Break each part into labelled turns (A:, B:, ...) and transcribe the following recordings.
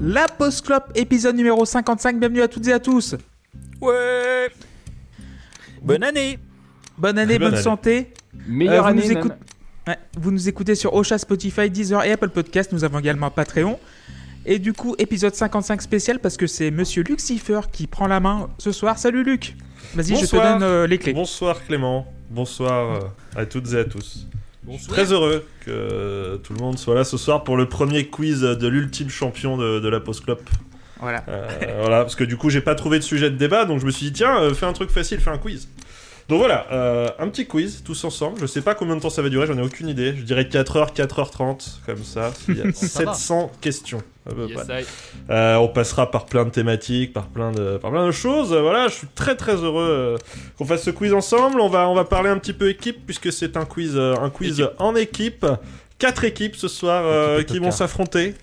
A: La Post-Clope, épisode numéro 55. Bienvenue à toutes et à tous.
B: Ouais Bonne année
A: Bonne année,
C: Très bonne
A: bonne
C: année.
A: santé.
D: Meilleure
A: Euh, vous
D: année.
A: nous
D: même.
A: écoute- Ouais, vous nous écoutez sur Ocha, Spotify, Deezer et Apple Podcast. Nous avons également un Patreon. Et du coup, épisode 55 spécial parce que c'est Monsieur Lucifer qui prend la main ce soir. Salut Luc. Vas-y, je te
C: Bonsoir.
A: donne euh, les clés.
C: Bonsoir Clément, bonsoir euh, à toutes et à tous. Très heureux que euh, tout le monde soit là ce soir pour le premier quiz de l'ultime champion de, de la Post Club.
A: Voilà.
C: Euh, voilà, parce que du coup j'ai pas trouvé de sujet de débat, donc je me suis dit tiens, euh, fais un truc facile, fais un quiz. Donc voilà, euh, un petit quiz tous ensemble. Je sais pas combien de temps ça va durer, j'en ai aucune idée. Je dirais 4h, 4h30, comme ça. Il y a
E: Ça va.
C: 700 questions. à peu près.
E: Yes, I.
C: Euh, on passera par plein de thématiques, par plein de, par plein de choses. Euh, Voilà, je suis très très heureux euh, qu'on fasse ce quiz ensemble. On va, on va parler un petit peu équipe puisque c'est un quiz, euh, un quiz en équipe. Quatre équipes ce soir euh,
E: Équipe de
C: qui vont
E: cartes.
C: s'affronter.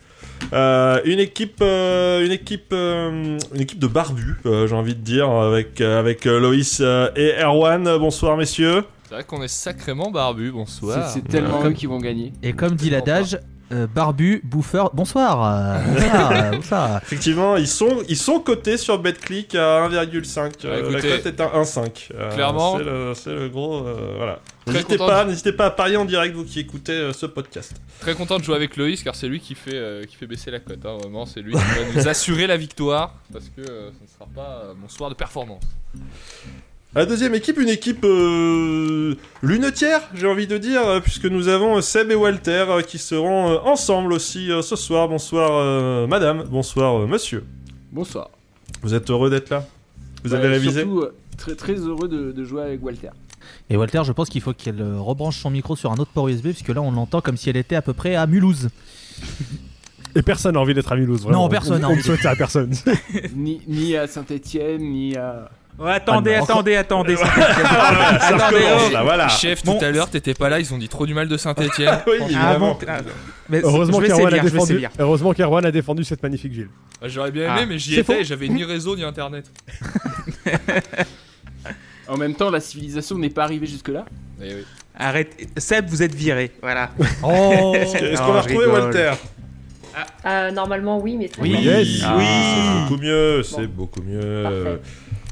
C: Euh, une équipe, euh, une équipe, euh, une équipe de barbus, euh, j'ai envie de dire, avec euh, avec euh, Loïs euh, et Erwan. Euh, Bonsoir messieurs.
E: C'est vrai qu'on est sacrément barbu,
D: C'est
E: bonsoir.
D: c'est tellement
F: Comme-
D: eux qui vont gagner.
F: Et comme dit
E: Absolument
F: l'adage, euh, barbu, bouffeur, bonsoir. euh, bonsoir, euh, bonsoir.
C: Effectivement, ils sont, ils sont cotés sur BetClick à 1,5. Euh,
E: Ouais,
C: la
E: Bah, écoutez,
C: cote est à 1,5. Euh,
E: clairement.
C: C'est le, c'est le gros. euh, voilà.
E: Très
C: N'hésitez
E: content
C: pas,
E: de-
C: n'hésitez pas à parier en direct, vous qui écoutez euh, ce podcast.
E: Très content de jouer avec Loïs car c'est lui qui fait, euh, qui fait baisser la cote. hein, Vraiment, c'est lui qui va nous assurer la victoire parce que euh, ce ne sera pas euh, mon soir de performance.
C: À La deuxième équipe, une équipe euh, lunetière, j'ai envie de dire, euh, puisque nous avons euh, Seb et Walter euh, qui seront euh, ensemble aussi euh, ce soir. Bonsoir, euh, madame. Bonsoir, euh, monsieur.
D: Bonsoir.
C: Vous êtes heureux d'être là Vous avez
D: Ouais,
C: révisé
D: Surtout euh, très très heureux de, de jouer avec Walter.
F: Et Walter, je pense qu'il faut qu'elle euh, rebranche son micro sur un autre port USB, puisque là on l'entend comme si elle était à peu près à Mulhouse.
G: Et personne n'a envie d'être à Mulhouse, vraiment.
F: Non, personne n'a
G: On, on
F: envie.
G: le souhaite à personne.
D: ni, ni à Saint-Étienne, ni à.
A: Ouais, attendez,
F: Ah, non.
A: attendez, attendez,
D: Ah,
C: Ça
A: Attendez,
C: recommence,
A: oh.
D: bah
C: là, voilà.
E: Chef,
A: Bon.
E: tout à l'heure, t'étais pas là, ils ont dit trop du mal de Saint-Etienne.
C: Oui,
A: Ah bon,
C: évidemment.
A: ah, mais c'est-
G: Heureusement
A: je vais
G: qu'Erwan a,
A: sévir, je vais
G: défendu...
A: sévir.
G: heureusement qu'Erwan a défendu cette magnifique ville.
E: J'aurais bien aimé,
A: Ah,
E: mais j'y
G: c'est
E: étais
G: faux.
E: et j'avais ni réseau ni internet.
D: En même temps, la civilisation n'est pas arrivée jusque-là.
E: Eh oui.
A: Arrête, Seb, vous êtes viré. Voilà.
F: Oh
C: Est-ce
A: Non,
C: qu'on va
A: je
C: retrouver
A: rigole.
C: Walter
H: Euh, normalement, oui, mais très
F: Oui.
H: bien.
G: Yes.
C: oui,
A: Ah.
C: c'est beaucoup mieux, c'est beaucoup mieux.
H: Parfait.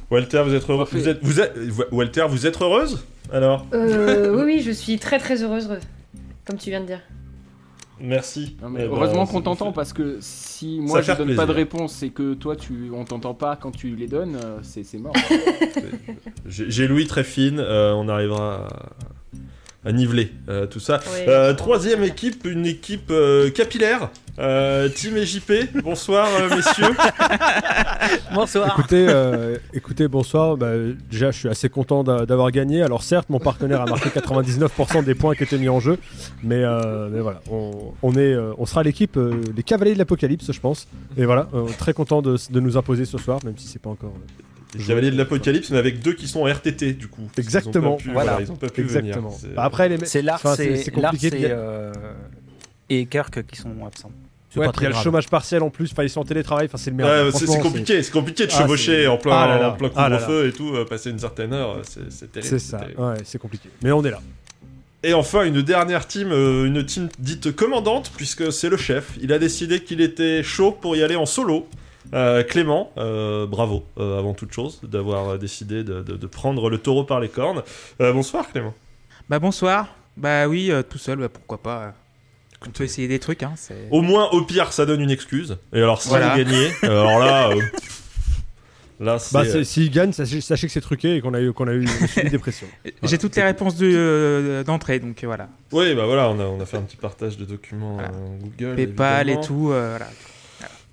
C: Walter, vous êtes heureux.
D: Parfait.
C: Vous êtes, vous êtes, Walter, vous êtes heureuse Alors,
H: Euh, oui, oui, je suis très très heureuse, comme tu viens de dire.
C: merci.
D: Non, mais
C: Eh ben,
D: heureusement
C: ça
D: qu'on
C: nous
D: t'entend
C: fait-
D: parce que si moi je
C: fait
D: donne pas de
C: plaisir.
D: réponse et que toi tu on t'entend pas quand tu les donnes, euh, c'est c'est mort.
C: J'ai j'ai l'ouïe très fine, euh, on arrivera à, à niveler euh, tout ça.
H: Oui,
C: Euh,
H: je comprends.
C: troisième équipe, une équipe euh, capillaire. Euh, Team et JP, bonsoir euh, messieurs. Ah.
F: Bonsoir
G: Écoutez, euh, écoutez bonsoir. Bah, déjà, je suis assez content d'a- d'avoir gagné. Alors, certes, mon partenaire a marqué 99% des points qui étaient mis en jeu. Mais, euh, mais voilà, on, on est, euh, on sera l'équipe, euh, les cavaliers de l'apocalypse, je pense. Et voilà, euh, très content de, de nous imposer ce soir, même si c'est pas encore. euh,
C: Les Cavaliers de l'Apocalypse, mais avec deux qui sont en RTT du coup. Ils ont
G: Exactement,
C: pas pu,
G: voilà.
C: ils ont pas pu
G: Exactement.
C: venir. C'est-
G: Bah, après, les mecs-
B: C'est l'art,
G: enfin,
B: c'est l'art,
G: de
B: c'est
G: ga-
B: euh, et Kirk qui sont absents.
F: C'est
G: Ouais,
F: pas
G: puis il y
F: très
G: a le
F: grave.
G: chômage partiel en plus, enfin ils sont en télétravail, enfin c'est le merde.
C: Ouais, c'est- c'est
G: Franchement,
C: compliqué, c'est compliqué de
G: Ah,
C: chevaucher
G: c'est-
C: en plein,
G: Ah là là.
C: en plein
G: Ah là là.
C: couvre-feu et tout, euh, passer une certaine heure, euh, c'est c'est terrible.
G: C'est
C: c'est
G: ça,
C: terrible.
G: ouais, c'est compliqué. Mais on est là.
C: Et enfin, une dernière team, euh, une team dite commandante, puisque c'est le chef. Il a décidé qu'il était chaud pour y aller en solo. Euh, Clément, euh, bravo euh, avant toute chose d'avoir euh, décidé de, de- de prendre le taureau par les cornes. Euh, bonsoir Clément.
A: Bah bonsoir. Bah oui, euh, tout seul, bah, pourquoi pas. euh. On peut essayer des trucs, hein. c'est-
C: Au moins, au pire, ça donne une excuse. Et alors, si
A: Voilà.
C: il gagnait, alors là, euh, là c'est euh,
G: Bah c'est- s'il gagne, sachez, sachez que c'est truqué et qu'on a eu, qu'on a eu une dépression.
A: J'ai toutes les réponses de, euh, d'entrée, donc euh, voilà.
C: Oui, bah voilà, on a, on a fait un petit partage de documents
A: Voilà.
C: euh, Google.
A: PayPal et
C: évidemment.
A: tout, euh, voilà.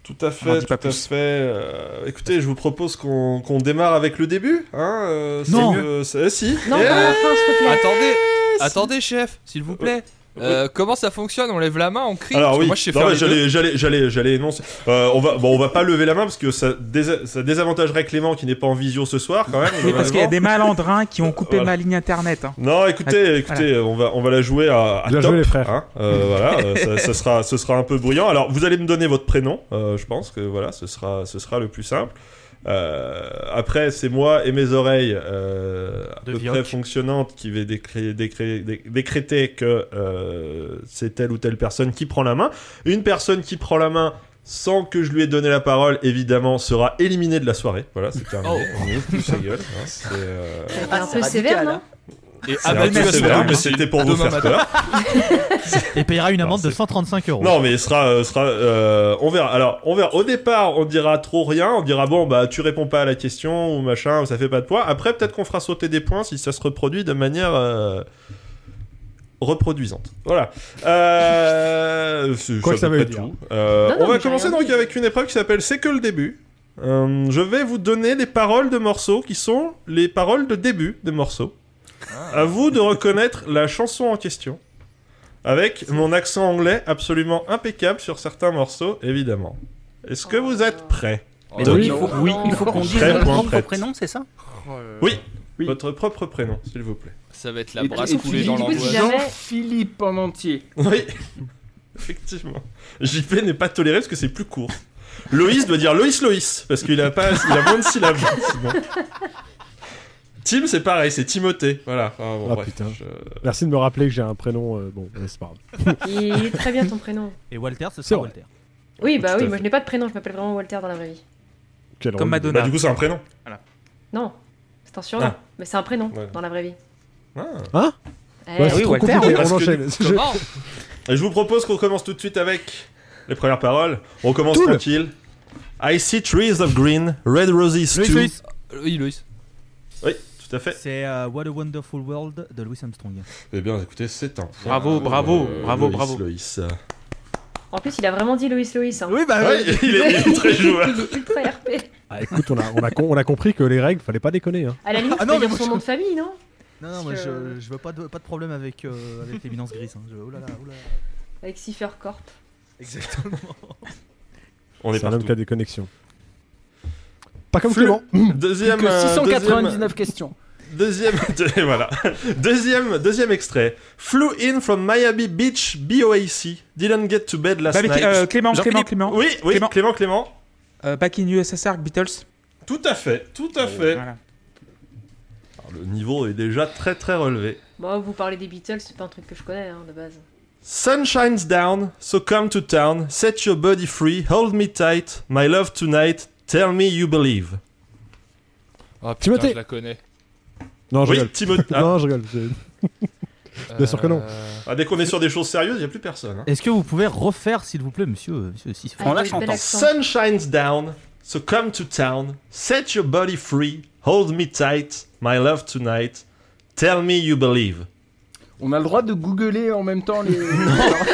C: Tout à
A: On en
C: fait,
A: dit
C: tout
A: pas
C: à fait.
A: plus.
C: Euh, écoutez, je vous propose qu'on qu'on démarre avec le début. Hein euh, c'est
F: Non.
C: mieux, c'est- si
H: Non,
C: Eh,
H: pas à la fin, s'il te plaît.
E: Attendez, attendez, chef, s'il vous plaît. Euh, comment ça fonctionne On lève la main, on crie Parce
C: Alors
E: que
C: oui,
E: Moi, je sais
C: Non,
E: faire
C: mais
E: les deux.
C: j'allais, j'allais, j'allais, j'allais énoncer. Euh, on va, bon, on va pas lever la main parce que ça, désa- ça désavantagerait Clément qui n'est pas en visio ce soir quand même.
A: Mais parce qu'il y a des malandrins qui ont coupé
C: Voilà.
A: ma ligne internet. hein.
C: Non, écoutez, écoutez, on va, on va la jouer à, à
G: Bien
C: top,
G: joué, les frères.
C: hein. Euh, voilà, euh, ça, ça sera, ce sera un peu bruyant. Alors, vous allez me donner votre prénom. euh, je pense que voilà, ce sera, ce sera le plus simple. Euh, après, c'est moi et mes oreilles euh, à
F: De
C: peu
F: Vioque.
C: près fonctionnantes qui vais décré- décré- dé- décréter que euh, c'est telle ou telle personne qui prend la main. Une personne qui prend la main sans que je lui ai donné la parole, évidemment, sera éliminé de la soirée. Voilà, c'est terminé. On est foutu sa gueule. hein. C'est, euh,
H: Ah,
D: Ah,
H: C'est un peu
D: hein.
H: sévère, non
E: Et
C: c'est un peu
E: abattu à
C: sévère,
E: Solar
C: mais
E: Machine
C: c'était pour vous
E: demain
C: faire
E: matin.
C: peur.
F: Et payera une amende
C: Alors,
F: de
C: c'est-
F: 135 euros.
C: Non, mais il sera, euh, sera, euh, on verra. Alors, on verra. Au départ, on dira trop rien. On dira bon, bah, tu réponds pas à la question ou machin, ou ça fait pas de points. Après, peut-être qu'on fera sauter des points si ça se reproduit de manière euh, reproduisante. Voilà. Euh, c'est-
G: Quoi que ça
C: veut
G: veuille
C: pas
G: dire.
C: tout. Euh,
H: Non, non,
C: on va
H: mais j'ai
C: commencer
H: rien
C: donc
H: dit.
C: avec une épreuve qui s'appelle C'est que le début. Euh, je vais vous donner des paroles de morceaux qui sont les paroles de début de morceaux.
H: Ah.
C: À vous de reconnaître la chanson en question. Avec mon accent anglais absolument impeccable sur certains morceaux, évidemment. Est-ce que vous êtes prêts
B: Mais
E: Oh,
B: donc,
E: oui.
B: il faut, oui, il faut qu'on dise
C: Très
B: notre
C: point
B: propre
C: prête.
B: prénom, c'est ça
H: Oh,
C: Oui.
D: Oui.
C: Votre propre prénom, s'il vous plaît.
E: Ça va être la
D: Et-
E: brasse
D: et tu
E: coulée
D: dis,
E: dans
H: du coup, si
E: l'angoisse.
H: jamais-
D: Jean-Philippe en entier.
C: Oui, effectivement. JP n'est pas toléré parce que c'est plus court. Loïs doit dire Loïs Loïs parce qu'il a pas, il a moins de syllabes. sinon. Tim, c'est pareil, c'est Timothée. Voilà. Enfin, bon,
G: Ah,
C: bref,
G: putain.
C: je-
G: Merci de me rappeler que j'ai un prénom. euh, bon, mais c'est pas grave.
H: Il est très bien ton prénom.
F: Et Walter, ce
G: C'est
F: sera
G: vrai.
F: Walter.
H: Oui, bah
C: Tout à
H: oui,
C: fait.
H: moi je n'ai pas de prénom, je m'appelle vraiment Walter dans la vraie vie.
G: Quel
A: Comme
G: rôle.
C: Bah,
A: Madonna.
C: du coup, c'est un prénom.
H: Non, c'est un surnom,
C: Ah.
H: mais c'est un prénom
C: Ouais.
H: dans la vraie vie.
C: Ah.
H: Eh,
G: Ouais, c'est
A: oui,
G: trop
A: Walter,
G: compliqué,
C: oui, parce
G: on
C: que
G: enchaîne. Je-
E: Comment
C: Et je vous propose qu'on commence tout de suite avec les premières paroles. On commence
G: Toul.
C: tranquille. I see trees of green, red roses
F: Louis
C: too.
F: Louis.
E: Oui, Loïs.
C: Oui, tout à fait.
F: C'est euh, What a Wonderful World de Louis Armstrong.
C: Eh bien, écoutez, c'est un point. pour,
A: Bravo, bravo,
C: euh,
A: bravo,
C: Loïs,
A: bravo.
C: Loïs.
H: En plus, il a vraiment dit Loïs Loïs. Hein.
F: Oui, bah
C: Ouais, il, est, il est très joueur.
H: il est ultra RP.
G: Ah, écoute, on a, on, a con- on a compris que les règles, fallait pas déconner. Hein.
H: À la limite,
F: Ah
H: il
F: non,
H: peut
F: mais
H: dire
F: moi,
H: son
F: je-
H: nom de famille, non
F: Non, non, moi
H: Parce
F: je,
H: que-
F: je veux pas de, pas de problème avec, euh, avec l'éminence grise. Hein. Je, oh là là, oh là là.
H: Avec Cipher Corp.
F: Exactement.
C: On est
G: C'est un homme
C: partout.
G: qui a des connexions. Pas comme
C: Fleu-
G: Clément.
C: Deuxième,
D: Plus que
C: euh,
D: 699 questions.
C: deuxième, deuxième, et voilà. Deuxième, deuxième extrait. Flew in from Miami Beach, BOAC. Didn't get to bed last
A: Bah, avec,
C: night.
A: euh, Clément, Clément,
C: Jean-Philippe.
A: Clément.
C: Oui, oui,
A: Clément.
C: Clément, Clément. Clément.
A: Euh, Back in USSR, Beatles.
C: Tout à fait, tout à fait.
A: Voilà.
C: Alors, le niveau est déjà très très relevé.
H: Bon, vous parlez des Beatles, c'est pas un truc que je connais hein, de base.
C: Sun shines down, so come to town, set your body free, hold me tight, my love tonight, tell me you believe.
E: Ah putain,
G: Timothée.
E: je la connais.
G: Non, je
C: oui,
G: rigole.
C: Timothée. Ah,
G: Non, je rigole.
F: Euh.
G: je- Bien sûr que non.
E: Euh,
C: ah, dès qu'on est sur des choses sérieuses, il a plus personne. hein.
F: Est-ce que vous pouvez refaire, s'il vous plaît, monsieur, euh, monsieur
C: Ah,
F: Siffre
B: Prends-la,
H: Avec
B: chantant.
H: bel accent.
C: Sun shines down, so come to town, set your body free, hold me tight, my love tonight, tell me you believe.
D: On a le droit de googler en même temps les.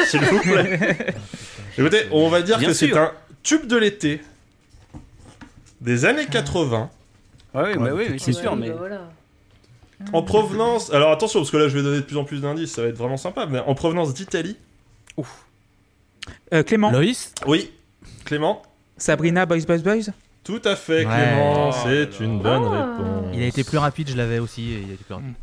C: S'il vous plaît. Écoutez, on va dire
B: Bien
C: que c'est
B: sûr.
C: un tube de l'été des années
D: Ah.
C: 80.
B: Ouais, oui, bah oui, oui, c'est
H: Ouais,
B: sûr,
H: bah
B: mais.
H: voilà.
C: En provenance, alors attention parce que là je vais donner de plus en plus d'indices, ça va être vraiment sympa, mais en provenance d'Italie.
A: Euh, Clément,
F: Loïs
C: Oui. Clément
A: Sabrina, Boys, Boys, Boys.
C: Tout à fait,
F: Ouais.
C: Clément,
E: Oh
C: c'est
E: là
C: une
E: là.
C: bonne
H: Ah.
C: réponse. Hmm.
F: Il a été plus rapide, je l'avais aussi. et Il a été plus rapide.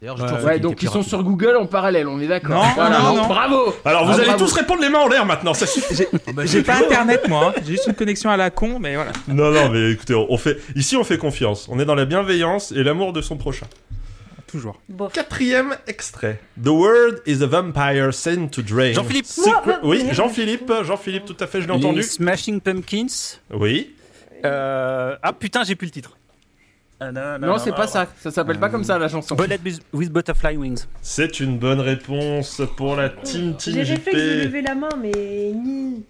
F: D'ailleurs, j'ai toujours su
D: Ouais,
F: qu'il
D: donc
F: était
D: ils
F: plus
D: sont
F: rapide.
D: sur Google en parallèle, on est d'accord.
A: Non,
D: Voilà,
A: non, non.
D: Bravo
C: Alors vous
D: Ah,
C: allez
D: bravo.
C: tous répondre les mains en l'air maintenant, ça suffit. Ah, bah,
A: J'ai pas internet, moi. hein. J'ai juste une connexion à la con, mais voilà.
C: non, non, mais écoutez, on fait... ici on fait confiance. On est dans la bienveillance et l'amour de son prochain.
A: Toujours.
H: Bof.
C: Quatrième extrait. The world is a vampire sent to drain.
B: Jean-Philippe.
C: Secret- Oui, Jean-Philippe, Jean-Philippe, tout à fait, je l'ai entendu. Oh.
B: Les Smashing Pumpkins.
C: Oui.
B: Euh, Ah putain, j'ai plus le titre. Ah, non,
D: Non, c'est pas ça. Ça s'appelle pas comme ça la chanson.
B: Bullet with- with Butterfly Wings.
C: C'est une bonne réponse pour la team
H: J'ai
C: Team JP.
H: réflexe de lever la main, mais ni.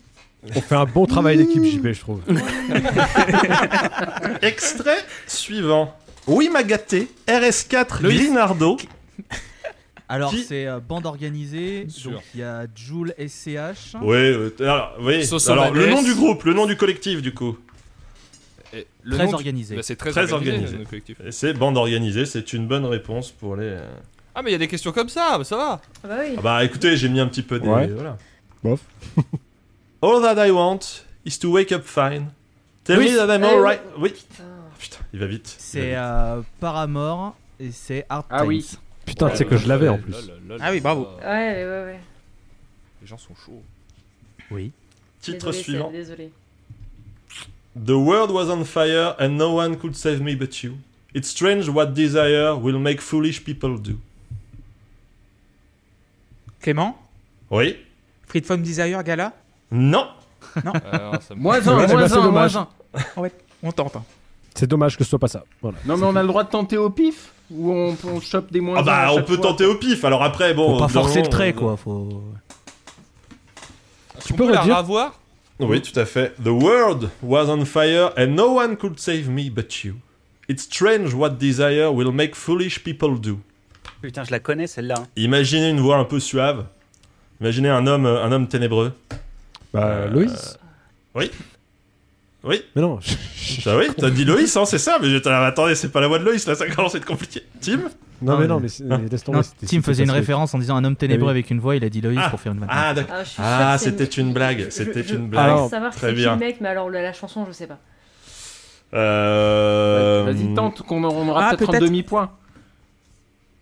G: On fait un bon travail d'équipe, JP, je trouve.
C: Extrait suivant. Oui, ma gâtée, RS4
F: Loïs.
C: Grinardo.
F: Alors,
C: Qui-
F: c'est euh, bande organisée.
E: Sûr.
F: Donc, il y a Joule SCH.
C: Oui, euh, alors, oui.
E: Sauce
C: alors le
E: Amadeus.
C: nom du groupe, le nom du collectif, du coup.
E: et le
F: Très
E: nom du-
F: organisé.
E: Bah, c'est très,
C: Très organisé.
E: organisé. le collectif.
C: Et C'est bande organisée, c'est une bonne réponse pour les. euh,
E: Ah mais il y a des questions comme ça, bah, ça va.
H: Ah bah oui.
C: Ah bah écoutez, j'ai mis un petit peu des.
G: Ouais.
C: Voilà.
G: Bof.
C: All that I want is to wake up fine. Tell
H: Loïs.
C: me that I'm
H: Euh,
C: alright. Oui.
H: Putain.
C: Putain, il va vite.
F: Ah C'est euh, Paramore et c'est Art
D: Ah oui.
F: Times.
G: Putain, tu sais que je l'avais en plus.
A: Ah oui, bravo.
C: euh,
H: Ouais, ouais, ouais. ouais.
E: Les gens sont chauds.
C: Titre
H: Désolé,
C: suivant.
H: Désolé.
C: The world was on fire and no one could save me but you. It's strange what desire will make foolish people do.
A: Clément,
C: Oui.
A: Freed from Desire, Gala.
C: Non.
A: Non.
E: Euh, non, ça me-
D: Moins
G: Ouais,
D: un,
G: c'est
D: moins
G: assez
D: un,
G: dommage.
D: moins un.
A: On tente. hein.
G: C'est dommage que ce soit pas ça. Voilà.
D: Non, mais on a le droit de tenter au pif Ou on, on chope des moins
C: Ah bah,
D: un à
C: on
D: chaque
C: peut
D: fois
C: tenter au pif. Alors après, bon. euh,
F: Faut pas
C: dans
F: forcer le
C: moment,
F: trait,
C: on-
F: quoi. Faut.
E: Est-ce qu'on
G: peux
E: peut la
G: redire
E: revoir
C: Oui, tout à fait. The world was on fire and no one could save me but you. It's strange what desire will make foolish people do.
B: Putain, je la connais celle-là. hein.
C: Imaginez une voix un peu suave. Imaginez un homme, un homme ténébreux.
G: Bah,
C: Euh,
G: Loïs
C: oui. Oui.
G: Mais non.
C: Ah oui, t'as dit Loïs, hein, c'est ça. Mais j'étais là, attendez, c'est pas la voix de Loïs, là, ça commence à être compliqué. Tim
G: non, mais
F: mais-
G: non, mais c'est-
C: Ah.
G: laisse tomber.
F: Non,
G: c'était-
F: Tim
G: c'était
F: faisait une
G: pas ça.
F: référence en disant un homme ténébreux
G: Ah
F: avec une voix, il a dit Loïs pour faire une vanne.
C: Ah, d'accord.
H: Ah, je suis
C: Ah,
H: sûre que
C: c'était une blague,
H: Je-
C: c'était
H: je-
C: une
H: je-
C: blague.
H: Je veux savoir
C: Très
H: c'est qui
C: bien.
H: le mec, mais alors la, la chanson, je sais pas.
C: Euh...
D: Vas-y, tente, qu'on en- on aura
A: Ah,
D: peut-être un
A: peut-être.
D: demi-point.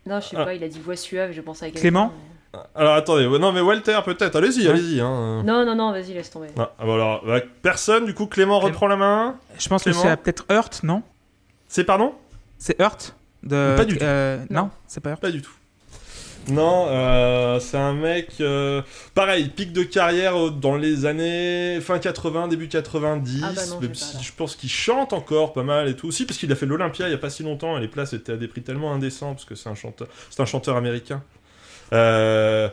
H: Non, je sais
C: Ah.
H: pas, il a dit voix suave, je pensais à quelqu'un.
A: Clément
H: mais-
C: euh, Alors attendez, ouais, non mais Walter peut-être, allez-y,
A: Ouais.
C: allez-y. Hein.
H: Non, non, non, vas-y, laisse tomber.
C: Ah, ah, bah alors, bah, personne, du coup Clément reprend la main.
A: Je pense que
C: Clément
A: c'est à peut-être Hurt, non
C: C'est pardon
A: C'est Hurt de...
C: Pas du tout.
A: euh, non,
H: Non.
A: c'est pas Hurt.
C: Pas du tout. Non, euh, c'est un mec, euh, pareil, pic de carrière euh, dans les années fin 80, début 90,
H: Ah bah non,
C: même
H: j'ai pas,
C: si
H: là.
C: je pense qu'il chante encore pas mal et tout. Si, parce qu'il a fait l'Olympia il y a pas si longtemps et les places étaient à des prix tellement indécents, parce que c'est un chanteur, c'est un chanteur américain. Euh,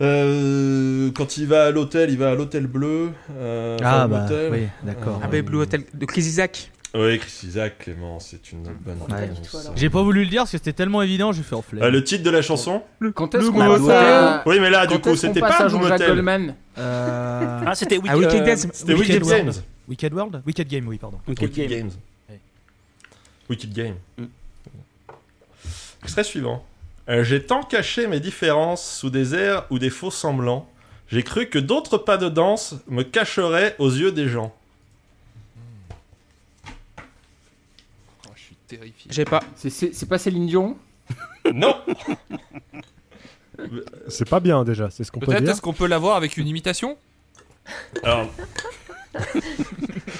C: euh, quand il va à l'hôtel, il va à l'hôtel bleu. euh, enfin,
F: Ah,
C: au
F: bah,
C: motel. Euh,
F: oui, d'accord.
A: Ah, bah, Blue Hotel de Chris Isaac.
C: Oui, Chris Isaac, Clément, c'est une bonne
H: Pas du
C: réponse.
H: tout, alors.
F: J'ai pas voulu le dire parce que c'était tellement évident, j'ai fait en flemme.
C: Euh, le titre de la chanson
D: Quand est-ce
A: Le
D: qu'on a
A: gros
D: droit à-
C: Oui, mais là, du
D: quand
C: coup,
D: est-ce qu'on
C: c'était
D: passe
C: pas
D: à
C: Blue
D: Jean-Jacques
C: Motel.
D: Goldman
F: Ah, Euh,
B: Ah, c'était Wicked,
A: Ah, Wicked
B: euh,
A: Games.
C: C'était
F: Wicked
C: Wicked
F: World.
C: Games.
F: Wicked World Wicked Game, oui, pardon.
B: Wicked Game.
F: Ouais.
C: Wicked Game.
B: Mm.
C: Extrait suivant. Euh, J'ai tant caché mes différences sous des airs ou des faux semblants. J'ai cru que d'autres pas de danse me cacheraient aux yeux des gens.
E: Oh, Je suis terrifié.
A: J'ai pas.
D: C'est- C'est c'est pas Céline Dion
C: non
G: C'est pas bien déjà, c'est ce qu'on peut
E: Peut-être
G: dire.
E: est-ce qu'on peut l'avoir avec une imitation
C: Alors...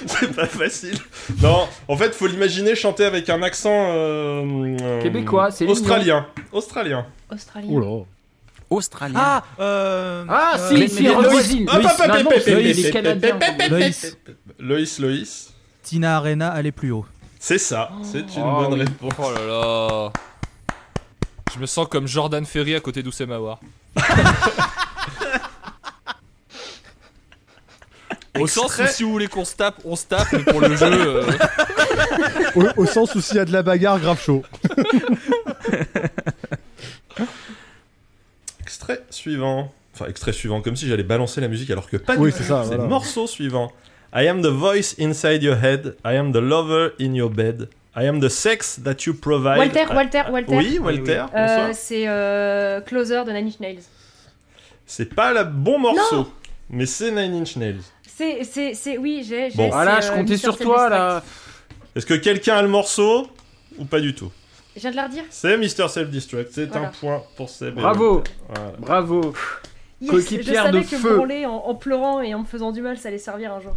C: C'est pas facile. Non, en fait, faut l'imaginer chanter avec un accent... euh, euh,
D: Québécois, c'est
C: Australien. Australien.
H: Australien.
G: Oh
B: Australien.
F: Ah, euh.
D: Ah,
F: euh,
D: si,
F: mais-
D: si,
F: mais-
D: Rosine
C: Hop, hop, hop,
D: Ah non,
C: hop,
D: c'est
F: hop,
D: les
C: hop,
D: Canadiens.
F: Loïs,
C: Loïs, Loïs.
F: Tina Arena, allez plus haut.
C: C'est ça, c'est une
B: Oh,
C: bonne
B: oui.
C: réponse.
E: Oh là là Je me sens comme Jordan Ferry à côté d'Oussem Aouar. Au sens où
C: Extrait.
E: si vous voulez qu'on se tape, on se tape, mais pour le jeu... euh,
G: Au, au sens où s'il y a de la bagarre, grave chaud.
C: Extrait suivant. Enfin, extrait suivant, comme si j'allais balancer la musique alors que pas
G: Oui,
C: du tout.
G: c'est ça,
C: C'est
G: voilà.
C: le morceau suivant. I am the voice inside your head. I am the lover in your bed. I am the sex that you provide.
H: Walter,
C: I-
H: Walter, Walter.
C: Bah, Ah, Oui, Walter, bonsoir.
H: Euh, c'est euh, Closer de Nine Inch Nails.
C: C'est pas le bon morceau, mais c'est Nine Inch Nails.
H: C'est, c'est, c'est, oui, j'ai. j'ai
C: Bon.
H: c'est,
D: Ah là, je
H: euh,
D: comptais
H: Mr.
D: sur toi là.
C: Est-ce que quelqu'un a le morceau ou pas du tout
H: Self-Destruct. Je viens de la redire.
C: C'est Mr. Self-Destruct, c'est
H: Voilà.
C: un point pour Seb. et
D: Bravo,
C: Walter. Voilà.
D: bravo.
H: Yes,
D: Coquille
H: je
D: Pierre
H: savais
D: de
H: que
D: feu.
H: branler en, en pleurant et en me faisant du mal, ça allait servir un jour.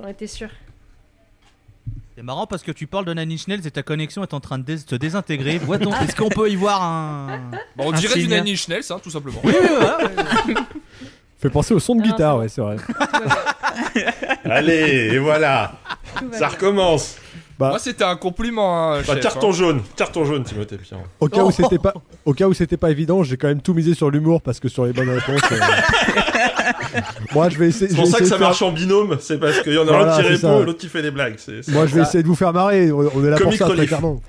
H: J'en étais sûre.
F: C'est marrant parce que tu parles de Nanny Schnell et ta connexion est en train de dés- te désintégrer. Vois donc, est-ce qu'on peut y voir un.
E: bah, on
F: Un
E: dirait du
F: signe.
E: Nanny Schnells, hein, tout simplement. Ah,
G: Fait penser au son de
H: Ah non,
G: guitare,
H: c'est
G: ouais, c'est vrai.
C: Allez, et voilà,
H: Tout va
C: ça
H: bien.
C: recommence.
G: Bah,
E: Moi, c'était un compliment, hein,
C: Enfin,
E: chef,
C: carton
E: hein.
C: jaune, carton jaune, Timothée Piron.
G: Au
H: Oh.
G: cas où c'était pas, au cas où c'était pas évident, j'ai quand même tout misé sur l'humour parce que sur les bonnes réponses. euh, Moi, je vais essayer.
C: C'est
G: je
C: pour
G: vais
C: ça que
G: essayer
C: ça
G: de faire-
C: marche en binôme, c'est parce qu'il y en a
G: Voilà,
C: un qui
G: c'est
C: répond
G: ça.
C: et l'autre qui fait des blagues. c'est- c'est-
G: Moi, je vais essayer de vous faire marrer. On on est là pour
C: Comic
G: ça, très
C: relief.
G: clairement.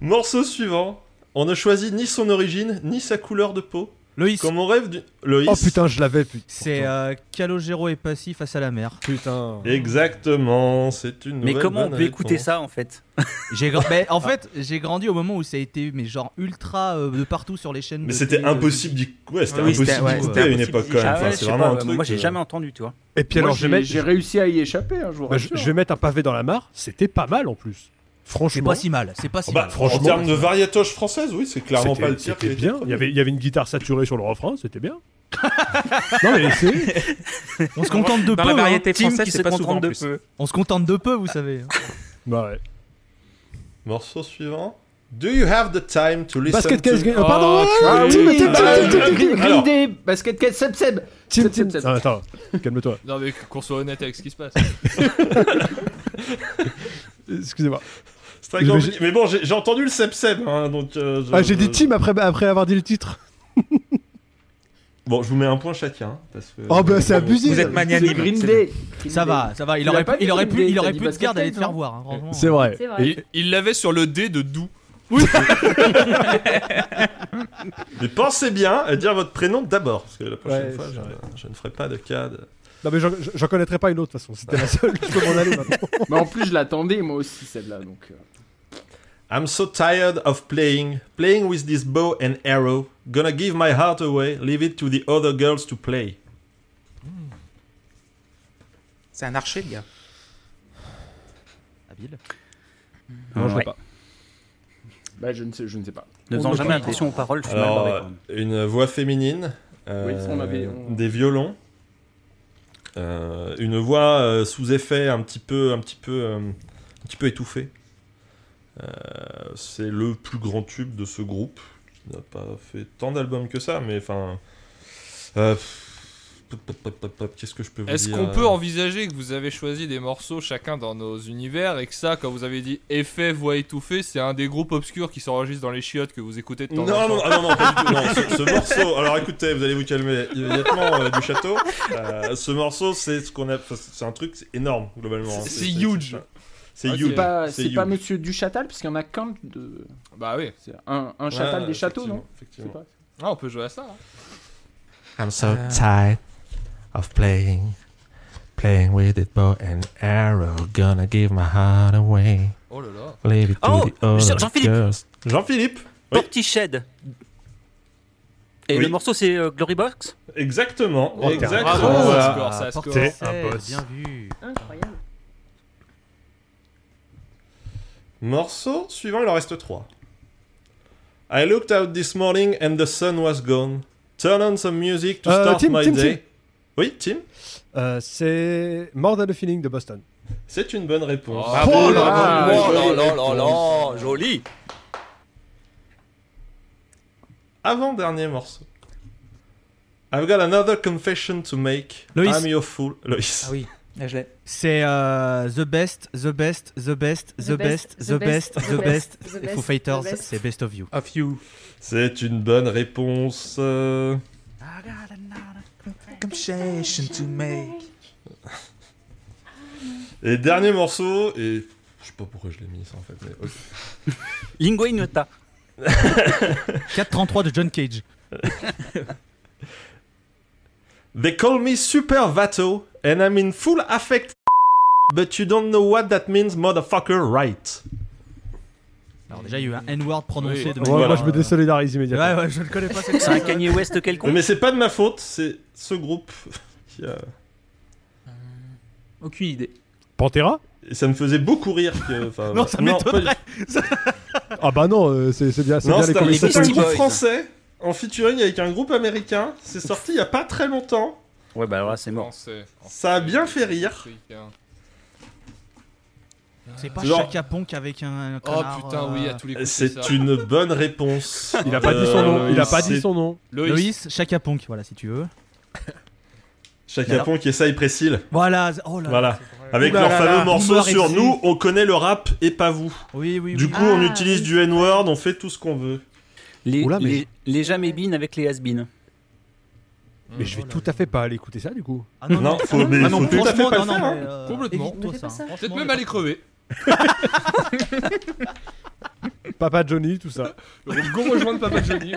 C: Morceau suivant. On ne choisit ni son origine, ni sa couleur de peau.
F: Loïs,
C: Comme on rêve du. Loïs.
G: Oh putain, je l'avais. putain.
F: c'est euh, Calogero et Passy face à la mer.
G: Putain.
C: Exactement, c'est une
B: Mais
C: nouvelle
B: comment on
C: bonne
B: peut écouter
C: réponse. Ah.
B: ça en fait
F: J'ai gra- mais en fait, j'ai grandi au moment où ça a été mais genre ultra euh, de partout sur les chaînes.
C: Mais
F: de
C: c'était
F: télé-
C: impossible d'y ouais, c'était
A: Oui, c'était-
C: impossible d'y
F: ouais,
C: couper
F: c'était
C: à une
A: impossible
C: époque
A: d'y-
C: quand même.
A: Ah
B: Ah
C: Enfin,
B: ouais, je
C: c'est
B: sais
C: vraiment
B: pas,
C: un
B: euh,
C: truc.
B: Moi j'ai
C: euh,
B: jamais entendu, tu vois.
G: Et puis
D: Moi,
G: alors, je vais
D: j'ai
G: mettre,
D: j'ai réussi à y échapper, hein, je vous
G: bah, je-
D: rassure.
G: je vais mettre un pavé dans la mare. C'était pas mal en plus.
F: C'est
G: Franchement.
F: pas si mal, c'est pas si
C: Bah,
F: mal.
C: en termes de variatoche française, oui, c'est clairement
G: C'était-
C: pas le pire.
G: C'était
C: qui était
G: bien.
C: premier.
G: Il y, avait, il y avait une guitare saturée sur le refrain, c'était bien. non mais c'est.
F: On se contente de
A: Dans
F: peu.
A: la
F: hein.
A: variété
B: Team
A: française,
B: qui se
A: c'est pas souvent
B: contente
A: en
B: de
A: plus.
B: peu.
F: hein. On se contente de peu, vous savez.
G: Bah ouais.
C: Morceau suivant. Do you have the time to listen
G: Basket
C: to...
G: Case Game. euh, Pardon
F: Oh,
G: ah,
F: tu-
G: team,
D: Team,
G: team,
D: team,
C: bah,
G: team, team,
D: team,
C: euh,
D: team, team,
C: alors.
D: Green Day, Basket Cat, Seb Seb
G: team, team,
D: Team, team,
G: team.
D: team.
G: Ah, Attends, calme-toi.
E: Non, mais qu'on soit honnête avec ce qui se passe.
G: Excusez-moi.
C: C'est un grand
G: J'imagine-
C: public. Mais bon, j'ai j'ai entendu le Seb Seb, hein, donc... euh, je-
G: Ah, j'ai dit
C: je-
G: team après, après avoir dit le titre.
C: Bon, je vous mets un point chacun, hein, parce que...
G: Oh, bah, c'est abusé.
A: Vous êtes magnanime.
D: Green Day. Green
F: Ça
D: Day.
F: va, ça va. Il
D: Il a
F: aurait pu,
D: pas dit
F: il aurait pu,
D: Green Day,
F: il
D: t'as
F: aurait
D: dit
F: pu se
D: Basket
F: garder
D: Case,
F: d'aller te faire
D: non
F: voir. hein, franchement.
G: C'est vrai.
H: C'est vrai.
E: Il il l'avait sur le dé de Doux.
C: Mais pensez bien à dire votre prénom d'abord, parce que la prochaine
G: Ouais,
C: fois,
G: c'est
C: je,
G: vrai.
C: je ne ferai pas de cas de...
G: Non, mais j'en- j'en connaîtrais pas une autre, de toute façon. C'était la seule. Je peux m'en aller maintenant.
D: Mais Bah, en plus, je l'attendais moi aussi celle-là. Donc, euh,
C: I'm so tired of playing, playing with this bow and arrow, gonna give my heart away, leave it to the other girls to play.
A: C'est un archer, le gars.
F: Habile.
I: Non, je
B: Ouais.
I: vois pas.
D: bah, je ne sais, je ne sais pas.
I: Ne faisant jamais attention aux paroles, je suis mal
C: Alors,
I: barré.
C: euh,
I: quand même.
C: une voix féminine, euh,
D: Oui, ça, on avait- on-
C: des violons, euh, une voix euh, sous effet un petit peu, un petit peu, euh, un petit peu étouffée. Euh, c'est le plus grand tube de ce groupe qui n'a pas fait tant d'albums que ça, mais enfin. euh, pop, pop, pop, pop, pop, Qu'est-ce que je peux vous
E: Est-ce
C: dire
F: euh,
E: qu'on peut envisager que vous avez choisi des morceaux chacun dans nos univers et que ça, quand vous avez dit effet voix étouffée, c'est un des groupes obscurs qui s'enregistre dans les chiottes que vous écoutez de temps
C: Non,
E: en temps
C: non, ah non, non, pas du tout. Non, ce, ce morceau, alors écoutez, vous allez vous calmer immédiatement euh, du château. Euh, ce morceau, c'est ce qu'on a, enfin, c'est un truc c'est énorme globalement. hein.
E: C'est- c'est huge.
C: C'est
E: Ah,
C: huge.
D: C'est pas, c'est pas
C: huge.
D: Monsieur Duchatal, parce qu'il y en a qu'un de.
E: Bah oui.
D: C'est un, un
C: Ouais,
D: Chatal des châteaux, non Je sais
C: effectivement,
D: pas.
E: Ah, on peut jouer à ça. hein.
C: I'm so tired of playing, playing with it bow and arrow, gonna give my heart away,
E: Oh là là.
C: leave it
I: to Oh, the other Jean-Philippe.
C: Jean-Philippe, oui.
I: Portiched. Et
C: Oui.
I: le morceau, c'est euh, Glory Box
C: exactement,
G: Oh,
C: exactement.
E: bravo,
C: voilà.
E: score,
I: Ah,
E: ça, score.
G: T'es
F: C'est
G: un boss.
F: Bien vu.
H: Incroyable.
C: Morceau suivant, il en reste trois. I looked out this morning and the sun was gone. Turn on some music to
G: Euh,
C: start
G: Tim,
C: my
G: Tim,
C: day.
G: Tim.
C: Oui, Tim,
G: Euh, C'est More Than a Feeling de Boston.
C: c'est une bonne réponse.
E: Bravo.
G: Oh là
D: là,
I: Oh là
D: joli.
I: là là là, joli
C: Avant-dernier morceau. I've got another confession to make.
F: Loïs.
C: I'm your fool. Loïs.
A: Ah oui, là, je l'ai.
F: C'est euh, The Best, The Best, The Best, The Best, The Best, The Best.
H: The
F: Foo
H: Best,
F: Fighters,
H: The Best.
F: c'est Best of You.
A: Of you.
C: C'est une bonne réponse. euh.
A: Confession to make.
C: Et dernier morceau, et je sais pas pourquoi je l'ai mis ça en fait. mais ok.
I: Lingua Ignota.
F: 433 de John Cage.
C: They call me Super Vato, and I'm in full affect. But you don't know what that means, motherfucker, right?
F: Alors déjà, il y a eu un N-word prononcé
E: Oui.
F: de
G: Ouais,
F: manière... euh,
G: Moi, je me désolidarise
F: Ouais,
G: immédiatement.
F: ouais, je ne connais pas cette
I: C'est un Kanye West quelconque.
C: Mais c'est pas de ma faute, c'est ce groupe qui a.
A: Aucune idée.
G: Pantera
C: Et ça me faisait beaucoup rire que. enfin,
F: Non, ça
C: pas du-
G: Ah bah non, euh, c'est c'est bien, c'est
C: Non,
G: bien les
C: c'est
I: Beastie
C: un,
G: conversations.
C: c'est un groupe
I: Boys.
C: français en featuring avec un groupe américain. C'est sorti il y a pas très longtemps.
I: Ouais, bah alors là, c'est mort.
E: Français.
C: Ça a bien fait rire.
F: C'est pas
C: Genre-
F: Chaka Ponk avec un, un
E: Oh
F: connard,
E: putain, oui,
F: euh,
E: à tous les coups. c'est
C: C'est
E: ça.
C: une bonne réponse.
G: Il a pas dit son nom. Il a pas dit
C: c'est
G: son nom.
E: Loïs.
F: Loïs, Chaka Ponk, voilà, si tu veux.
C: Chacun pont qui essaye précile.
F: Voilà, oh là là.
C: Voilà. Avec
A: Ouh là
C: leur
A: là
C: fameux
A: là,
C: morceau
F: Boomer
C: sur
F: FC.
C: nous, on connaît le rap et pas vous.
F: Oui, oui,
C: Du
F: oui.
C: coup, on
H: Ah,
C: utilise
H: oui.
C: du N-word, on fait tout ce qu'on veut.
I: Les,
G: Oula, mais-
I: les, les jamais been avec les Oh has been.
G: Mais je vais tout à fait pas aller écouter ça du coup.
F: Ah non,
C: Non, faut, mais
F: Ah
C: faut
F: non,
C: tout à fait
F: franchement,
C: pas
F: non,
C: le faire.
F: non,
C: hein.
F: mais, euh,
E: Complètement.
F: évite-toi
H: Ne fais pas ça.
E: Peut-être
F: Franchement,
E: même aller crever.
G: Papa Johnny, tout ça.
B: Go rejoindre Papa Johnny.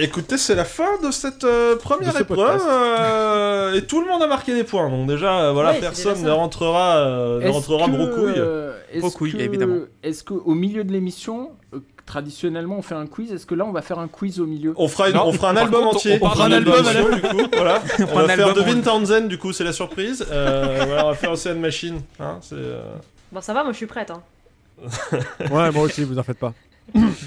C: Écoutez, c'est la fin de cette euh, première
G: De ce
C: épreuve.
G: podcast.
C: euh, et tout le monde a marqué des points. Donc déjà, euh, voilà,
H: Ouais, c'est
C: personne
H: déjà
C: ne
H: ça.
C: rentrera, euh, ne
D: Est-ce
C: rentrera
D: que,
C: brocouille.
D: euh, est-ce
A: Brocouille,
D: que-
A: évidemment.
D: Est-ce qu'au milieu de l'émission, euh, traditionnellement, on fait un quiz Est-ce que là, on va faire un quiz au milieu
C: On fera, une-
E: Non,
C: on fera un
E: par
C: album
E: contre, on-
C: entier.
E: on fera
C: Une
E: un album,
C: émission, du coup, voilà. On,
A: fera un
C: va faire
A: album,
C: Devin
A: on-
C: Townsend, du coup, c'est la surprise. Euh, voilà, on va faire Ocean Machine. hein, c'est, euh,
H: Bon, ça va, moi je suis prête. Hein.
G: Ouais, moi aussi, vous en faites pas.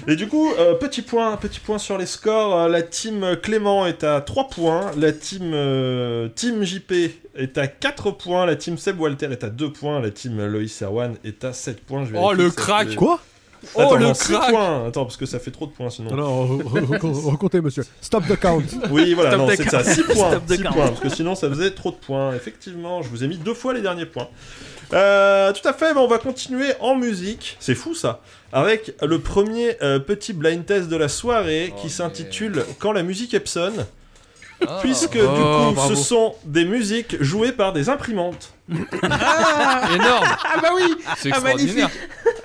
C: Et du coup, euh, petit point, petit point sur les scores. Euh, la team euh, Clément est à 3 points, la team euh, Team JP est à 4 points, la team Seb Walter est à 2 points, la team Loïs Erwan est à 7 points. Je vais
E: Oh,
C: vérifier
E: le
C: ça,
E: crack.
C: je vais-
G: Quoi
E: Oh
C: Attends,
E: le
C: non, six
E: crack
C: points. Attends, parce que ça fait trop de points sinon.
G: Alors, re- re- re- recomptez, monsieur. Stop the count.
C: Oui, voilà,
A: Stop
C: non,
A: the
C: c'est ça. 6 points,
I: Stop the
C: six
I: count.
C: points, parce que sinon ça faisait trop de points. Effectivement, je vous ai mis deux fois les derniers points. Euh, tout à fait, bah, on va continuer en musique. C'est fou ça. Avec le premier euh, petit blind test de la soirée
E: Oh,
C: qui s'intitule Quand la musique Epson.
E: Ah.
C: Puisque
E: Oh,
C: du coup,
E: bravo.
C: ce sont des musiques jouées par des imprimantes.
E: Énorme
A: Ah bah oui
E: C'est
A: Ah,
E: extraordinaire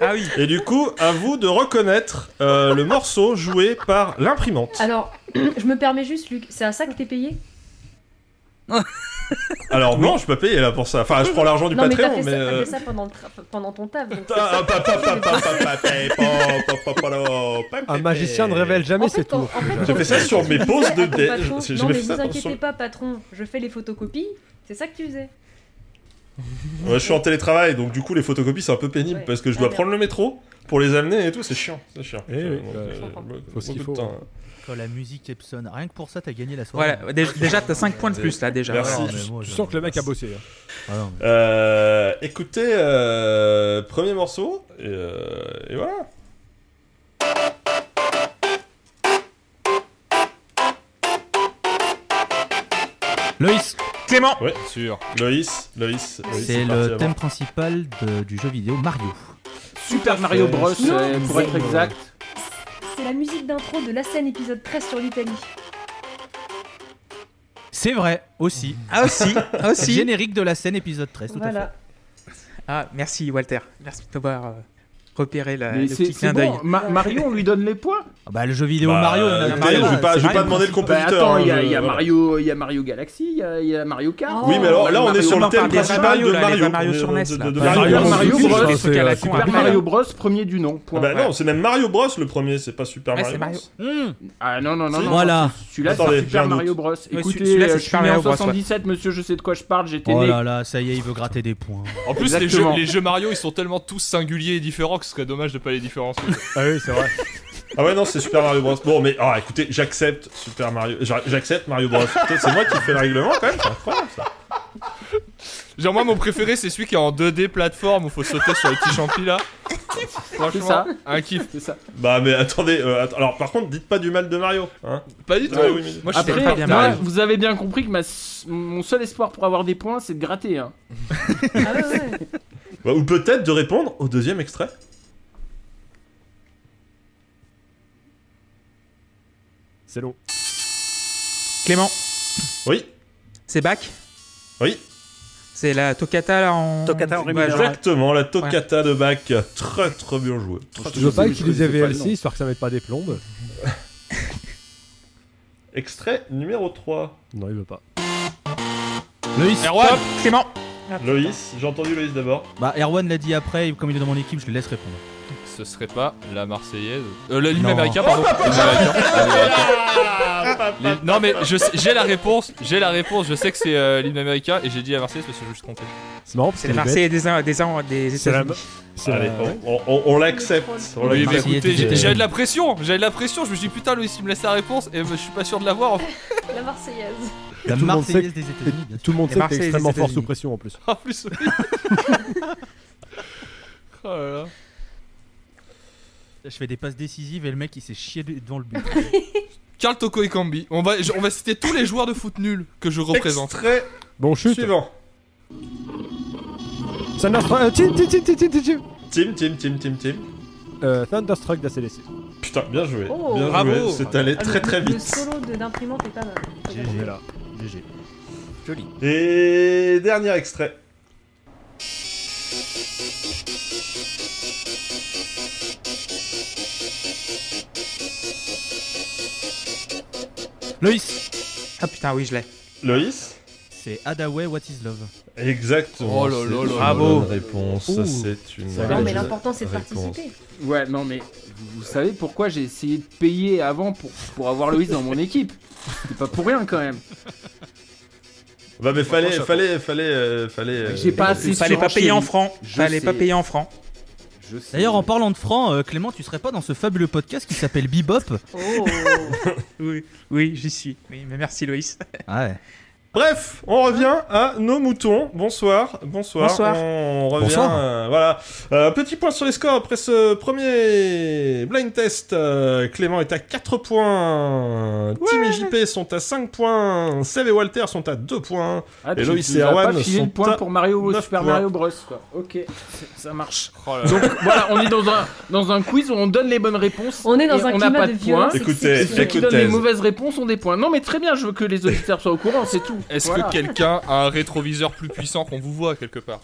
A: Ah oui
C: Et du coup, à vous de reconnaître euh, le morceau joué par l'imprimante.
H: Alors, je me permets juste, Luc, c'est à ça que t'es payé
C: Alors non, je peux pas payer là pour ça. Enfin, je prends l'argent du
H: Non, mais t'as
C: Patreon,
H: fait,
C: mais.
H: ça- t'as
C: euh, Ah,
H: fait ça pendant, le tra- pendant ton taf. donc c'est ça.
C: ta- pa- pa- pa- pa- pa- pa- pa- pa- pa- pa- pa- pa- pa-
G: Un magicien ne révèle
H: En
G: jamais
H: fait,
G: ses
H: quand-
G: tours.
H: en fait,
C: J'ai
H: quand
C: fait ça
H: tu
C: sur mes
H: disais
C: pauses
H: à
C: de
H: ton
C: dé-
H: patron,
C: j'ai
H: Non,
C: jamais
H: mais
C: fait ça
H: vous
C: sur-
H: inquiétez pas, patron, je fais les photocopies. C'est ça que tu faisais.
C: Ouais, je suis en télétravail, donc du coup les photocopies c'est un peu pénible
H: Ouais.
C: parce que je
H: Ah,
C: dois
H: merde.
C: prendre le métro pour les amener et tout, c'est chiant, c'est chiant.
G: Eh oui,
C: Euh,
G: bah,
C: euh,
H: je comprends.
C: beaucoup-
G: Faut ce qu'il
C: beaucoup de
G: faut,
C: temps.
F: Quand la musique Epson, rien que pour ça, t'as gagné la soirée.
A: Voilà, dé- déjà t'as 5 points de plus là déjà.
C: Merci.
A: Voilà.
F: mais moi,
G: Tu
F: je-
G: sens que le mec a bossé. hein.
F: Ah non, mais-
C: Euh, écoutez, euh, premier morceau et, euh, et voilà.
F: Loïs,
A: Clément
C: Ouais,
E: Sûr.
C: Loïs, Loïs, Loïs,
F: c'est
C: parti
F: le
C: avant.
F: thème principal de- du jeu vidéo Mario.
D: Super Mario Bros,
H: Non,
D: euh, pour
H: c'est-
D: être exact.
H: C'est la musique d'intro de la scène épisode 13 sur l'Italie.
F: C'est vrai, aussi.
A: Ah aussi Ah aussi
F: Générique de la scène épisode 13, tout à
H: Voilà.
A: Ah merci Walter, merci de t'avoir euh, repéré la,
D: Mais
A: le
D: c'est
A: petit
D: c'est
A: clin d'œil.
D: bon, Ma- Mario, on lui donne les points
F: fait. Ah bah, le jeu vidéo
C: Bah,
F: Mario, il y en a
C: euh,
A: un
F: plein.
A: Mario,
C: je vais
A: c'est
C: pas, je vais
A: Mario
C: pas demander le
A: principal.
D: Bah,
C: compositeur.
D: attends,
C: hein,
D: il y, a-
C: je-
D: il y a
C: voilà.
D: Mario, il y a Mario Galaxy, il y a, il y a Mario Kart.
C: Oui, mais alors là, on est sur le
A: Mario,
C: thème
A: on parle
C: principal
A: des Mario,
C: de
A: là, les
C: Mario.
A: vrais Mario
C: de-
A: sur
C: de-
A: NES,
C: de-
A: là.
C: de
G: Mario
C: Mario
G: Bros.
C: Mario
G: Bros.
C: Bros.
G: Bros.
A: Des trucs à la
G: c'est-
A: con
G: c'est
A: à
D: Super
A: plein.
D: Mario Bros, premier du nom.
C: Ah
D: Point.
C: bah non, c'est même Mario Bros le premier, c'est pas Super
A: Ouais,
C: Mario
A: c'est
C: Bros.
A: Mario.
F: Mmh.
D: Ah non, non, non,
C: Si.
D: non.
F: Voilà.
D: Celui-là,
C: Attendez,
D: c'est
C: j'ai un
D: Super Mario Bros. Écoutez,
A: celui-là, c'est
D: euh, je suis
A: Super
D: né en
A: Mario Bros, ouais.
D: 77, monsieur, je sais de quoi je parle, j'étais
F: Oh
D: né.
F: là là, ça y est, il veut gratter des points.
E: En plus, les jeux,
D: Exactement.
E: les jeux Mario, ils sont tellement tous singuliers et différents que ce serait dommage de pas les différencier.
G: Ah oui, c'est vrai.
C: Ah ouais, non, c'est Super Mario Bros. Bon, mais ah, écoutez, j'accepte Super Mario. j'a- J'accepte Mario Bros. Putain, c'est moi qui fais le règlement quand même, c'est incroyable ça.
E: Genre, moi, mon préféré, c'est celui qui est en 2D plateforme où faut sauter sur le petit champi là.
D: C'est
E: Franchement,
D: ça,
E: un kiff.
D: c'est ça.
C: Bah, mais attendez, euh, att- alors par contre, dites pas du mal de Mario. Hein
E: Pas du tout.
C: Ouais, oui, mais-
E: Moi, je suis
A: t'aime
D: Après,
A: pas bien,
D: moi,
A: Mario.
D: vous avez bien compris que ma s- mon seul espoir pour avoir des points, c'est de gratter. hein.
H: Ah ouais, ouais.
C: Bah, ou peut-être de répondre au deuxième extrait.
G: C'est long.
A: Clément,
C: Oui,
A: c'est Bach
C: oui,
A: C'est la toccata là en.
I: Toccata en ré
A: Ouais,
I: mineur.
A: genre-
C: exactement, la toccata de Bach. Très très bien joué. Très,
G: Je
C: très
G: veux pas
C: bien.
G: utiliser
D: connaissais pas le
G: VLC,
D: nom.
G: histoire que ça mette pas des plombes.
C: Extrait numéro 3.
G: Non, il veut pas.
F: Loïs,
E: Erwan,
A: Clément
C: Loïs, j'ai entendu Loïs d'abord.
F: bah Erwan l'a dit après, et comme il est dans mon équipe, je le laisse répondre.
E: ce serait pas la Marseillaise. Euh, le- l'hymne
F: Non.
E: américain, pardon.
D: Ah,
E: L'hymne américain. L'hymne américain. L'hymne- Non, mais je sais- j'ai la réponse. J'ai la réponse. Je sais que c'est euh, l'hymne américain et j'ai dit la Marseillaise parce que je me suis trompé.
G: C'est marrant parce
A: C'est
G: que
A: les
G: les
A: Marseillais des, des, des, des
G: C'est la-
A: États-Unis.
G: bêtes, c'est
F: Ah,
C: Allez,
G: la-
C: on, on- on- on l'accepte. On
E: Oui,
C: l'accepte.
E: mais
F: Marseillaise euh,
E: écoutez,
F: était-
E: j'ai- j'avais de la pression. J'avais de la pression. Je me suis dit, putain, Louis, il me laisse la réponse et je suis pas sûr de l'avoir. En,
H: La Marseillaise.
G: Et
F: La
G: tout le monde
F: Marseillaise
G: sait-
F: des États-Unis, bien sûr.
G: Tout le monde
A: Les
G: sait que t'es
A: Marseillais des
G: extrêmement fort
A: États-Unis.
G: sous pression en plus.
E: en plus, oui. Oh là là.
F: Je fais des passes décisives et le mec il s'est chié devant le but.
E: Carl Toko et Kambi. On va, je- on va citer tous les joueurs de foot nul que je représente.
C: Extrait
G: Bon, chute.
C: suivant.
G: Thunderstruck. euh, tim, tim, tim, tim, tim, tim, tim.
C: Tim, Tim, Tim, Tim, Tim.
G: Euh, Thunderstruck d'ACDC.
C: Putain, bien joué.
H: Oh,
C: bien
E: bravo.
C: joué. C'est allé
H: Ah, le-
C: très très
H: Le
C: vite.
H: solo de- d'imprimante est pas mal.
G: GG là. GG.
C: Et dernier extrait.
F: Loïs,
A: Ah putain, oui, je l'ai.
C: Loïs
F: c'est Adaway What is Love.
C: Exactement.
E: Oh là là
C: c'est
E: là
C: une
E: là.
C: bonne réponse. Ça,
F: Ouh.
C: c'est une.
G: Ça
H: Non, mais
C: bonne
H: l'important c'est de
C: réponse.
H: participer.
D: Ouais, non, mais vous, vous savez pourquoi j'ai essayé de payer avant pour, pour avoir Loïs dans mon équipe C'est pas pour rien quand même.
C: Bah, mais fallait,
E: Franchement,
C: fallait, fallait, euh, fallait. euh,
D: J'ai pas assez-
A: Il fallait pas payer en francs.
D: Je
A: Fallait pas
D: sais.
A: payer en francs.
D: Je sais.
F: D'ailleurs, en parlant de francs, euh, Clément, tu serais pas dans ce fabuleux podcast qui s'appelle Bebop
H: Oh
A: Oui, oui, j'y suis. Oui, mais merci Loïs.
F: Ah Ouais.
C: Bref, on revient à nos moutons. Bonsoir, bonsoir.
A: Bonsoir.
C: On revient.
G: Bonsoir.
C: euh, voilà. Euh, petit point sur les scores après ce premier blind test. Euh, Clément est à 4 points. Tim et JP sont à 5 points. Seb et Walter sont à 2 points.
D: Ah,
C: Et
D: tu-
C: Loïs
D: tu
C: et
D: as
C: Erwan
D: pas filé
C: sont
D: le point
C: à
D: pour Mario,
C: neuf
D: Super
C: points.
D: Mario Bros. Quoi. Ok, ça marche.
E: Oh là là.
D: Donc voilà, on est dans un, dans un quiz où on donne les bonnes réponses.
H: On est dans
D: et
H: un
D: on n'a
H: climat
D: pas
H: de
D: de
H: violence.
D: points.
C: Écoutez,
D: Ceux qui
H: exceptionnel.
D: donnent les
C: Écoutez.
D: mauvaises réponses ont des points. Non, mais très bien, je veux que les auditeurs soient au courant, c'est tout.
E: Est-ce
D: Voilà.
E: que quelqu'un a un rétroviseur plus puissant qu'on vous voit quelque part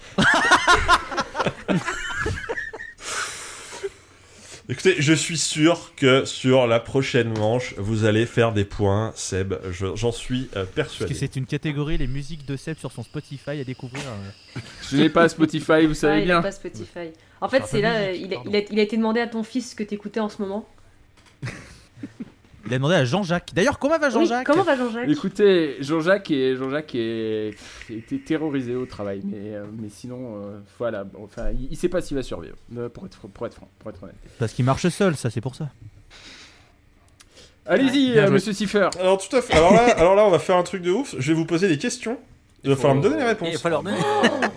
C: Écoutez, je suis sûr que sur la prochaine manche, vous allez faire des points, Seb. Je- J'en suis euh,
F: Parce
C: persuadé.
F: que c'est une catégorie, les musiques de Seb sur son Spotify à découvrir. euh.
D: Je n'ai pas Spotify, vous
H: Ah,
D: savez
H: il a
D: bien.
H: pas Spotify. En fait,
F: Enfin,
H: c'est
F: pas
H: là,
F: musique,
H: il a,
F: pardon.
H: il a- il a été demandé à ton fils ce que t'écoutais en ce moment.
F: Il a demandé à Jean-Jacques. D'ailleurs, comment va
H: Oui,
F: Jean-Jacques
H: comment va Jean-Jacques
D: Écoutez, Jean-Jacques est, Jean-Jacques est, était terrorisé au travail, mais, euh, mais sinon, euh, voilà, bon, enfin, il, il sait pas s'il va survivre, euh, pour être, pour être franc, pour être honnête.
F: Parce qu'il marche seul, ça, c'est pour ça. Ah,
D: Allez-y,
A: Bien
D: euh,
A: joué.
D: monsieur Siffer.
C: Alors tout à fait. Alors là, alors là, on va faire un truc de ouf. Je vais vous poser des questions. Il va falloir me donner les réponses. Oh
I: Il va falloir donner.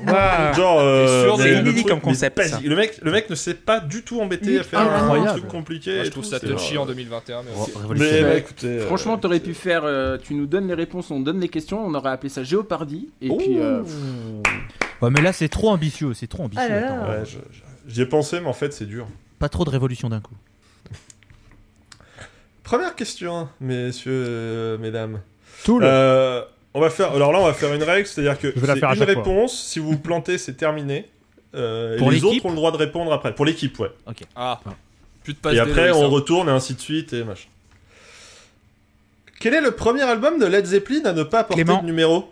A: Ouah.
C: Genre, euh,
E: Sûr,
C: mais
E: c'est
C: le
A: inédit
C: truc,
A: comme
C: mais
A: concept,
C: pas-
A: ça.
C: Le mec, le mec ne s'est pas du tout embêté à faire un
G: Incroyable.
C: truc compliqué.
E: Moi,
C: et
E: Je trouve
C: tout,
E: ça
C: c'est
E: touchy
C: genre,
E: en 2021. Mais...
G: Oh,
F: Ré-
C: Mais,
F: révolutionnaire.
C: bah, écoutez, euh,
D: Franchement, t'aurais pu faire, euh, tu nous donnes les réponses, on donne les questions, on aurait appelé ça Géopardy, et puis... euh,
F: Ouais, mais là, c'est trop ambitieux, c'est trop ambitieux.
H: Ah là là.
F: attends. euh,
C: Ouais, je- je- J'y ai pensé, mais en fait, c'est dur.
F: Pas trop de révolution d'un coup.
C: Première question, messieurs, euh, mesdames.
G: Tout le.
C: Euh, on va faire. Alors là, on va faire une règle, c'est-à-dire que
G: Je vais la
C: c'est
G: faire à
C: une
G: chaque fois.
C: réponse. Si vous vous plantez, c'est terminé. Euh, et
F: Pour
C: les
F: l'équipe
C: autres ont le droit de répondre après. Pour l'équipe, ouais.
E: Ah, plus de passe
C: et après,
F: hein.
C: on
E: retrouve
C: retourne et ainsi de suite et machin. Quel est le premier album de Led Zeppelin à ne pas porter
A: Clément.
C: de numéro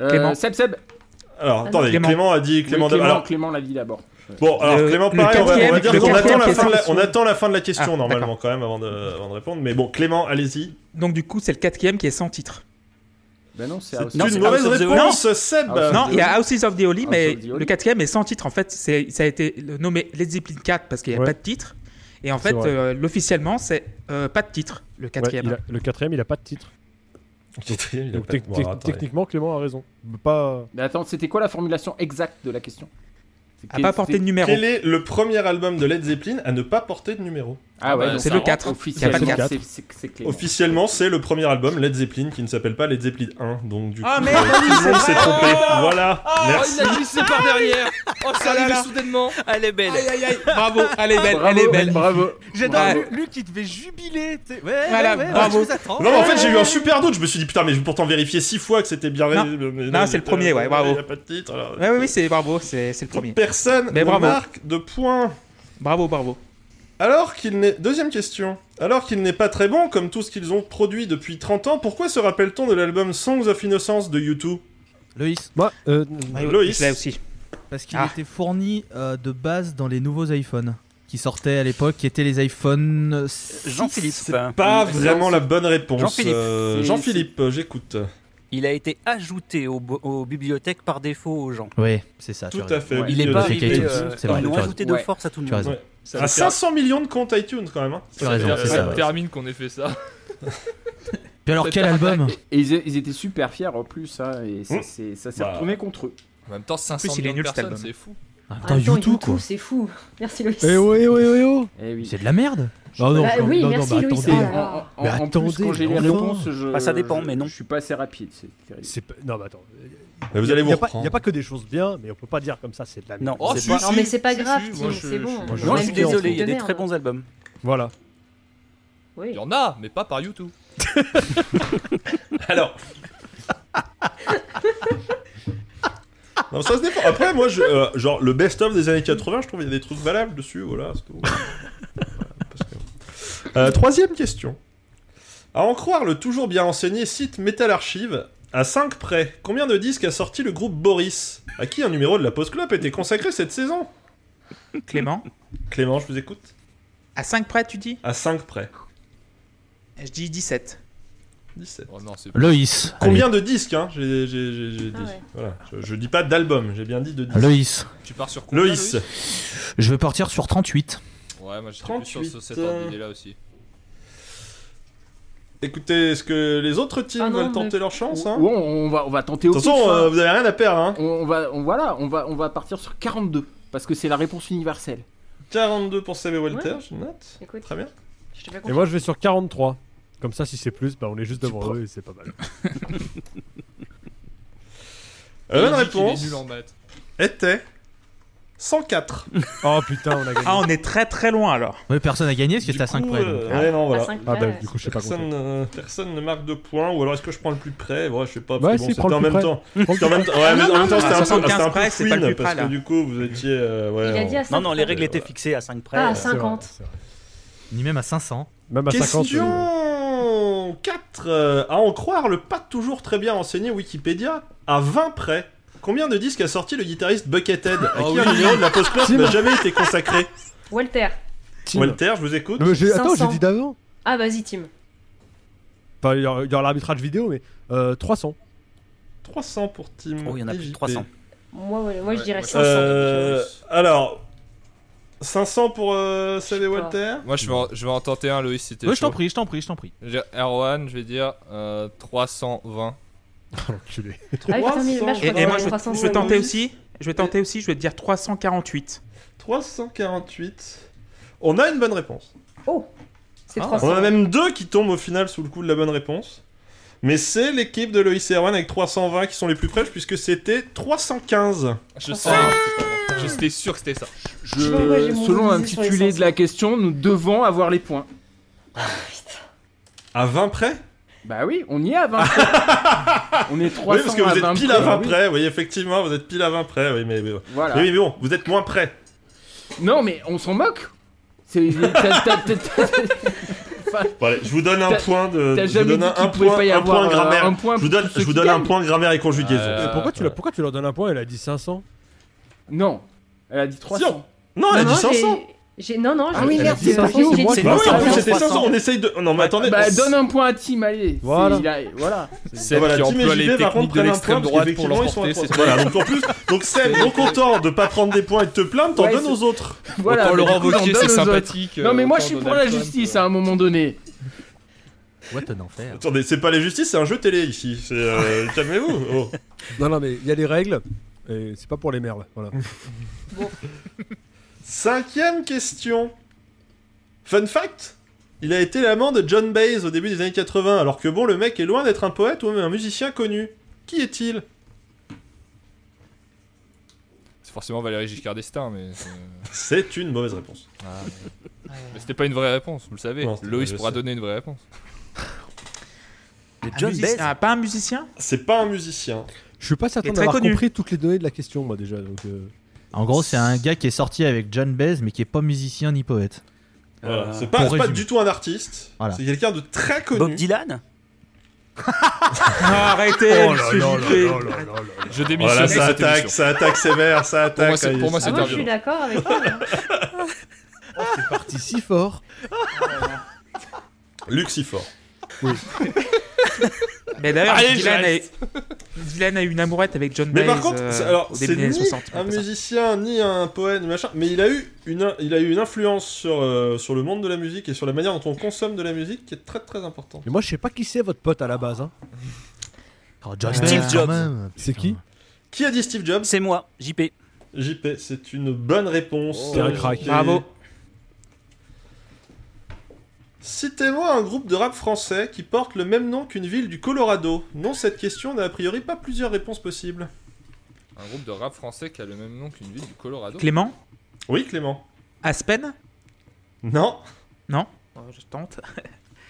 D: euh,
A: Clément.
D: Seb, Seb, Oui,
C: Alors,
H: Ah,
C: attendez,
A: Clément.
C: Clément. a dit Clément.
D: Clément,
C: de- alors,
D: Clément l'a dit d'abord.
C: Bon, alors
A: Le-
C: Clément,
A: le
C: pareil, on va, on va
A: quatrième-
C: dire
A: le
C: qu'on attend,
A: quatrième
C: la fin de la-
A: question.
C: on attend la fin de la question
A: Ah,
C: normalement
A: d'accord.
C: quand même avant de, avant de répondre. Mais bon, Clément, allez-y.
A: Donc du coup, c'est le quatrième qui est sans titre.
D: Ben non, c'est...
G: Ah,
C: C'est
D: House
C: une
D: of-
I: c'est
C: mauvaise
I: House of the
C: réponse, Seb.
D: House of
A: non, il y a Houses of the Holy,
D: House
A: mais
D: of the Holy.
A: le quatrième est sans titre. En fait, c'est- ça a été nommé Led Zeppelin 4 parce qu'il n'y a
G: Ouais.
A: pas de titre. Et en
G: C'est
A: fait,
G: vrai.
A: euh, officiellement, c'est euh, pas de titre, le
G: Ouais,
A: quatrième.
G: il a- le quatrième, il a pas de titre.
C: Quatrième, il a
G: Donc
C: pas-
G: tec-
C: bon,
G: tec-
C: alors, attendez.
G: techniquement, Clément a raison. Pas.
D: Mais attends, c'était quoi la formulation exacte de la question
A: À pas porter de numéro.
C: Quel est le premier album de Led Zeppelin à ne pas porter de numéro
D: Ah ouais,
E: Bah,
D: donc
E: c'est
D: ça
E: le
D: rentre
A: 4.
D: officiellement,
G: Il y a pas de
D: c'est-
G: quatre.
D: c'est- c'est- c'est Clément.
C: Officiellement, c'est le premier album Led Zeppelin qui ne s'appelle pas Led Zeppelin 1. Donc du coup,
E: Ah,
C: euh,
E: merde, oui,
C: tout le monde
E: c'est
C: s'est
E: vrai.
C: trompé.
E: Oh
A: Ah,
C: Voilà, merci.
E: il a glissé par derrière
D: Ah
E: Oh, c'est arrivé soudainement
I: Elle est belle.
A: Aïe, aïe, aïe, bravo, elle est belle,
D: Bravo,
A: elle est belle.
D: Bravo.
F: J'adore
A: Ouais.
F: Lu- Luc qui devait jubiler. tu sais. Ouais,
A: Voilà,
F: ouais, ouais,
A: bravo.
F: je vous attends.
C: Non, mais en fait, j'ai eu un super doute. Je me suis dit, putain, mais j'ai pourtant vérifié six fois que c'était bien.
A: Non.
C: ré- mais
A: Non, c'est le
C: mais-
A: premier, ouais, bravo.
C: Il n'y a pas de titre. alors-
A: Ouais, oui, oui, c'est bravo, c'est c'est le premier.
C: Personne
A: Mais
C: ne
A: bravo.
C: marque de points.
A: Bravo, bravo.
C: Alors qu'il n'est... Deuxième question. Alors qu'il n'est pas très bon, comme tout ce qu'ils ont produit depuis 30 ans, pourquoi se rappelle-t-on de l'album Songs of Innocence de U2
F: Loïs,
G: Moi, euh,
A: Ah oui,
C: Loïs.
A: Je l'ai aussi.
F: parce qu'il
A: Ah.
F: était fourni euh, de base dans les nouveaux iPhones qui sortaient à l'époque, qui étaient les iPhones. six.
I: Jean-Philippe.
C: Pas vraiment la bonne réponse.
I: Jean-Philippe.
C: Euh,
D: C'est-
C: Jean-Philippe, j'écoute.
I: Il a été ajouté au bo- aux bibliothèques par défaut aux gens.
F: Ouais, c'est ça. tu
C: Tout
F: as raison.
C: à fait.
D: Ouais.
I: Il est
F: Euh,
I: pas
F: c'est
I: arrivé.
F: iTunes,
I: euh,
F: c'est vrai,
I: Ils l'ont
F: tu as
I: ajouté de
D: raison.
I: force à tout le
F: Tu as
I: monde.
F: raison.
C: À 500 millions de comptes iTunes quand même. hein.
F: Tu as raison, c'est ça.
E: Ça
F: ouais.
E: termine qu'on ait fait ça.
F: Puis alors, quel album
D: Et ils, ils étaient super fiers en plus, hein, et ça,
C: Hmm.
D: c'est- ça s'est
C: Bah.
D: retourné contre eux.
E: En même temps, 500
A: il est
E: millions de
A: nul, cet
E: personnes,
A: album.
E: c'est fou.
F: En même
H: En
F: temps,
H: même temps,
F: Bah, YouTube,
H: Ah, YouTube,
F: quoi.
H: c'est fou. Merci Loïs.
G: Eh oh, eh oh, eh oh, eh oh.
D: Eh oui.
F: C'est de la merde. Oh,
G: Ah non,
H: Bah
G: quand-
H: oui,
G: non, non,
H: merci,
G: mais
H: Louis,
G: attendez.
H: ça va.
D: En, en-
G: Mais
D: en plus,
G: attendez,
D: quand j'ai les
G: enfin.
D: réponses, je.
I: Ah, ça dépend,
D: je-
I: mais non.
D: Je suis pas assez rapide, c'est terrible.
G: C'est pas- Non, mais attends.
C: Mais vous
G: Il
C: allez vous
G: n'y a, pas-
C: reprendre.
G: y a pas que des choses bien, mais on peut pas dire comme ça, c'est de la merde.
I: Non,
E: Oh,
I: c'est
E: si,
I: pas-
E: si.
H: Non, mais c'est pas
E: Si,
H: grave,
E: si,
H: Tim,
E: moi, je-
H: c'est bon.
E: moi, je-
I: Non,
H: On
I: je
H: aime
I: suis
H: des trucs
I: désolé, il y a
H: de
I: des
H: merde.
I: très bons albums.
G: Voilà.
E: Il
H: Oui.
E: y en a, mais pas par YouTube.
C: Alors. non, ça se dépend. Après, moi, je, euh, genre, le best-of des années 80, je trouve qu'il y a des trucs valables dessus. Voilà, c'est tout. Voilà, parce que- Euh, troisième question. À en croire le toujours bien enseigné site Metal Archive, à 5 près, combien de disques a sorti le groupe Boris À qui un numéro de la Post Club était consacré cette saison
A: Clément,
C: Clément, je vous écoute.
A: à 5 près, tu dis
C: À 5 près.
A: Je dis 17.
C: 17.
E: Oh non, c'est
F: Loïs.
C: Combien de disques, hein J'ai j'ai- j'ai- j'ai dit.
H: Ah ouais.
C: Voilà. Je, je dis pas d'album, j'ai bien dit de disques.
F: Allez. Loïs.
E: Tu pars sur quoi
C: Loïs.
F: Je vais partir sur 38.
E: Ouais, moi j'étais plus sur ce-
C: 38,
E: cet ordre d'idée là aussi.
C: Écoutez, est-ce que les autres teams
H: Ah non,
C: veulent
H: mais-
C: tenter leur chance hein
D: Ou- ou on, on va, on va tenter
C: De
D: au
C: toute façon,
D: pif, hein.
C: euh, vous avez rien à perdre. Hein.
D: on, on va, on, voilà, on va, on va partir sur 42 parce que c'est la réponse universelle.
C: 42 pour Seb et Walter, je note.
H: Écoute,
C: Très bien.
H: je te fais
G: Et
H: confiance.
G: moi, je vais sur 43. Comme ça, si c'est plus, bah, on est juste devant eux et c'est pas mal.
C: La Euh, bonne
E: Il dit qu'il est
C: réponse
E: nul en maths.
C: était 104.
G: Oh putain, on a gagné.
A: Ah, on est très très loin alors.
F: Ouais, personne n'a gagné parce que
C: Du
F: t'es à 5
C: coup,
F: près.
C: euh,
F: donc.
C: ouais, non,
H: À
C: voilà.
H: cinq
G: Ah bah
H: places.
G: du coup, je sais pas compter.
C: Personne, euh, personne ne marque de points, ou alors est-ce que je prends le plus près Ouais, je sais pas,
G: Ouais,
C: parce que
G: si, prends
C: bon, c'était
G: le
C: en
G: plus
C: même
G: près.
C: temps. C'était en même temps, ouais, mais en même temps, c'était un peu-
A: 75
C: c'était un peu
A: près, c'est pas le
C: fouine,
A: plus
C: parce
A: près,
C: que
A: là.
C: du coup, vous étiez... euh, ouais,
H: Il a
C: on-
H: dit à 5
I: Non, non, les règles
C: euh,
I: étaient
C: ouais.
I: fixées à 5 près.
H: Ah,
I: euh,
G: C'est vrai,
H: 50.
G: c'est vrai.
F: Ni même à 500.
G: Même à 50. euh,
C: Question 4. euh, à en croire le pas toujours très bien enseigné Wikipédia, à 20 près, combien de disques a sorti le guitariste Buckethead
I: Ah
C: À
E: Oh
C: qui un
E: oui.
C: numéro de la post-class
G: Tim.
C: n'a jamais été consacré
H: Walter.
G: Tim.
C: Walter, je vous écoute.
G: Non, mais j'ai- Attends, j'ai
H: 500.
G: dit d'avant.
H: Ah, vas-y, Tim.
G: Enfin, il y aura il y aura l'arbitrage vidéo, mais euh, 300.
C: 300 pour Tim.
I: Oh, il y en a plus de
C: IJP.
I: 300.
H: Moi, ouais, moi je
E: Ouais,
H: dirais
E: moi,
H: 500.
C: Euh, alors, 500 pour euh, Seb et
H: sais pas.
C: Walter
E: Moi, je vais, en, je vais en tenter un, Loïs, si t'es
F: Ouais, je t'en
E: chaud.
F: prie, je t'en prie, je t'en prie.
E: Je vais dire Erwan, je vais dire euh, 320.
G: Oh, l'enculé.
H: Ah, putain, mais là, je
A: Et,
H: crois
A: et
H: qu'on
A: moi,
H: est
A: je,
H: à
A: vais-
H: 300.
A: je vais tenter aussi. Je vais tenter aussi, je vais te dire 348.
C: 348. On a une bonne réponse.
H: Oh, C'est
A: Ah,
H: 300.
C: On en a même deux qui tombent au final sous le coup de la bonne réponse. Mais c'est l'équipe de Loïc et Erwan avec 320 qui sont les plus proches puisque c'était 315.
E: Je sais. Je J'étais sûr que c'était ça.
D: Je,
H: sais pas pourquoi j'ai mon
D: selon
H: visé sur les
D: l'intitulé
H: 500.
D: de la question, nous devons avoir les points.
C: À 20 près
D: Bah oui, on y est à 20. on est 300
C: Oui, parce que vous
D: à
C: êtes
D: 20
C: pile à
D: près.
C: 20
D: Oui,
C: près. Oui, effectivement, vous êtes pile à 20 près. Oui, mais, mais-
D: Voilà.
C: oui, mais bon, vous êtes moins près.
D: Non, mais on s'en moque. C'est- t'as- t'as- t'as- t'as-
C: Bon, allez, je vous donne un
D: T'as-
C: point de.
D: t'as
C: je vous
D: jamais
C: donne
D: dit
C: un,
D: qu'il
C: un
D: pouvait
C: point,
D: pas y
C: un
D: avoir,
C: point
D: euh,
C: grammaire.
D: un point
C: je vous donne,
D: pour ceux
C: je vous
D: qui
C: donne un
D: gagnent.
C: point grammaire et conjugaison.
E: Euh,
G: Mais
C: Ah,
G: pourquoi, tu l'as- pourquoi tu leur donnes un point Elle a dit 500.
D: Non, elle a dit 300.
C: Non, elle a dit 500.
H: j'ai- j'ai- Non, non,
D: Ah
H: j'ai-
D: oui,
H: j'ai
D: merde,
H: dit
D: c'est pas
H: 500,
D: nous,
H: j'ai
G: c'est moi
H: dit
C: Bah oui, en plus
H: 500.
C: c'était
E: hein
C: 500, on essaye de. Non, mais attendez.
D: Bah,
C: on-
D: donne un point à Tim, allez. C'est-
G: Voilà.
D: il a- voilà.
E: Celle
C: Voilà,
E: qui
C: Tim et
E: emploie les
C: JB, par
E: techniques
C: contre,
E: de
C: prennent un
E: l'extrême
C: point, parce
E: droite pour
C: qu'effectivement, ils sont à
E: l'emporter, c'est
C: trois. Voilà, donc en plus, donc Seb, non content de pas prendre des points et de te plaindre, t'en
D: Ouais,
C: donnes
D: c'est-
C: aux autres.
D: voilà
E: Autant
D: mais
E: Laurent
D: du coup, j'en
E: Wauquiez,
D: donne
E: c'est
D: aux autres.
E: sympathique.
D: Non, mais
E: euh,
D: moi je
E: autant
D: suis pour la
E: Donald Trump,
D: justice hein,
E: euh.
D: à un moment donné.
F: What un enfer.
C: Attendez, c'est pas les justices, c'est un jeu télé ici. C'est, euh, Calmez-vous. Oh.
G: Non, non, mais il y a des règles. Et c'est pas pour les merdes. Voilà.
C: Cinquième question. Fun fact il a été l'amant de John Baez au début des années 80, alors que bon, le mec est loin d'être un poète ou même un musicien connu. Qui est-il
E: C'est forcément Valérie Giscard d'Estaing, mais, c'est- Ah,
C: C'est une mauvaise réponse.
E: mais c'était pas une vraie réponse, vous le savez.
C: Non, c'était
E: Loïs
C: pas- je
E: pourra
C: sais.
E: donner une vraie réponse.
I: De
A: Un
I: John
A: musicien-
I: Baez
A: ah, pas un musicien
C: C'est pas un musicien.
G: Je suis pas certain
A: Et très
G: d'avoir
A: connu.
G: compris toutes les données de la question, moi déjà. Donc, euh,
F: En gros, c'est un gars qui est sorti avec John Baez, mais qui est pas musicien ni poète.
C: Voilà,
I: Euh,
C: c'est pas,
F: pour
C: c'est pas
F: résumer.
C: du tout un artiste.
F: Voilà.
C: C'est quelqu'un de très connu.
I: Bob Dylan
A: Ah,
C: Oh
A: Arrêtez, monsieur JP.
E: Je
C: Voilà,
E: démissionne de
C: ça
E: cette
C: attaque,
E: émission.
C: ça attaque sévère, ça
E: Pour moi,
C: attaque.
E: c'est- pour moi,
H: Ah,
E: c'est
H: moi
E: un
H: je suis
E: violon.
H: d'accord avec toi. hein.
F: Oh, Parti si fort.
C: Luxifort.
A: Mais d'ailleurs,
E: Allez,
A: Dylan
E: je
A: a... Dylan a eu une amourette avec John
C: Mais
A: Baez.
C: par contre,
A: euh,
C: c'est- alors
A: au
C: c'est Ah
A: début des
C: ni
A: années 60.
C: un
A: c'est ça.
C: musicien ni un poète ni machin, mais il a eu une il a eu une influence sur euh, sur le monde de la musique et sur la manière dont on consomme de la musique qui est très très importante.
G: Mais moi, je sais pas qui c'est votre pote à la base. Hein.
F: Oh, John
I: Steve
F: Baez, quand
I: Jobs.
F: même.
G: C'est qui
C: Qui a dit Steve Jobs
I: C'est moi, JP.
C: JP, c'est une bonne réponse.
G: Oh. C'est un crack.
C: Et-
A: Bravo.
C: Citez-moi un groupe de rap français qui porte le même nom qu'une ville du Colorado. Non, cette question n'a a priori pas plusieurs réponses possibles.
E: Un groupe de rap français qui a le même nom qu'une ville du Colorado.
A: Clément
C: Oui, Clément.
A: Aspen
C: Non.
A: Oh, Je tente.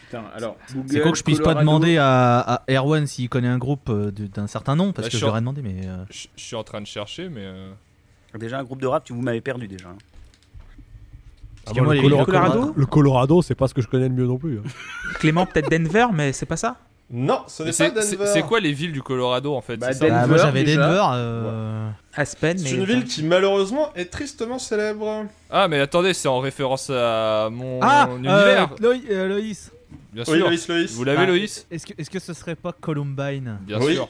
D: Putain, alors.
F: C'est con que je puisse pas demander à, à Erwan s'il connaît un groupe euh, de- d'un certain nom, parce
E: Bah, je
F: que je
E: suis en-
F: leur ai demandé, mais. euh,
E: Je je suis en train de chercher, mais. euh,
I: Déjà, un groupe de rap, tu vous m'avez perdu déjà. hein.
F: parce que moi, les-
G: Ah le, Colora-
A: le Colorado
G: le Colorado, c'est pas ce que je connais le mieux non plus. hein.
A: Clément, peut-être Denver, mais c'est pas ça
C: Non, ce
E: mais
C: n'est pas
E: C'est
C: Denver.
E: c'est- c'est quoi les villes du Colorado en fait
D: Bah,
E: c'est ça
F: Bah,
D: Denver,
F: moi j'avais
D: déjà.
F: Denver. euh,
A: Aspen, mais.
C: C'est une ville qui malheureusement est tristement célèbre.
E: Ah, mais attendez, c'est en référence à mon
F: Ah euh,
E: univers.
F: Loï- euh, Loïs,
E: Bien
C: Oui,
E: sûr.
C: Loïs, Loïs.
E: Vous l'avez,
F: Ah.
E: Loïs
F: est-ce que, est-ce que ce serait pas Columbine
E: Bien
C: Oui.
E: sûr.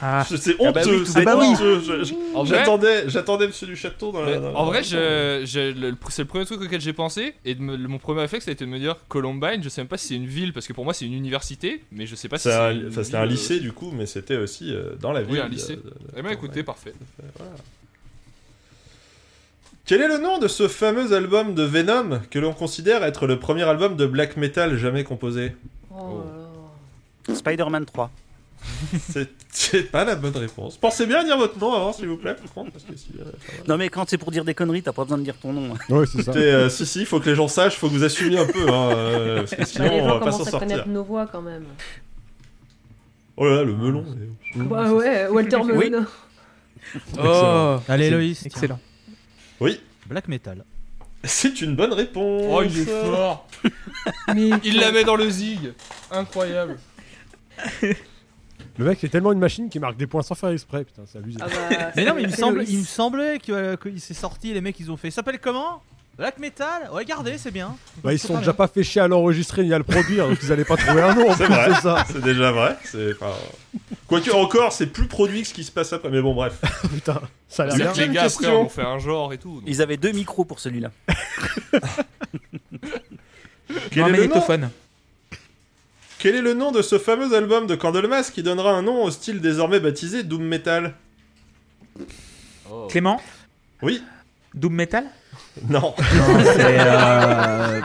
A: Ah.
C: C'est
B: Ah bah oui,
C: honteux,
B: tout
C: c'est
A: bêtement.
C: honteux. Je- je-
E: En vrai,
C: J'attendais, j'attendais Monsieur du Château dans la.
E: mais
C: dans la-
E: en vrai, je- je- le- c'est le premier truc auquel j'ai pensé. Et de me- le- mon premier réflexe, ça a été de me dire Columbine, je sais même pas si c'est une ville, parce que pour moi, c'est une université, mais je sais pas si
C: C'est
E: c'est.
C: un-
E: une
C: enfin, c'était
E: ville,
C: un
E: euh,
C: lycée du coup, mais c'était aussi euh, dans la
E: Oui,
C: ville.
E: un lycée.
C: de- de-
E: Eh bien, écoutez, parfait.
C: Quel est le nom de ce fameux album de Venom que l'on considère être le premier album de black metal jamais composé
H: Oh là là.
I: Spider-Man 3.
C: C'est- C'est pas la bonne réponse. Pensez bien à dire votre nom avant, s'il vous plaît. par contre, parce que si, euh,
I: Non, mais quand c'est pour dire des conneries, t'as pas besoin de dire ton nom. hein.
G: Ouais, c'est ça.
C: écoutez, euh, si, si, faut que les gens sachent, faut que vous assumiez un peu, hein, euh, parce que
H: Bah,
C: sinon
H: les
C: on va
H: gens
C: pas s'en
H: commencent à
C: sortir.
H: connaître nos voix quand même.
C: Oh là là, le melon. c'est-
H: Bah ouais, Walter Melon.
A: Oh
F: Allez, Loïs. tiens.
A: Excellent.
C: Oui,
F: Black Metal.
C: c'est une bonne réponse.
E: Oh, il est fort Il la met dans le zig Incroyable
G: Le mec, c'est tellement une machine qui marque des points sans faire exprès. Putain, c'est abusé.
H: Ah bah,
F: Mais non, mais il me,
H: c'est
F: semble,
H: Loïs.
F: il me semblait que, euh, qu'il s'est sorti, les mecs, ils ont fait. Ça s'appelle comment Black Metal Ouais, regardez, c'est bien.
G: Bah, ils
F: C'est
G: se sont
F: pas
G: déjà pas fait chier à l'enregistrer ni à le produire, donc ils allaient pas trouver un nom en
C: C'est
G: plus
C: vrai.
G: de ça.
C: C'est déjà vrai. C'est. enfin, euh, Quoique encore, c'est plus produit que ce qui se passe après. Mais bon, bref.
G: Putain, ça a l'air
E: C'est-à-dire
G: bien.
E: que les gars, après,
C: question.
E: on fait un genre et tout. donc-
I: Ils avaient deux micros pour celui-là.
C: Quel
A: Non,
C: est
A: mais
C: le nom
A: l'étophone.
C: Quel est le nom de ce fameux album de Candlemas qui donnera un nom au style désormais baptisé Doom Metal
E: Oh.
A: Clément
C: Oui.
A: Doom Metal
C: Non.
F: euh,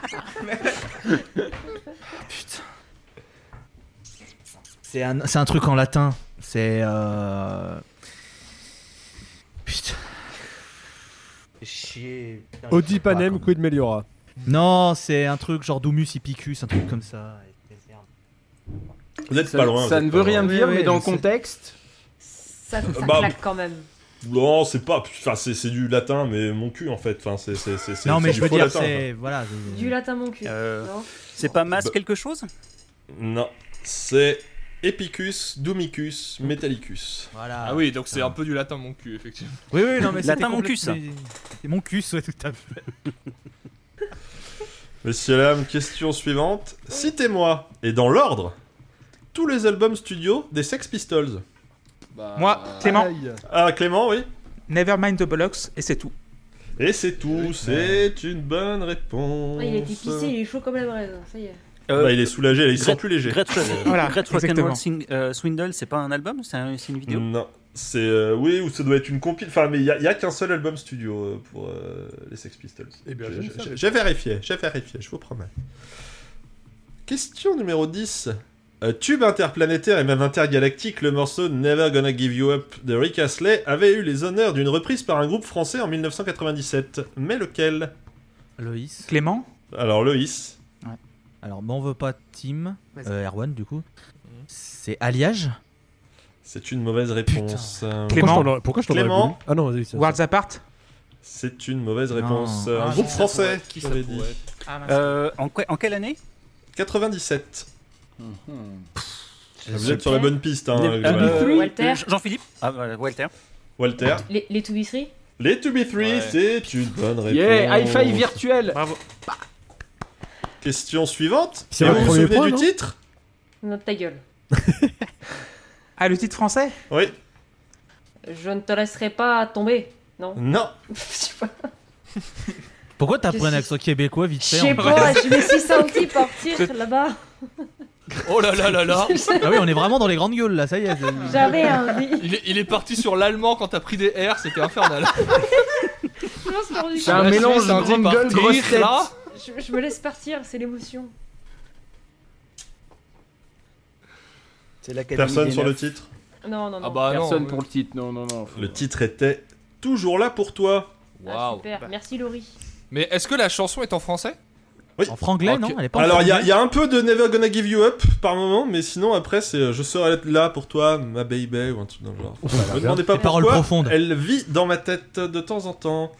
F: C'est un, c'est un truc en latin. C'est. Euh... Putain.
I: Chier.
G: Audi
F: Ah,
G: Panem,
F: quand
G: Quid Meliora.
F: Non, c'est un truc genre Domus Ipicus, un truc comme ça.
C: Vous êtes
D: Ça,
C: pas loin.
D: ça
C: vous
D: ne
C: êtes pas
D: veut rien
C: loin.
D: dire,
F: Oui, oui,
D: mais dans
F: je
D: le
F: sais.
D: contexte,
H: Ça, ça
C: Bah,
H: claque quand même.
C: Non, c'est pas. Enfin, c'est c'est du latin, mais mon cul en fait. Enfin, c'est. c'est- c'est- c'est-
F: Non, mais
C: c'est
F: je
C: du
F: veux
C: faux
F: dire,
C: latin,
F: c'est. Voilà. je-
H: Du latin mon cul.
I: Euh,
H: Non
I: C'est pas masse
C: Bah-
I: quelque chose
C: en fait. Non. C'est Epicus, Domicus, Metallicus.
F: Voilà.
E: Ah oui, donc c'est un peu du latin, mon cul, effectivement.
F: Oui, oui, non, mais
I: Latin
F: c'était
I: mon cul, ça.
F: complètement- C'était mon cul, ouais, tout à fait.
C: Messieurs, dames, question suivante. Citez-moi, et dans l'ordre, tous les albums studio des Sex Pistols.
E: Bah,
A: Moi, Clément,
C: Ah, Clément, oui
A: Nevermind the Bollocks, et c'est tout.
C: Et c'est tout, c'est une bonne réponse.
H: Ah, Il était pissé, il est chaud comme la braise. hein, Ça y est.
I: Euh,
C: Bah, il est soulagé, là, il sent
I: Greta-
C: plus léger. Euh,
I: Great
A: Voilà,
I: Great
A: exactement.
I: Rock'n'Roll Sing- euh, Swindle, c'est pas un album C'est un- c'est une vidéo
C: Non, c'est. euh, oui, ou ça doit être une compil. Enfin, mais il n'y a, il y a qu'un seul album studio euh, pour euh, les Sex Pistols.
G: Eh bien,
C: J'ai-
G: je ne
C: j'ai-
G: savais
C: J'ai vérifié, j'ai vérifié, je vous promets. Question numéro 10. Euh, tube interplanétaire et même intergalactique, le morceau Never Gonna Give You Up de Rick Astley avait eu les honneurs d'une reprise par un groupe français en 1997. Mais lequel
F: Loïs.
A: Clément
C: Alors, Loïs.
F: Alors, m'en veux pas, Tim.
A: Vas-y.
F: Euh, Erwan, du coup.
G: Mhm.
F: C'est Alliage
C: C'est une mauvaise réponse. Euh,
A: Clément.
G: Pourquoi je t'en aurais- Pourquoi je t'en aurais
C: Clément.
G: voulu Ah non, vas-y, ça-
A: Worlds Apart
C: C'est une mauvaise réponse.
F: Non.
C: Euh, Un
A: Ah,
C: groupe
A: ça
C: français,
E: Qui Ah, ça
C: j'avais dit.
E: pourrait être
I: Euh, en, quoi- en quelle année
C: 97. Vous êtes
H: sais
C: sur la
H: pas.
C: bonne piste, hein,
I: Euh,
C: globalement.
I: euh,
H: Walter.
I: Jean-Philippe Ah, voilà, Walter.
C: Walter.
H: Les, les Toubisseries
C: Les To Be Three,
E: Ouais.
C: c'est une bonne réponse.
D: yeah, high five virtuel.
C: Question suivante.
G: C'est
C: Et
G: un
C: vous vous
G: premier
C: souvenez
G: point,
C: du
G: non
C: titre
H: Oh, Non, ta gueule.
A: Ah, le titre français
C: Oui.
H: Je ne te laisserai pas tomber. Non
C: Non.
H: Je sais pas.
F: Pourquoi t'as
H: Je
F: pris un
H: sais-
F: accent québécois vite
H: Je
F: fait
H: sais
F: en-
H: pas, je me suis senti partir là-bas.
E: Oh là là là là
F: Ah oui, on est vraiment dans les grandes gueules là, ça y est. c'est-
H: J'avais envie.
E: il est, il est parti sur l'allemand quand t'as pris des R, c'était infernal.
H: Je me laisse partir.
D: C'est un
E: La Suisse,
D: mélange
E: un
D: grande gueule,
E: partir,
D: grosse tête.
E: là.
H: Je, je me laisse partir, c'est l'émotion.
I: C'est l'Académie
C: Personne
I: des
C: sur
I: Neuf.
C: le titre.
H: Non, non, non.
E: Ah bah
D: Personne
E: non.
D: pour le titre, non, non, non. faut-
C: Le titre était Toujours là pour toi.
H: Ah,
E: Waouh.
D: bah.
H: super, merci Laurie.
E: Mais est-ce que la chanson est en français
F: En franglais,
E: Ok.
F: non Elle est pas en
C: Alors, il y, a-
F: franglais
C: il y a un peu de Never Gonna Give You Up par moment, mais sinon, après, c'est euh, Je serai là pour toi, ma baby, ou un truc dans le genre.
G: ça a l'air
C: Ne me
G: bien.
C: demandez pas
F: Des paroles
C: pourquoi.
F: profondes.
C: Elle vit dans ma tête de temps en temps.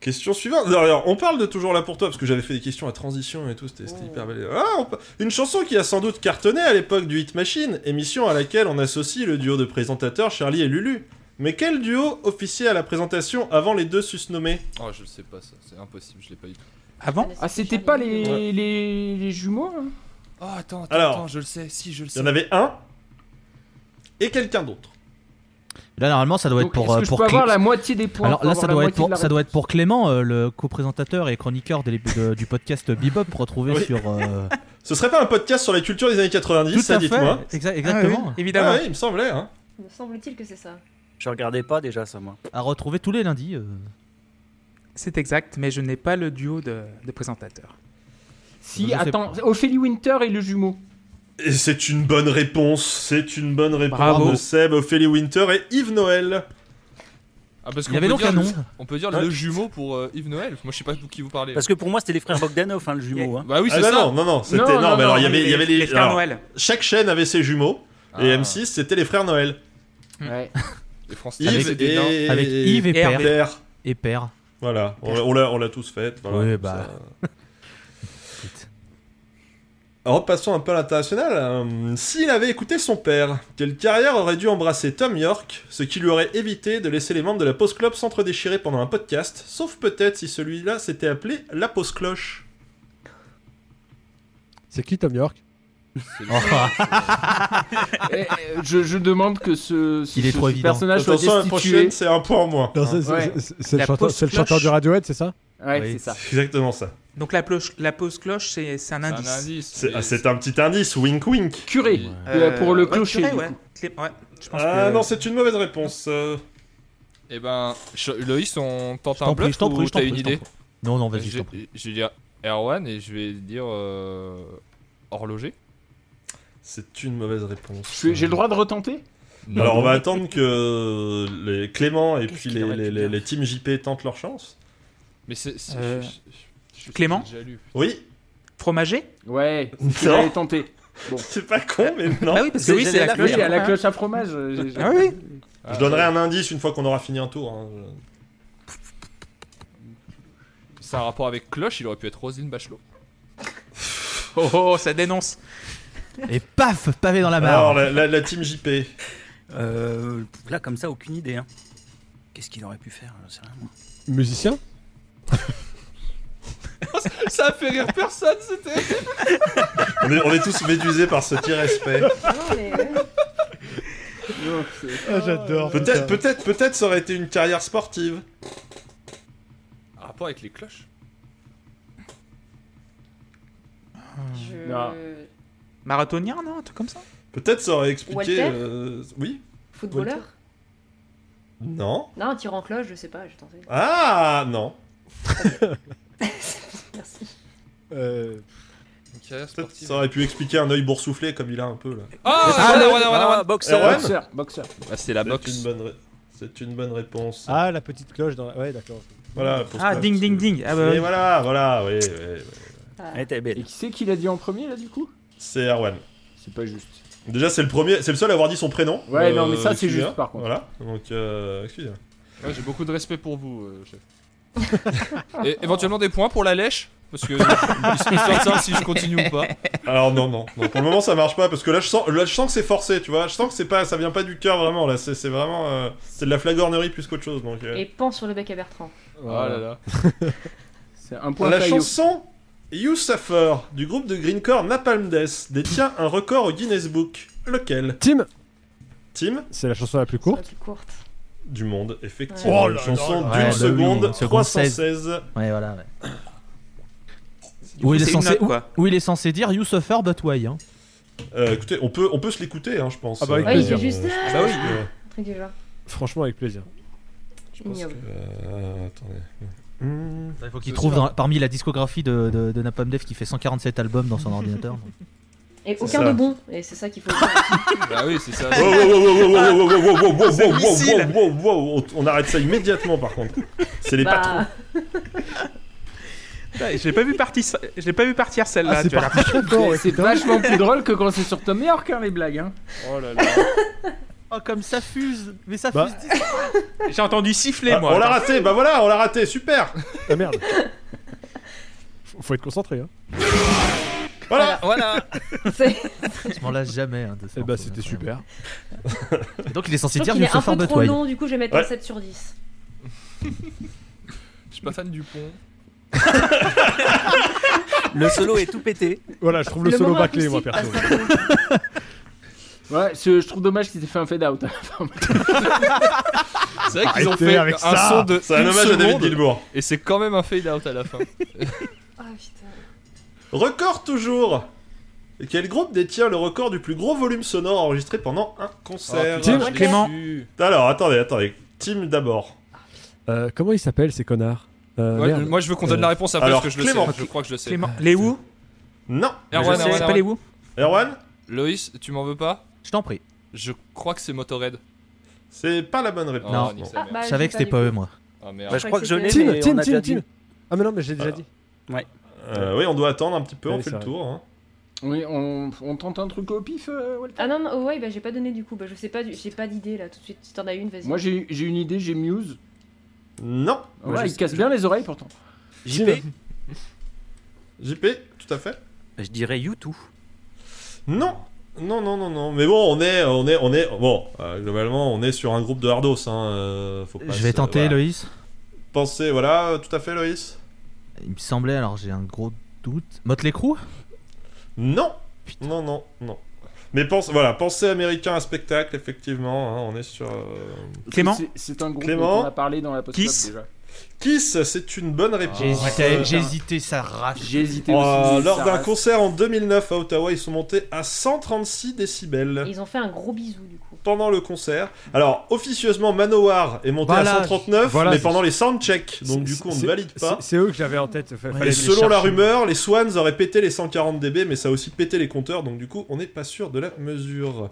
C: Question suivante. Alors, alors, on parle de Toujours là pour toi, parce que j'avais fait des questions à transition et tout, c'était
G: Oh.
C: c'était hyper belle. Ah, on pa- Une chanson qui a sans doute cartonné à l'époque du Hit Machine, émission à laquelle on associe le duo de présentateurs Charlie et Lulu. Mais quel duo officiait à la présentation avant les deux susnommés
E: Oh, je le sais pas ça, c'est impossible, je l'ai pas eu.
A: Avant
D: Ah, c'était pas les, les, les jumeaux hein là
E: Oh, attends, attends,
C: Alors.
E: attends, je le sais, si, je le
C: Il
E: sais.
C: y en avait un et quelqu'un d'autre.
F: Là, normalement, ça doit être
D: Donc,
F: pour.
D: est-ce
F: euh,
D: que je
F: pour
D: peux
F: Clé-
D: avoir la moitié des points
F: Alors
D: pour
F: là,
D: avoir
F: ça
D: la
F: doit, être
D: moitié de
F: pour,
D: la
F: ça doit être pour Clément, euh, le co-présentateur et chroniqueur des- de- du podcast Bebop, retrouvé
C: Oui.
F: sur. euh,
C: Ce serait pas un podcast sur la culture des années 90,
F: Tout
C: ça
F: à
C: dites-moi.
F: fait. Exa- exactement.
A: Évidemment.
C: Ah oui, il me semblait. Hein.
H: Me semble-t-il que c'est ça.
I: Je regardais pas déjà ça, moi.
F: À retrouver tous les lundis. euh.
A: C'est exact, mais je n'ai pas le duo de, de présentateurs.
D: Si,
F: Je sais
D: attends, Ophélie Winter et le jumeau.
C: Et c'est une bonne réponse, c'est une bonne réponse
A: Bravo.
C: de Seb, Ophélie Winter et Yves Noël.
E: Ah, parce
F: Il
E: qu'on
F: y avait
E: peut
F: donc
E: dire
F: un
E: le-
F: nom.
E: On peut dire
C: Ouais.
E: le jumeau pour euh, Yves Noël. Moi, je sais pas de qui vous parlez.
I: Parce que pour moi, c'était les frères Bogdanov, hein, le jumeau. Hein.
E: Bah oui,
C: ah
E: c'est
C: bah
E: ça.
C: non, non, non, c'était
D: Non,
C: non,
D: non,
C: mais alors il y
D: non,
C: avait, il y avait les,
A: les frères
C: alors,
A: Noël.
C: chaque chaîne avait ses jumeaux et
E: Ah,
C: M6 c'était les frères Noël.
E: Hmm.
D: Ouais.
E: et France Télé,
C: Yves
E: c'était dingue.
C: et...
F: Avec Yves et Père.
C: Père.
F: Et père.
C: Voilà, on, l'a- on l'a, on l'a tous fait. Voilà.
F: Oui, bah.
C: Repassons un peu à l'international. Hum, S'il avait écouté son père, quelle carrière aurait dû embrasser Tom York, ce qui lui aurait évité de laisser les membres de la Pause Club s'entre-déchirer pendant un podcast, sauf peut-être si celui-là s'était appelé La Pause Cloche.
G: C'est qui Tom York
E: Ah.
D: Eh, eh, je, je demande que ce, ce-
F: Il est
D: ce-
F: trop
D: ce
F: évident.
D: personnage soit
C: Attention, la
D: destitué.
C: prochaine, c'est un point hein. en moins.
G: Non, c'est-
D: Ouais.
G: c'est- c'est- C'est le
A: La
G: chanteur-
A: fausse
G: c'est le chanteur
A: cloche.
G: du Radiohead, c'est ça
D: Ouais,
F: Oui.
D: c'est ça.
C: C'est exactement ça.
A: Donc la, ploche- la pause cloche, c'est c'est un
E: C'est
A: indice.
E: un indice.
C: C'est,
E: Et-
C: ah, c'est un petit indice, wink wink.
D: Curé,
E: Ouais.
D: euh, pour le
A: ouais,
D: clocher.
A: purée,
D: du
A: ouais.
D: coup.
A: Clé- ouais, je pense
C: Ah
A: que-
C: non, c'est une mauvaise réponse. euh.
E: Eh ben, Ch- Loïs, on tente
F: Je
E: un
F: t'en prie,
E: bluff
F: je t'en
E: ou
F: prie, je t'en
E: t'as
F: prie.
E: une
F: je t'en
E: idée
F: prie. Non, non, vas-y, je
E: je,
F: t'en prie.
E: je vais dire Erwan et je vais dire euh, horloger.
C: C'est une mauvaise réponse.
D: Je- J'ai le droit de retenter
C: Alors on va attendre que les Clément et puis
I: qu'il
C: les,
I: aurait
C: les,
I: pu
C: les,
I: dire
C: les teams JP tentent leur chance.
E: Mais c'est. c'est-
A: Euh,
E: je- je- je- je-
A: Clément
E: j'ai déjà lu.
C: Oui,
A: Fromager
D: Ouais, c'est ce que
C: Non.
D: j'allais Eh, tenter.
C: c'est pas con, mais non.
A: Ah oui, parce que
I: C'est-
A: oui, c'est la
I: j'allais
D: Oui,
A: cloche.
I: l'appeler,
D: à la
A: hein.
D: cloche à fromage. j'ai- j'ai-
A: Ah oui.
E: Ah,
C: Je donnerai un indice une fois qu'on aura fini un tour. hein.
E: C'est un rapport avec Cloche, il aurait pu être Roselyne Bachelot.
A: Oh, oh, ça dénonce.
F: Et paf Pavé dans la
C: Alors,
F: barre
C: la, la- la team JP.
I: Euh, là, comme ça, aucune idée. Hein. Qu'est-ce qu'il aurait pu faire J'en sais rien, moi.
G: Musicien
E: ça a fait rire personne, c'était.
C: On est, on est tous médusés par cet irrespect.
H: Non, mais, euh, ouais.
D: Non, c'est-
A: Ah,
G: J'adore.
C: Peut-être, peut-être, peut-être ça aurait été une carrière sportive.
E: Un rapport avec les cloches
H: Je-
D: Non.
A: Marathonien, non Un truc comme ça
C: Euh, Peut-être ça aurait expliqué.
H: Walter
C: euh, Oui
H: Footballeur
C: Non
H: Non, tirant en cloche, je sais pas, j'ai tenté.
C: Ah Non
H: Merci.
E: Une carrière
C: Peut-être
E: sportive.
C: ça aurait pu expliquer un œil boursouflé comme il a un peu là.
E: Ah,
I: Ah,
E: Erwan,
I: le-
E: Erwan, Erwan, Erwan.
I: Ah, boxeur.
C: Erwan
D: Boxeur, boxeur.
E: Ah, C'est la
C: C'est
E: boxe.
C: une bonne, ré- c'est une bonne réponse.
G: Ah, la petite cloche dans la... Ouais, d'accord.
C: Voilà. pour
A: Ah,
C: ça,
A: ding,
C: parce
A: ding,
C: que-
A: ding. Ah, bah,
C: Mais
A: oui.
C: voilà, voilà, oui, oui, oui.
H: Ah.
I: Elle était
D: Et
I: belle.
D: qui c'est qui l'a dit en premier là du coup
C: C'est Erwan.
D: C'est pas juste.
C: Déjà, c'est le premier, c'est le seul à avoir dit son prénom.
D: Ouais, non, mais ça,
C: des
D: c'est
C: tuyaux.
D: juste, par contre.
C: Voilà, donc euh, excusez-moi.
E: Ouais, J'ai beaucoup de respect pour vous, euh, chef. Et éventuellement des points pour la lèche Parce que histoire de savoir si je continue ou pas.
C: Alors non, non, non, pour le moment ça marche pas parce que là je sens, là, je sens que c'est forcé, tu vois. Je sens que c'est pas, ça vient pas du cœur vraiment. Là, c'est c'est vraiment, euh, c'est de la flagornerie plus qu'autre chose. Donc euh.
H: Et pan sur le bec à Bertrand.
E: Oh là là.
D: C'est un point
C: la
D: faillot.
C: chanson You Suffer du groupe de greencore Napalm Death détient un record au Guinness Book. Lequel
G: Tim,
C: Tim
G: c'est la chanson la plus
H: C'est la
G: courte.
H: plus courte.
C: du monde, effectivement.
G: Oh là
C: Une
G: là
C: chanson
F: là.
C: d'une
F: Ouais, bah oui,
C: seconde,
F: une seconde
C: 316.
F: Ouais, voilà. ouais.
A: Du
F: Où
A: coup,
F: il, est
A: c'est une
F: censé,
A: note, quoi.
F: où- où il est censé dire You suffer but why. hein.
C: Euh, écoutez, on peut, on peut se l'écouter, hein, je pense.
G: Ah bah, avec
H: Ouais, il fait
G: plaisir.
H: juste ah,
C: Bah oui. euh,
H: un truc du genre.
G: Franchement, avec plaisir.
C: je pense
H: Ignoble.
C: que- euh, attendez. Hmm.
F: Il Bah, faut qu'il trouve dans- parmi la discographie de, de, de Napalm Death qui fait 147 albums dans son ordinateur.
H: Et
C: C'est
H: aucun
C: ça.
H: de bon. Et c'est ça qu'il faut dire.
E: Bah oui, c'est ça.
C: Oh, oh, oh, oh, oh, oh, oh, oh, oh, oh, oh,
A: C'est
C: oh,
A: missile.
C: oh, oh, oh, oh, on arrête ça immédiatement par contre. C'est les patrons.
H: bah,
A: Putain, Je l'ai pas vu partir, je l'ai pas vu partir celle-là.
G: Ah, c'est
A: tu vois.
G: parti.
D: C'est- C'est
G: hein.
D: vachement plus drôle que quand c'est sur Tom York, hein, les blagues. Hein.
E: Oh là là.
F: Oh, comme ça fuse Mais ça
G: Bah.
A: J'ai entendu siffler,
C: Ah,
A: moi.
C: on l'a raté, bah voilà, on l'a raté, super.
G: Ah merde. Faut faut être concentré. Hein.
C: Voilà.
I: Voilà.
H: c'est
F: Je m'en lasse jamais. hein, de ce
G: Eh bah,
F: morceau,
G: c'était
F: incroyable.
G: super.
F: Et donc il est censé
H: je
F: dire
H: trouve qu'il
F: You
H: est un
F: suffer
H: peu
F: but
H: trop
F: why.
H: long, du coup je vais mettre
C: Ouais.
H: un 7 sur 10.
E: Je suis pas fan du pont.
I: Le solo est tout pété.
G: Voilà, je trouve le, solo
H: moment Ah,
G: bâclé, moi,
H: acoustique
G: perso.
H: passe par-
D: Ouais, je, je trouve dommage qu'ils aient fait un fade out. hein.
E: C'est vrai qu'ils ont
G: Arrêtez
E: fait
G: avec
E: un
G: ça.
E: son de
C: C'est un
E: une
C: hommage à David
E: seconde,
C: Gilmour.
E: et c'est quand même un fade out à la fin.
H: Ah putain.
C: Record toujours Quel groupe détient le record du plus gros volume sonore enregistré pendant un concert
G: putain.
H: Roger.
A: Clément.
C: Alors, attendez, attendez. Tim d'abord.
G: Euh, comment ils s'appellent ces connards Euh,
E: Ouais,
G: merde.
E: moi je veux qu'on donne la réponse après
C: Alors,
E: parce que je
C: Clément.
E: le sais. Je crois que je le sais.
A: Clément. Les Who
C: Non.
E: Erwan,
A: C'est
E: Erwan,
A: pas
E: Erwan.
A: les Who
C: Erwan
E: Loïs, tu m'en veux pas
F: Je t'en prie.
E: Je crois que c'est Motorhead.
C: C'est pas la bonne réponse.
F: Non.
E: Oh, nique sa
H: Ah,
E: merde.
H: bah,
F: Je savais que c'était pas eux, moi.
E: Ah, merde.
I: Bah, je crois que je l'ai,
H: Tim,
G: Tim,
I: mais on
G: Tim,
I: a déjà
G: Tim,
I: dit.
G: Tim. Ah mais non, mais j'ai déjà dit.
C: Euh, oui, on doit attendre un petit peu, on
G: Oui, c'est
C: fait le
G: vrai.
C: tour. hein.
D: oui, on, on tente un truc au pif, euh, Walter
H: Ah non, non, oh ouais, bah j'ai pas donné du coup. Bah je sais pas, du- j'ai pas d'idée là tout de suite. Si t'en as une, vas-y.
D: Moi j'ai j'ai une idée, j'ai Muse.
C: Non.
D: Ouais,
I: Moi, je
D: il
I: sais-
D: casse bien les oreilles pourtant.
I: JP
C: JP, tout à fait.
I: Je dirais YouTube.
C: Non. Non, non, non, non. Mais bon, on est, on est, on est. Bon, euh, globalement, on est sur un groupe de hardos. Hein. euh, faut pas
F: Je vais
C: se-
F: tenter,
C: voilà.
F: Loïs.
C: Pensez, voilà, tout à fait, Loïs.
F: Il me semblait, alors j'ai un gros doute. Motley Crue
C: Non. Non, non, non. Mais pense, voilà, pensez américain à spectacle, effectivement. hein, on est sur. euh,
A: Clément.
D: C'est- C'est un groupe dont
C: Clément.
D: on a parlé dans la post
A: Kiss.
D: déjà.
C: Kiss, c'est une bonne réponse.
F: J'ai hésité,
C: Euh,
F: j'ai hésité, ça Oh, rache.
D: J'ai hésité aussi.
C: euh,
D: mais
C: lors
D: ça
C: d'un
D: reste-
C: concert en 2009 à Ottawa, ils sont montés à 136 décibels.
H: Et Ils ont fait un gros bisou du coup.
C: pendant le concert. Alors, officieusement, Manowar est monté
F: Voilà,
C: à 139,
G: voilà,
C: mais
G: c'est-
C: pendant les soundchecks, donc du
G: C'est-
C: coup, on
G: c'est-
C: ne valide pas.
G: c'est- C'est eux que j'avais en tête. fa- fallait
C: Et
G: les
C: selon la
G: chercher.
C: rumeur, les Swans auraient pété les 140 dB, mais ça a aussi pété les compteurs, donc du coup, on n'est pas sûr de la mesure.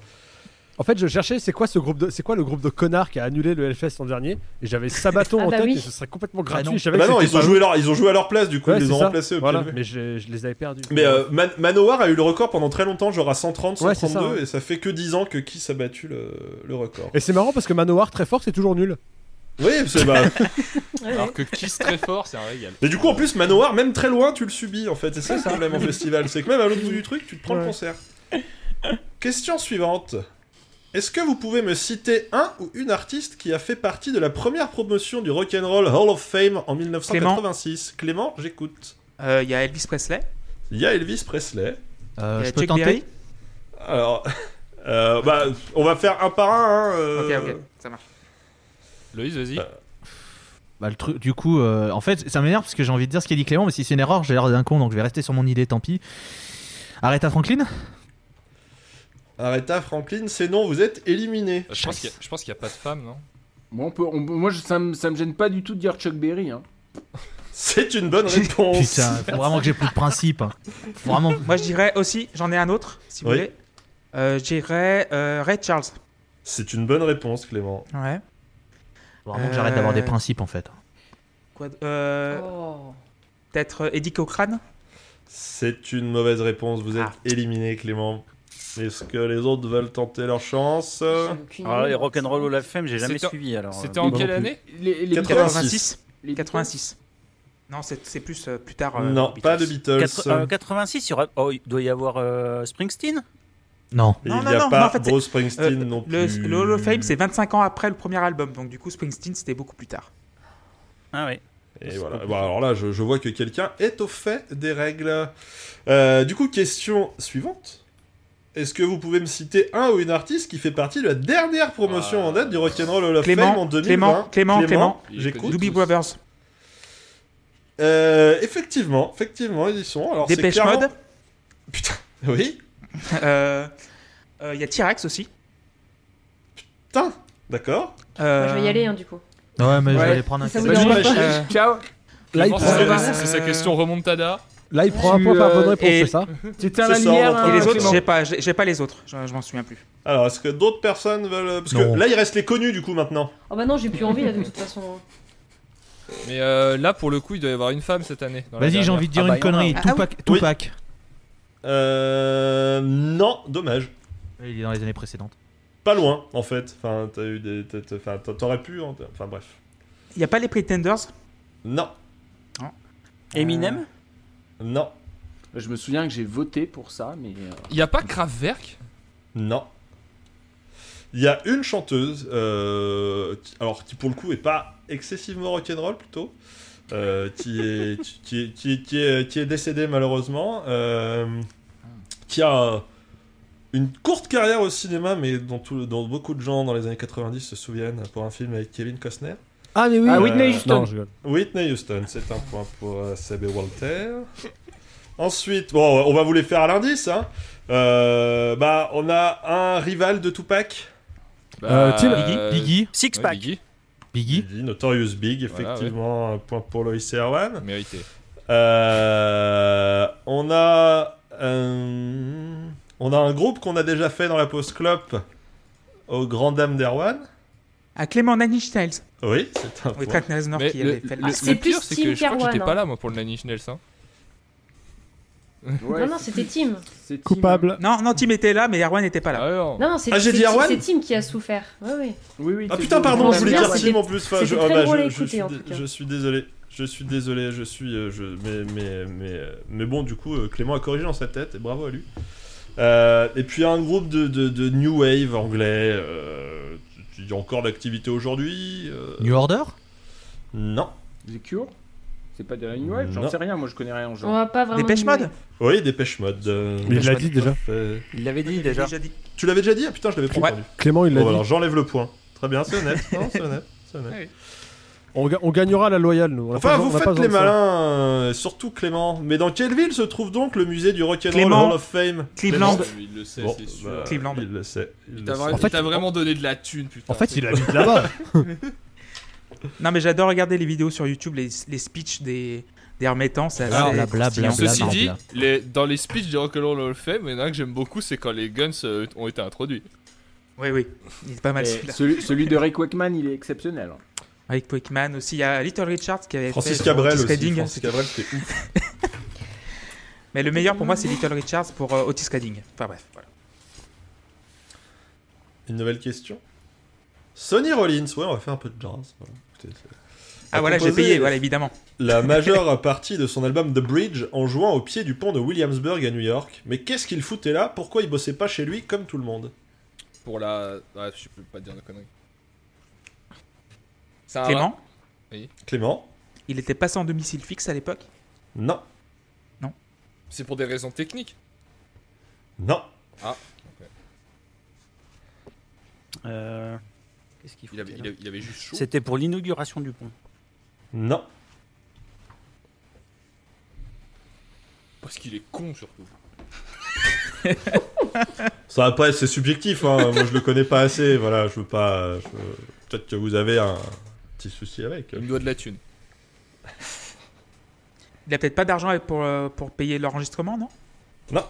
G: En fait, je cherchais c'est quoi ce groupe de c'est quoi le groupe de connards qui a annulé le Hellfest l'an dernier et j'avais Sabaton
H: Ah
G: en
H: bah
G: tête
H: oui.
G: et ce serait complètement
F: Bah
G: gratuit.
F: non.
G: je savais
C: Bah
G: que
C: non,
G: c'était
C: ils ont,
G: pas eux.
C: joué leur, ils ont joué à leur place, du coup,
G: Ouais,
C: ils les
G: c'est
C: ont
G: ça.
C: remplacés au pied
G: Voilà,
C: levé.
G: mais je, je les avais perdus.
C: Mais euh, Man- Manowar a eu le record pendant très longtemps, genre à 130,
G: Ouais,
C: 132,
G: c'est ça, ouais.
C: et ça fait que 10 ans que Kiss a battu le, le record.
G: Et c'est marrant parce que Manowar très fort c'est toujours nul.
C: Oui, c'est bah.
H: Ouais, ouais.
E: Alors que Kiss très fort, c'est un régal.
C: Mais du coup, en plus, Manowar, même très loin, tu le subis en fait. C'est ça le problème en festival. C'est que même à l'autre bout du truc, tu te prends le
G: Ouais.
C: concert. Question suivante. Est-ce que vous pouvez me citer un ou une artiste qui a fait partie de la première promotion du Rock'n'Roll Hall of Fame en 1986 Clément, j'écoute.
A: Euh, Il y a Elvis Presley.
C: Il y a Elvis Presley.
A: Il y
F: Euh,
A: a
F: je peux
A: Chuck
F: tenter
A: Berry.
C: Alors, euh, bah, on va faire un par un. hein, euh,
A: Ok, ok, ça marche.
E: Loïs, vas-y.
F: Bah, le truc, du coup, euh, en fait, ça m'énerve parce que j'ai envie de dire ce qu'a dit Clément, mais si c'est une erreur, j'ai l'air d'un con, donc je vais rester sur mon idée, tant pis. Aretha Franklin
C: Aretha Franklin, c'est non, vous êtes éliminé.
E: Je pense qu'il y a- je pense qu'il n'y a pas de femme, non
D: Moi, on peut, on- moi je- ça, me, ça me gêne pas du tout de dire Chuck Berry. Hein.
C: C'est une bonne réponse.
F: Putain, faut vraiment que j'ai plus de principe. hein. Faut Vraiment.
A: Moi, je dirais aussi, j'en ai un autre, si vous
C: Oui.
A: voulez. Euh, je dirais euh, Ray Charles.
C: C'est une bonne réponse, Clément.
A: Ouais.
F: Faut Vraiment que j'arrête d'avoir
A: Euh,
F: des principes en fait.
A: Quoi d- euh,
H: Oh.
A: Peut-être euh, Eddie Cochrane
C: C'est une mauvaise réponse, vous êtes
A: Ah.
C: éliminé Clément. Est-ce que les autres veulent tenter leur chance euh,
H: J'en ai aucune
I: Alors,
H: idée.
I: Ah, les Rock'n'Roll Hall of Fame, j'ai jamais
E: C'était en-
I: suivi alors.
E: C'était
I: euh,
E: en
G: non
E: quelle
G: plus.
E: année
D: Les, les
A: 86
D: les-
A: 86. Non, c'est c'est plus euh, plus tard. euh,
C: Non,
A: Beatles.
C: pas de Beatles.
I: quatre- euh, 86, il y aura- oh, il doit y avoir euh, Springsteen
F: Non.
C: Et
A: Non,
C: il
A: non,
C: n'y a
A: non, mais
C: pas
A: en fait,
C: Bruce Springsteen
A: Euh,
C: non
A: le,
C: plus.
A: le Hall of Fame, c'est 25 ans après le premier album, donc du coup Springsteen, c'était beaucoup plus tard.
I: Ah oui.
C: Et voilà. Bon, alors là, je, je vois que quelqu'un est au fait des règles. Euh, du coup, question suivante. Est-ce que vous pouvez me citer un ou une artiste qui fait partie de la dernière promotion
E: Ah.
C: en date du Rock'n'Roll Hall of
A: Clément,
C: Fame en 2020
A: Clément, Clément, Clément.
C: J'écoute.
A: Doobie
E: tous.
A: Brothers,
C: Euh, effectivement, effectivement, ils y sont. Alors, c'est
A: Dépêche
C: clairement-
A: Mode,
C: Putain, oui.
A: il euh, euh, y a T-Rex aussi.
C: Putain, d'accord.
A: Euh,
H: Moi, je vais y aller hein, du coup.
F: Ouais, mais je
D: Ouais.
F: vais aller prendre un
H: Ça
F: test.
H: vous
D: Vas-y,
H: dérange
D: Machine.
H: pas
A: Euh,
D: Ciao.
G: Là il,
E: Clément,
A: pense
G: prend,
A: que-
E: c'est
A: va.
E: c'est- c'est sa question remontada.
G: là, il prend un
D: Tu,
G: point par
D: euh,
G: bonne réponse,
A: et-
G: c'est ça
D: C'était un la
C: C'est ça, on
D: lumière.
A: Et
C: retrouve
D: hein,
A: les autres,
D: Clément.
A: j'ai pas, Ah, j'ai j'ai pas les autres, je, je m'en souviens plus.
C: Alors, est-ce que d'autres personnes veulent. Parce
F: Non.
C: que là, il reste les connus du coup maintenant.
H: Oh bah non, j'ai plus envie là de toute façon.
E: Mais euh, là, pour le coup, il doit y avoir une femme cette année. dans la
F: Vas-y, j'ai
E: dernière.
F: envie de dire
I: Ah bah, il
F: une
I: y en a.
F: connerie.
A: Ah, ah
F: Tupac.
C: oui.
F: Tupac.
C: Euh. Non, dommage.
F: Il est dans les années précédentes.
C: Pas loin en fait. Enfin, t'as eu des. t'as- t'as- Enfin, t'as- t'aurais pu. hein. Enfin, bref.
A: Il y a pas les Pretenders
C: Non, Euh,
I: Eminem
C: non,
D: Je me souviens que j'ai voté pour ça, mais. euh,
E: Il n'y a pas Kraftwerk
C: non. Il y a une chanteuse. euh, qui- alors, qui pour le coup est pas excessivement rock'n'roll plutôt. euh, qui, est, qui, est, qui, est, qui est- qui est décédée malheureusement. euh, qui a. une courte carrière au cinéma, mais dont, tout- dont beaucoup de gens dans les années 90 se souviennent pour un film avec Kevin Costner.
G: Ah, mais oui.
D: Ah,
C: Euh,
D: Whitney Houston.
G: Non, je rigole.
C: Whitney Houston, c'est un point pour euh, Seb et Walter. Ensuite, bon, on va vous les faire à l'indice. Hein. Euh, bah, on a un rival de Tupac,
G: Euh, Tim
E: euh,
F: Biggie,
I: Six
E: ouais,
I: pack.
E: Biggie,
F: Biggie.
C: Biggie, Notorious Big,
E: Voilà,
C: effectivement, un point pour Loïs et Erwan.
E: mérité.
C: Euh, on a euh, on a un groupe qu'on a déjà fait dans la post club aux Grand Dames d'Erwan.
A: À Clément Nanny Styles.
C: Oui, c'est un
A: Oui,
C: point.
A: Track Nelsnor
E: Mais
A: qui
E: le,
A: avait fait
E: le-
A: la-
E: le
H: Ah, c'est plus
E: pire, c'est que
H: Tim
E: je crois que j'étais
H: qu'Erwan,
E: pas
H: hein.
E: là moi pour le Nanny Schnells. hein.
D: Ouais,
H: non, non, c'était Tim.
D: c'est Tim.
G: Coupable.
A: Non, non, Tim était là, mais Erwan n'était pas là.
E: Ah, non.
H: Non, non, c'est
C: Ah, j'ai
H: c'est
C: dit
H: Tim-
C: Erwan
H: c'est Tim qui a souffert. Oui, oui.
D: Oui, oui,
C: Ah
D: c'est
C: putain,
D: Tim.
C: pardon, je voulais
H: Bien,
C: dire
H: c'était-
C: Tim en plus. Enfin, je,
H: c'était
C: ah
H: très
C: bah,
H: drôle à
C: je, je
H: écouter,
C: suis,
H: en tout cas.
C: je suis désolé. Je suis désolé, je suis. euh, je, mais, mais, mais, euh, mais bon, du coup, euh, Clément a corrigé dans sa tête et bravo à lui. Euh, et puis un groupe de, de, de New Wave anglais. euh, Il y a encore d'activité aujourd'hui euh,
F: New Order
C: Non.
D: The Cure C'est pas des New Wave
C: Non.
D: J'en sais rien, moi je connais rien en genre.
H: On va pas vraiment.
A: Dépêche Mode
C: Oui, Dépêche Mode. euh,
G: Mais il l'a dit déjà.
C: parfait.
I: Il l'avait dit déjà.
A: Déjà dit.
C: Tu l'avais déjà dit Ah putain, je l'avais pas
E: Ouais.
C: entendu.
G: Clément, il l'a
C: Bon,
G: dit.
C: alors j'enlève le point. Très bien, c'est honnête. Non, c'est honnête. c'est honnête.
G: On, ga- on gagnera la loyale, nous. On a
C: Enfin,
G: pas besoin-
C: vous
G: on a pas
C: faites
G: besoin
C: les
G: de ça.
C: malins, euh, surtout Clément. Mais dans quelle ville se trouve donc le musée du Rock'n'Roll
A: Clément.
C: Hall of Fame
A: Cleveland.
E: Il le sait,
C: Bon,
E: c'est
C: bah,
E: sûr.
A: Cleveland.
C: Il le sait.
G: Euh,
C: il
E: T'as
C: le
E: vraiment,
C: sait.
E: t'as vraiment donné de la thune, putain.
G: En fait, il habite là-bas.
A: Non, mais j'adore regarder les vidéos sur YouTube, les, les speeches des, des remettants. C'est
C: Ah,
F: Alors,
A: assez
F: la blabla,
A: croustillant.
F: blabla.
E: Ceci dit,
F: blabla.
E: les- dans les speeches des Rock'n'Roll Hall of Fame, il y en a un que j'aime beaucoup, c'est quand les guns euh, ont été introduits.
A: Oui, oui. Il est pas mal
D: Et
A: celui-là.
D: Eh, celui, celui de Rick Wakeman, il est exceptionnel.
A: Avec Poikman aussi. Il y a Little Richard qui avait
C: Francis
A: fait
C: Cabrel
A: Otis
C: aussi.
A: Redding.
C: Francis Cabrel, c'était ouf.
A: Mais le meilleur pour moi, c'est Little Richards pour euh, Otis Redding. Enfin bref, voilà.
C: Une nouvelle question. Sonny Rollins, ouais, on va faire un peu de jazz. voilà. Écoutez, c'est-
A: Ah voilà, j'ai
C: composé-
A: payé, voilà, évidemment.
C: La majeure partie de son album The Bridge en jouant au pied du pont de Williamsburg à New York. Mais qu'est-ce qu'il foutait là Pourquoi il bossait pas chez lui comme tout le monde
E: Pour la. Ouais, je peux pas dire de conneries.
D: Ah,
E: C'est un-
A: Clément,
D: bah.
C: Clément
A: il était passé en domicile fixe à l'époque.
C: Non.
E: C'est pour des raisons techniques. Ah,
C: Non.
I: Euh, Qu'est-ce qu'il
E: Il avait, il
I: foutait là
E: avait- il avait juste chaud.
I: C'était pour l'inauguration du pont.
C: Non.
E: Parce qu'il est con surtout.
C: Ça après c'est subjectif, hein. moi je le connais pas assez, voilà, je veux pas. je- Peut-être que vous avez un petit souci avec.
E: Il me doit de la thune.
A: Il a peut-être pas d'argent pour, euh, pour payer l'enregistrement, non
C: Non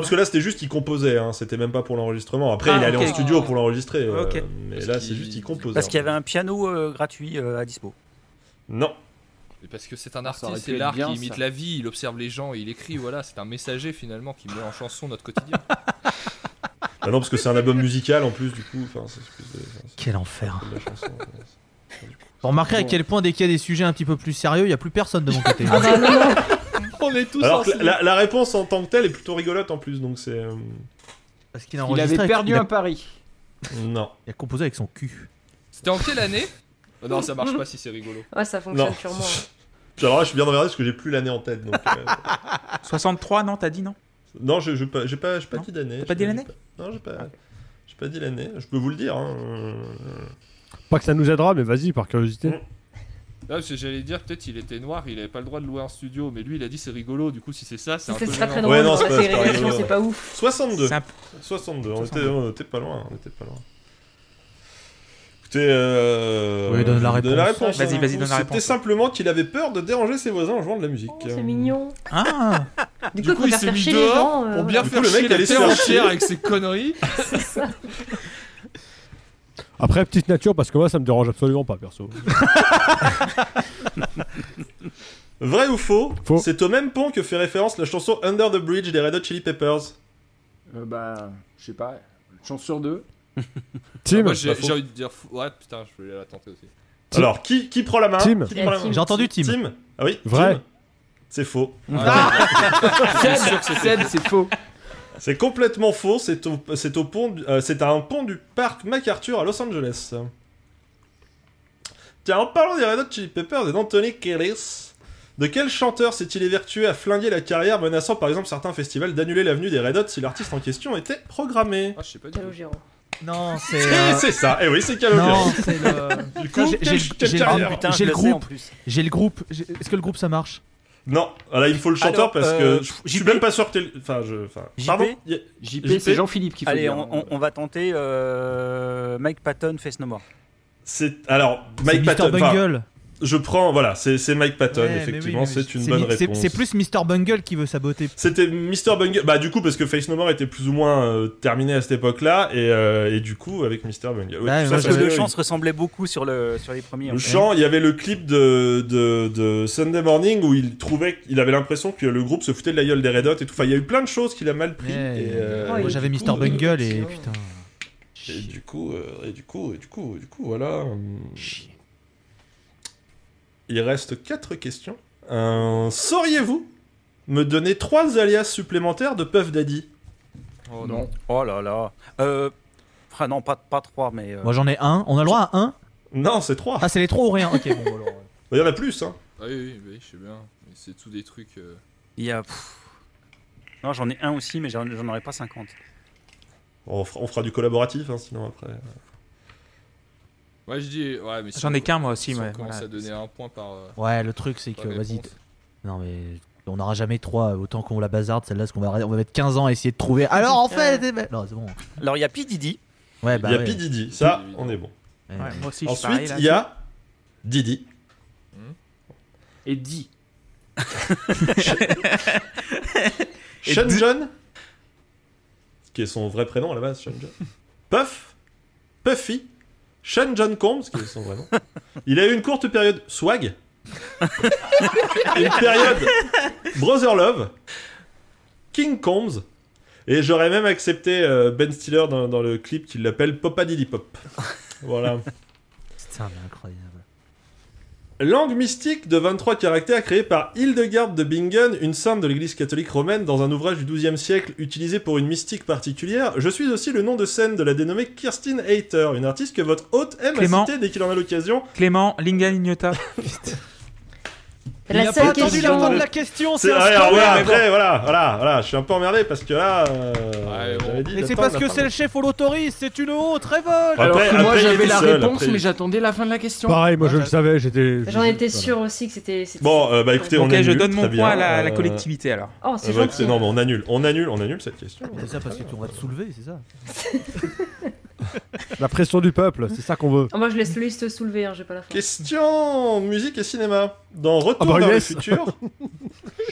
C: parce que là c'était juste qu'il composait, hein. c'était même pas pour l'enregistrement. Après
A: Ah,
C: il est allé
A: ok.
C: en studio pour l'enregistrer, euh,
A: Ok.
C: mais
E: Parce
C: là
E: qu'il-
C: c'est juste qu'il composait.
I: Parce qu'il y avait
C: en
I: un piano euh, gratuit euh, à dispo.
C: fait. Non,
E: Et parce que c'est un
D: Ça aurait
E: artiste,
D: pu
E: c'est
D: être
E: l'art qui
D: bien,
E: imite
D: ça.
E: la vie, il observe les gens, il écrit, voilà, c'est un messager finalement qui met en chanson notre quotidien.
C: Ah non parce que c'est un album musical en plus du coup, enfin c'est c'est plus de, enfin, c'est
F: Quel enfer.
C: de la chanson.
F: Vous remarquerez à quel point, dès qu'il y a des sujets un petit peu plus sérieux, il y a plus personne de mon côté.
C: Ah, bah,
E: On est tous
C: Alors que
E: ensemble.
C: la, la réponse en tant que telle est plutôt rigolote en plus, donc c'est... euh,
F: Parce qu'il a
D: Il
F: enregistré.
D: avait
F: avec-
D: perdu
F: il a-
D: un pari.
C: Non.
F: Il a composé avec son cul.
E: C'était en quelle année Oh Non, ça marche pas si c'est rigolo.
H: Ouais, ça fonctionne
C: Non.
H: sûrement. hein.
C: Puis alors là je suis bien de regarder parce que j'ai plus l'année en tête, donc... euh,
A: 63, non, t'as dit non
C: Non, je- je- pas- j'ai pas, j'ai pas
A: Non.
C: dit l'année.
A: T'as pas
C: j'ai
A: dit l'année
C: pas- Non, j'ai
F: Ah.
C: pas, j'ai pas dit l'année. Je peux vous le dire. hein. Mm.
G: Pas que ça nous aidera, mais vas-y, par curiosité.
E: Ah, parce que j'allais dire, peut-être il était noir, il avait pas le droit de louer un studio, mais lui il a dit c'est rigolo, du coup si c'est ça, c'est un
H: Ça
E: peu.
H: serait très
E: gênant.
H: drôle.
C: Ouais, non, c'est
H: en
C: pas-
H: fait,
C: c'est pas
H: les réactions,
C: rigolo,
H: c'est
C: ouais.
H: pas ouf.
C: 62.
A: C'est un-
C: 62. On, était,
A: 62.
C: on était pas loin. On était pas loin. Écoutez, euh...
F: Oui, donne la
C: je vous
F: réponse.
A: Vas-y,
C: hein.
A: vas-y, donne la
C: C'était
A: réponse.
C: simplement qu'il avait peur de déranger ses voisins en jouant de la musique.
H: Oh, C'est mignon.
F: Ah
H: Du
E: Du
H: coup,
E: coup,
H: il
E: il
H: préfère
E: s'est
H: faire
E: mis
H: chier les gens.
E: dehors
H: euh,
E: pour bien
C: Du
E: faire
C: coup, le
E: chier
C: mec
E: la
C: allait se
E: terre
C: faire
E: entière avec ses conneries.
G: Après, petite nature, parce que moi, ça me dérange absolument pas, perso.
C: Vrai ou faux,
G: Faux.
C: C'est au même pont que fait référence la chanson Under the Bridge des Red Hot Chili Peppers.
D: Euh, bah, je sais pas. Chance sur deux.
G: Tim,
E: Ah, Moi j'ai
C: pas faux.
E: j'ai envie de dire, fou- ouais putain, je voulais la tenter aussi.
G: Tim.
C: Alors, qui, qui prend la main
G: Tim.
C: Qui prend la main
F: J'ai entendu Tim.
C: Tim. Ah oui.
G: Vrai.
C: Tim. C'est faux.
D: Seb, Seb, Ah. c'est faux.
C: C'est complètement faux. C'est au, c'est au pont, du- euh, c'est à un pont du parc MacArthur à Los Angeles. Tiens, en parlant des Red Hot Chili Peppers et d'Anthony Kiedis, De quel chanteur s'est-il évertué à flinguer la carrière, menaçant par exemple certains festivals d'annuler l'avenue des Red Hot si l'artiste en question était programmé
E: Ah, je sais pas du tout.
H: Calogero.
F: Non, c'est.
C: Et
F: euh,
C: c'est ça, et oui, c'est
F: Non,
C: Calogero.
F: c'est le.
C: Du coup,
F: J'ai-
C: quelle,
F: j'ai-
C: quelle
F: j'ai-
C: carrière
F: Ah,
I: Putain,
F: J'ai
I: je
F: le
I: sais, en
F: groupe.
I: plus.
F: J'ai le groupe. J'ai- Est-ce que le groupe ça marche
C: Non, ah là, il me faut le chanteur
I: Alors,
C: parce
I: euh,
C: que je- je
I: JP?
C: suis même pas sûr que t'aies le- Enfin, je. Enfin,
I: JP?
C: pardon y a-
D: JP,
C: JP.
D: c'est Jean-Philippe qui fait
I: Allez,
D: dire,
I: on,
D: hein.
I: on- on va tenter euh, Mike Patton, Face No More.
C: C'est. Alors,
F: C'est
C: Mike Patton.
F: Mr.
C: enfin,
F: Bungle.
C: je prends. Voilà, c'est c'est Mike Patton,
F: Ouais, mais
C: effectivement,
F: oui, mais
C: c'est une
F: c'est
C: bonne
F: mi- c'est-
C: réponse.
F: C'est plus Mr. Bungle qui veut saboter.
C: C'était Mr. Bungle. Bah, du coup, parce que Face No More était plus ou moins euh, terminé à cette époque-là, et, euh, et du coup, avec Mr. Bungle. Ouais,
F: Ouais,
C: tout ça,
F: parce
I: Parce
C: ça
I: que
C: fait-
I: le chant se ressemblait beaucoup sur, le, sur les premiers. en
C: Le
I: fait.
C: chant, il y avait le clip de, de, de Sunday Morning où il trouvait, il avait l'impression que le groupe se foutait de la gueule des Red Hot et tout. Enfin, il y a eu plein de choses qu'il a mal pris.
F: Ouais.
C: et, euh,
H: Oh,
F: Moi
H: il-
F: j'avais
C: du
F: Mr.
C: coup,
F: Bungle et
C: euh,
F: putain.
C: Et du coup, euh, et du coup, et du coup, et du coup, voilà. hum. Il reste quatre questions. Euh, Sauriez-vous me donner trois alias supplémentaires de Puff Daddy
E: Oh, non.
D: Non.
I: Oh là là. Euh, ah non, pas, pas trois, mais. euh,
F: Moi j'en ai un. On a le droit à un
C: Non, c'est trois.
F: Ah, c'est les trois ou rien Ok, bon.
G: Bon, alors,
C: Il y en a plus, hein.
E: Ah oui, oui, oui, je sais bien. Mais c'est tout des trucs. euh,
I: Il y a. pff. Non, j'en ai un aussi, mais j'en j'en aurais pas 50.
C: On fera, on fera du collaboratif, hein, sinon après.
E: Ouais, je dis. Ouais, mais si
A: J'en
E: on-
A: ai qu'un moi aussi,
E: si on
A: ouais.
E: commence
A: voilà.
E: à donner un point par. euh,
F: Ouais, le truc c'est
E: par
F: que vas-y.
E: réponse.
F: Non mais on n'aura jamais trois. Autant qu'on la bazarde celle-là, parce qu'on va on va mettre 15 ans à essayer de trouver.
A: Ah,
F: Alors en fait, eh ben- non c'est bon.
I: Alors, il y a P. Diddy.
F: Ouais
C: Il
F: bah.
C: y a
F: ouais.
C: P. Diddy, ça,
E: Évidemment. Eh
C: on est bon.
F: Ouais,
A: Ouais, moi aussi, je suis pareil,
C: Ensuite,
A: là.
C: il y a Didi.
D: Et dit.
A: Et
C: Sean
A: de-
C: John Ce qui est son vrai prénom à la base, Sean John. Puff Puffy Sean John Combs, qui est son vrai nom. Il a eu une courte période swag. une période
H: Ah
C: Brother Love. King Combs. Et j'aurais même accepté euh, Ben Stiller dans, dans le clip qui l'appelle Popa Diddy Pop. Voilà.
F: Putain, mais incroyable.
C: Langue mystique de 23 caractères créée par Hildegard de Bingen, une sainte de l'église catholique romaine, dans un ouvrage du XIIe siècle utilisé pour une mystique particulière, je suis aussi le nom de scène de la dénommée Kirsten Hayter, une artiste que votre hôte aime
A: Clément.
C: à citer dès qu'il en a l'occasion.
A: Clément, Linga Lignota.
H: La
F: Pas
H: seule
F: entendu
C: entendu
H: question.
F: l'entendre la question,
C: C'est
F: c'est un
C: ouais,
F: scandale.
C: alors voilà, après, voilà, voilà, voilà, je suis un peu emmerdé parce que là. euh,
E: Ouais, bon.
C: j'avais dit
F: Mais c'est
C: d'attendre,
F: parce que
C: d'attendre.
F: c'est le chef, on l'autorise, c'est une honte, révolte
D: Alors
C: Après-
D: que moi
C: Eh, après, il
D: j'avais
C: était
D: la
C: seul,
D: réponse,
C: après.
D: mais j'attendais la fin de la question.
G: Pareil, moi je
F: Ouais,
G: le savais, j'étais.
H: J'en étais
G: voilà.
H: sûr aussi que c'était. c'était-
C: Bon, euh, bah écoutez, on
A: Ok,
C: annule.
A: je donne mon
C: très
A: point
C: bien,
A: à la, la
C: euh,
A: collectivité alors.
H: Oh,
C: euh,
H: c'est
C: bah,
H: gentil.
C: écoutez, non, mais on annule, on annule, on annule cette question.
F: C'est ça parce que tu on va te soulever, c'est ça.
G: La pression du peuple, c'est ça qu'on veut.
H: Ah, moi, je laisse le liste soulever, hein, j'ai pas la fin.
C: Question musique et cinéma. Dans Retour
G: Ah bah,
C: vers le
G: yes.
C: futur,